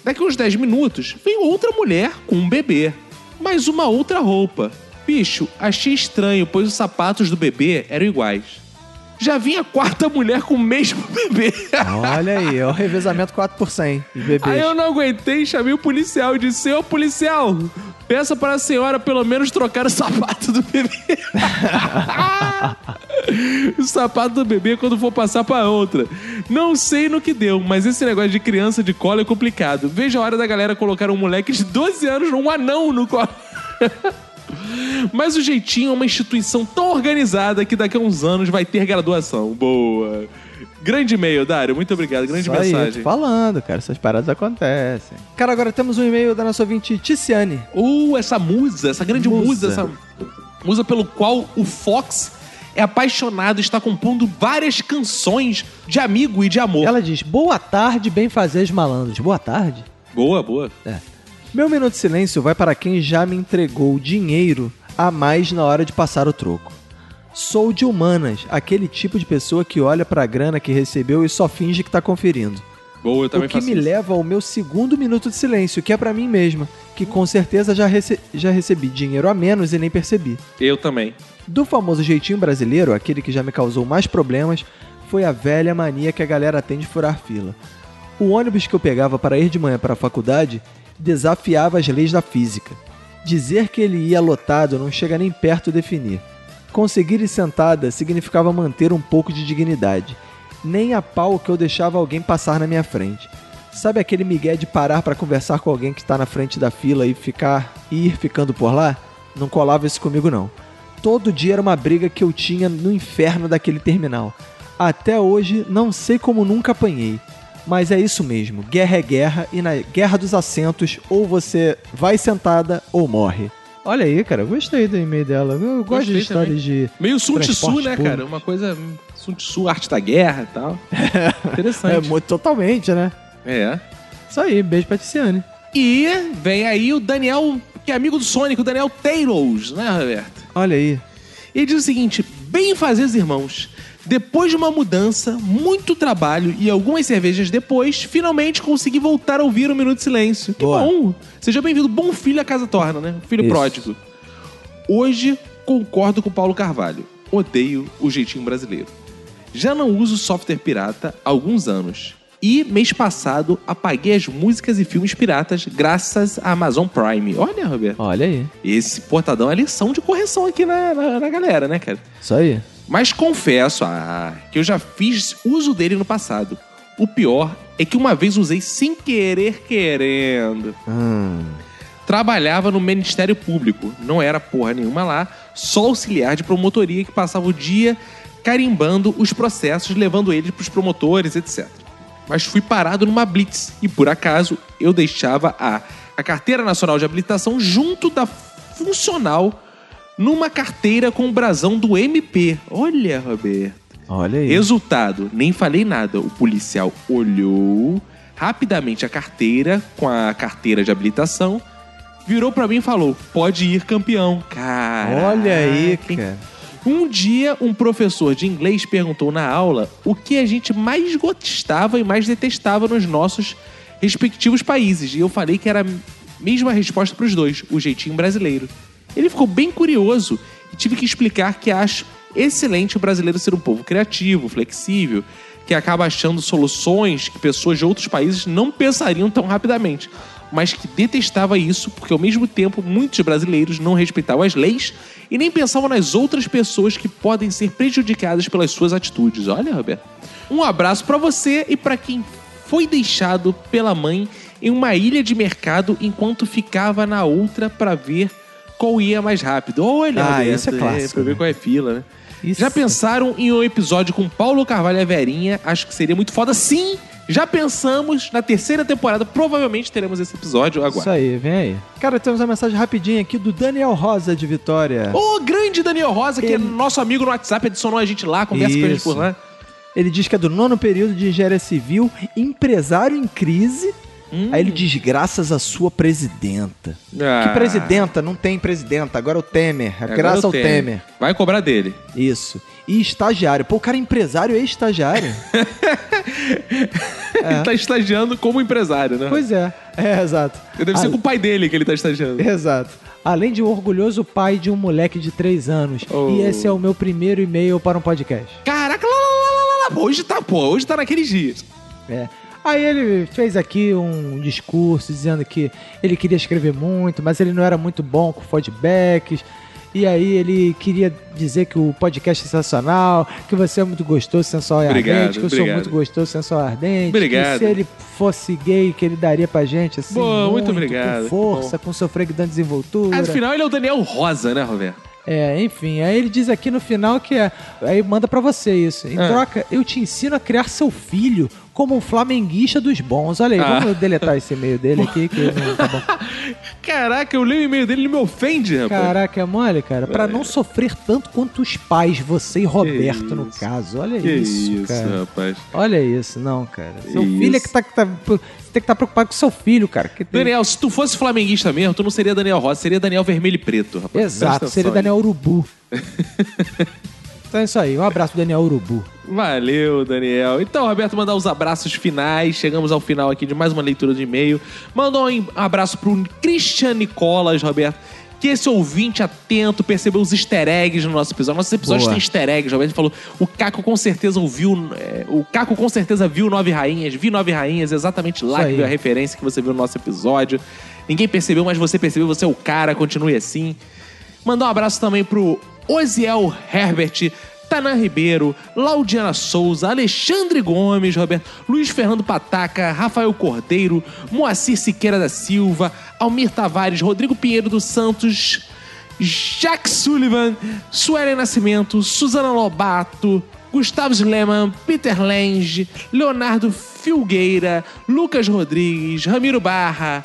Speaker 1: Daqui uns 10 minutos, vem outra mulher com um bebê, mas uma outra roupa. Bicho, achei estranho, pois os sapatos do bebê eram iguais. Já vinha a quarta mulher com o mesmo bebê.
Speaker 2: Olha aí, ó, revezamento 4 por 100 de bebês.
Speaker 1: Aí eu não aguentei, chamei o policial e disse: Senhor policial, peça para a senhora pelo menos trocar o sapato do bebê. o sapato do bebê quando for passar pra outra. Não sei no que deu, mas esse negócio de criança de cola é complicado. Veja a hora da galera colocar um moleque de 12 anos num anão no colo. Mas o Jeitinho é uma instituição tão organizada que daqui a uns anos vai ter graduação. Boa. Grande e-mail, Dário. Muito obrigado. Grande
Speaker 2: Isso aí, eu
Speaker 1: mensagem.
Speaker 2: tô falando, cara. Essas paradas acontecem.
Speaker 11: Cara, agora temos um e-mail da nossa ouvinte Ticiane.
Speaker 1: Uh, essa musa, essa grande musa, essa musa pelo qual o Fox é apaixonado e está compondo várias canções de amigo e de amor.
Speaker 2: Ela diz: Boa tarde, bem fazer malandros. Boa tarde. É.
Speaker 1: Boa, boa.
Speaker 2: Meu minuto de silêncio vai para quem já me entregou dinheiro a mais na hora de passar o troco. Sou de humanas, aquele tipo de pessoa que olha pra grana que recebeu e só finge que tá conferindo.
Speaker 1: Boa, eu também
Speaker 2: o que
Speaker 1: faço
Speaker 2: me
Speaker 1: isso.
Speaker 2: leva ao meu segundo minuto de silêncio, que é pra mim mesma, que com certeza já, rece- já recebi dinheiro a menos e nem percebi.
Speaker 1: Eu também.
Speaker 2: Do famoso jeitinho brasileiro, aquele que já me causou mais problemas, foi a velha mania que a galera tem de furar fila. O ônibus que eu pegava para ir de manhã para a faculdade desafiava as leis da física. Dizer que ele ia lotado não chega nem perto de definir. Conseguir ir sentada significava manter um pouco de dignidade. Nem a pau que eu deixava alguém passar na minha frente. Sabe aquele migué de parar para conversar com alguém que está na frente da fila e ficar e ir ficando por lá? Não colava isso comigo não. Todo dia era uma briga que eu tinha no inferno daquele terminal. Até hoje, não sei como nunca apanhei. Mas é isso mesmo, guerra é guerra, e na guerra dos assentos, ou você vai sentada ou morre. Olha aí, cara, eu gostei do e-mail dela. Eu gosto
Speaker 1: Gostei
Speaker 2: de histórias
Speaker 1: também.
Speaker 2: de.
Speaker 1: Meio Sun Tzu,
Speaker 2: transporte
Speaker 1: né,
Speaker 2: público.
Speaker 1: cara? Uma coisa. hum, Sun Tzu, arte da guerra e tal. Interessante.
Speaker 2: É, mu- totalmente, né?
Speaker 1: É.
Speaker 2: Isso aí, beijo pra Tiziane.
Speaker 1: E vem aí o Daniel, que é amigo do Sonic, o Daniel Taylors, né, Roberto?
Speaker 2: Olha aí.
Speaker 1: Ele diz o seguinte: bem fazer os irmãos. Depois de uma mudança, muito trabalho e algumas cervejas depois, finalmente consegui voltar a ouvir o Minuto de Silêncio. Que bom! Seja bem-vindo, bom filho à casa torna, né? Filho
Speaker 2: Isso.
Speaker 1: pródigo. Hoje concordo com o Paulo Carvalho. Odeio o jeitinho brasileiro. Já não uso software pirata há alguns anos. E mês passado apaguei as músicas e filmes piratas graças à Amazon Prime. Olha, Roberto.
Speaker 2: Olha aí.
Speaker 1: Esse portadão é lição de correção aqui na, na- na galera, né, cara?
Speaker 2: Isso aí.
Speaker 1: Mas confesso ah, que eu já fiz uso dele no passado. O pior é que uma vez usei sem querer querendo.
Speaker 2: Hum.
Speaker 1: Trabalhava no Ministério Público, não era porra nenhuma lá, só auxiliar de promotoria que passava o dia carimbando os processos, levando eles pros promotores, etc. Mas fui parado numa blitz e por acaso eu deixava a, a carteira nacional de habilitação junto da funcional numa carteira com o brasão do MP. Olha, Roberto.
Speaker 2: Olha aí.
Speaker 1: Resultado, nem falei nada. O policial olhou rapidamente a carteira com a carteira de habilitação, virou pra mim e falou: "Pode ir, campeão". Cara.
Speaker 2: Olha aí, cara.
Speaker 1: Um dia, um professor de inglês perguntou na aula o que a gente mais gostava e mais detestava nos nossos respectivos países. E eu falei que era a mesma resposta para os dois, o jeitinho brasileiro. Ele ficou bem curioso e tive que explicar que acho excelente o brasileiro ser um povo criativo, flexível, que acaba achando soluções que pessoas de outros países não pensariam tão rapidamente. Mas que detestava isso porque, ao mesmo tempo, muitos brasileiros não respeitavam as leis e nem pensavam nas outras pessoas que podem ser prejudicadas pelas suas atitudes. Olha, Roberto. Um abraço pra você e pra quem foi deixado pela mãe em uma ilha de mercado enquanto ficava na outra pra ver qual ia mais rápido. Olha,
Speaker 2: Ah,
Speaker 1: Roberto,
Speaker 2: isso é clássico,
Speaker 1: pra ver
Speaker 2: né? é
Speaker 1: qual é a fila, né? Já pensaram em um episódio com Paulo Carvalho e a Verinha? Acho que seria muito foda. Sim, já pensamos. Na terceira temporada, provavelmente teremos esse episódio.
Speaker 2: Isso
Speaker 1: Aguarde.
Speaker 2: aí, vem aí. Cara, temos uma mensagem rapidinha aqui do Daniel Rosa de Vitória.
Speaker 1: Ô, grande Daniel Rosa, que é nosso amigo no WhatsApp, adicionou a gente lá, conversa com a gente
Speaker 2: Isso.
Speaker 1: por lá.
Speaker 2: Ele diz que é do nono período de engenharia civil, empresário em crise. Aí ele diz, graças à sua presidenta.
Speaker 1: Ah.
Speaker 2: Que presidenta? Não tem presidenta, agora é o Temer. É
Speaker 1: Agora
Speaker 2: graças
Speaker 1: eu
Speaker 2: ao
Speaker 1: tenho.
Speaker 2: Temer.
Speaker 1: Vai cobrar dele.
Speaker 2: Isso. E estagiário. Pô, o cara é empresário e estagiário.
Speaker 1: Ele tá estagiando como empresário, né?
Speaker 2: É. pois é. É, exato.
Speaker 1: Deve ser
Speaker 2: Ah,
Speaker 1: com o pai dele que ele tá estagiando.
Speaker 2: Exato. Além de um orgulhoso pai de um moleque de 3 anos. E esse é o meu primeiro e-mail para um podcast.
Speaker 1: Oh. Caraca, lá, lá, lá, lá, lá. Hoje tá, pô. Hoje tá naqueles dias.
Speaker 2: É. Aí ele fez aqui um discurso dizendo que ele queria escrever muito, mas ele não era muito bom com feedbacks.
Speaker 9: E aí ele queria dizer que o podcast é sensacional, que você é muito gostoso, sensual e
Speaker 1: Obrigado,
Speaker 9: ardente, que eu sou
Speaker 1: obrigado.
Speaker 9: muito gostoso, sensual e ardente. Que
Speaker 1: Obrigado.
Speaker 9: se ele fosse gay, que ele daria pra gente, assim,
Speaker 1: Boa, muito
Speaker 9: com
Speaker 1: obrigado.
Speaker 9: força, com sofreguidão desenvoltura.
Speaker 1: Afinal, ele é o Daniel Rosa, né, Roberto?
Speaker 9: É, enfim, aí ele diz aqui no final que é. Aí manda pra você isso. Em
Speaker 1: Ah.
Speaker 9: troca, eu te ensino a criar seu filho como um flamenguista dos bons. Olha aí,
Speaker 1: Ah.
Speaker 9: vamos deletar esse e-mail dele aqui, que não tá bom.
Speaker 1: Caraca, eu leio o e-mail dele e ele me ofende, rapaz.
Speaker 9: Caraca, é mole, cara. Pra não sofrer tanto quanto os pais, você e Roberto, no caso. Olha
Speaker 1: Que
Speaker 9: isso,
Speaker 1: isso,
Speaker 9: cara.
Speaker 1: rapaz.
Speaker 9: Olha isso, não, cara. Seu
Speaker 1: Que
Speaker 9: filho é
Speaker 1: isso.
Speaker 9: que tá, que tá- Você tem que estar preocupado com seu filho, cara. que tem-
Speaker 1: Daniel, se tu fosse flamenguista mesmo, tu não seria Daniel Rosa, seria Daniel Vermelho e Preto, rapaz.
Speaker 9: Exato,
Speaker 1: Presta
Speaker 9: seria
Speaker 1: atenção
Speaker 9: Daniel Urubu. então é isso aí. Um abraço, Daniel Urubu.
Speaker 1: aí. Valeu, Daniel. Então, Roberto, mandar os abraços finais. Chegamos ao final aqui de mais uma leitura de e-mail. Mandar um em- abraço pro Christian Nicolas, Roberto. Que esse ouvinte atento percebeu os easter eggs no nosso episódio. Nossos episódios
Speaker 9: Boa.
Speaker 1: têm easter eggs, Roberto. Ele falou: o Caco com certeza ouviu. é, o Caco com certeza viu Nove Rainhas, vi Nove Rainhas, exatamente lá
Speaker 9: Isso
Speaker 1: que
Speaker 9: aí.
Speaker 1: veio a referência que você viu no nosso episódio. Ninguém percebeu, mas você percebeu, você é o cara, continue assim. Mandar um abraço também pro Oziel Herbert, Tanan Ribeiro, Laudiana Souza, Alexandre Gomes, Roberto, Luiz Fernando Pataca, Rafael Cordeiro, Moacir Siqueira da Silva, Almir Tavares, Rodrigo Pinheiro dos Santos, Jack Sullivan, Suelen Nascimento, Suzana Lobato, Gustavo Sleman, Peter Lange, Leonardo Filgueira, Lucas Rodrigues, Ramiro Barra,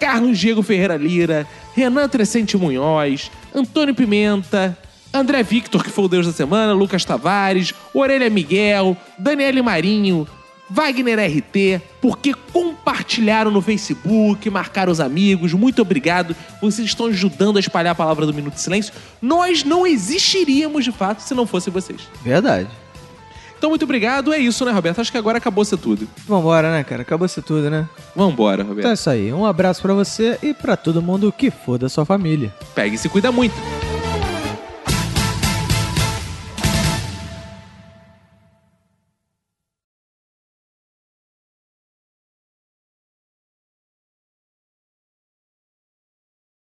Speaker 1: Carlos Diego Ferreira Lira, Renan Trescente Munhoz, Antônio Pimenta, André Victor, que foi o Deus da Semana, Lucas Tavares, Orelha Miguel, Daniele Marinho, Wagner RT, porque compartilharam no Facebook, marcaram os amigos, muito obrigado. Vocês estão ajudando a espalhar a palavra do Minuto de Silêncio. Nós não existiríamos, de fato, se não fossem vocês.
Speaker 9: Verdade.
Speaker 1: Então, muito obrigado. É isso, né, Roberto? Acho que agora acabou ser tudo.
Speaker 9: Vambora, né, cara? Acabou isso tudo, né?
Speaker 1: Vambora, Roberto.
Speaker 9: Então é isso aí. Um abraço pra você e pra todo mundo que for da sua família.
Speaker 1: Pega e se cuida muito.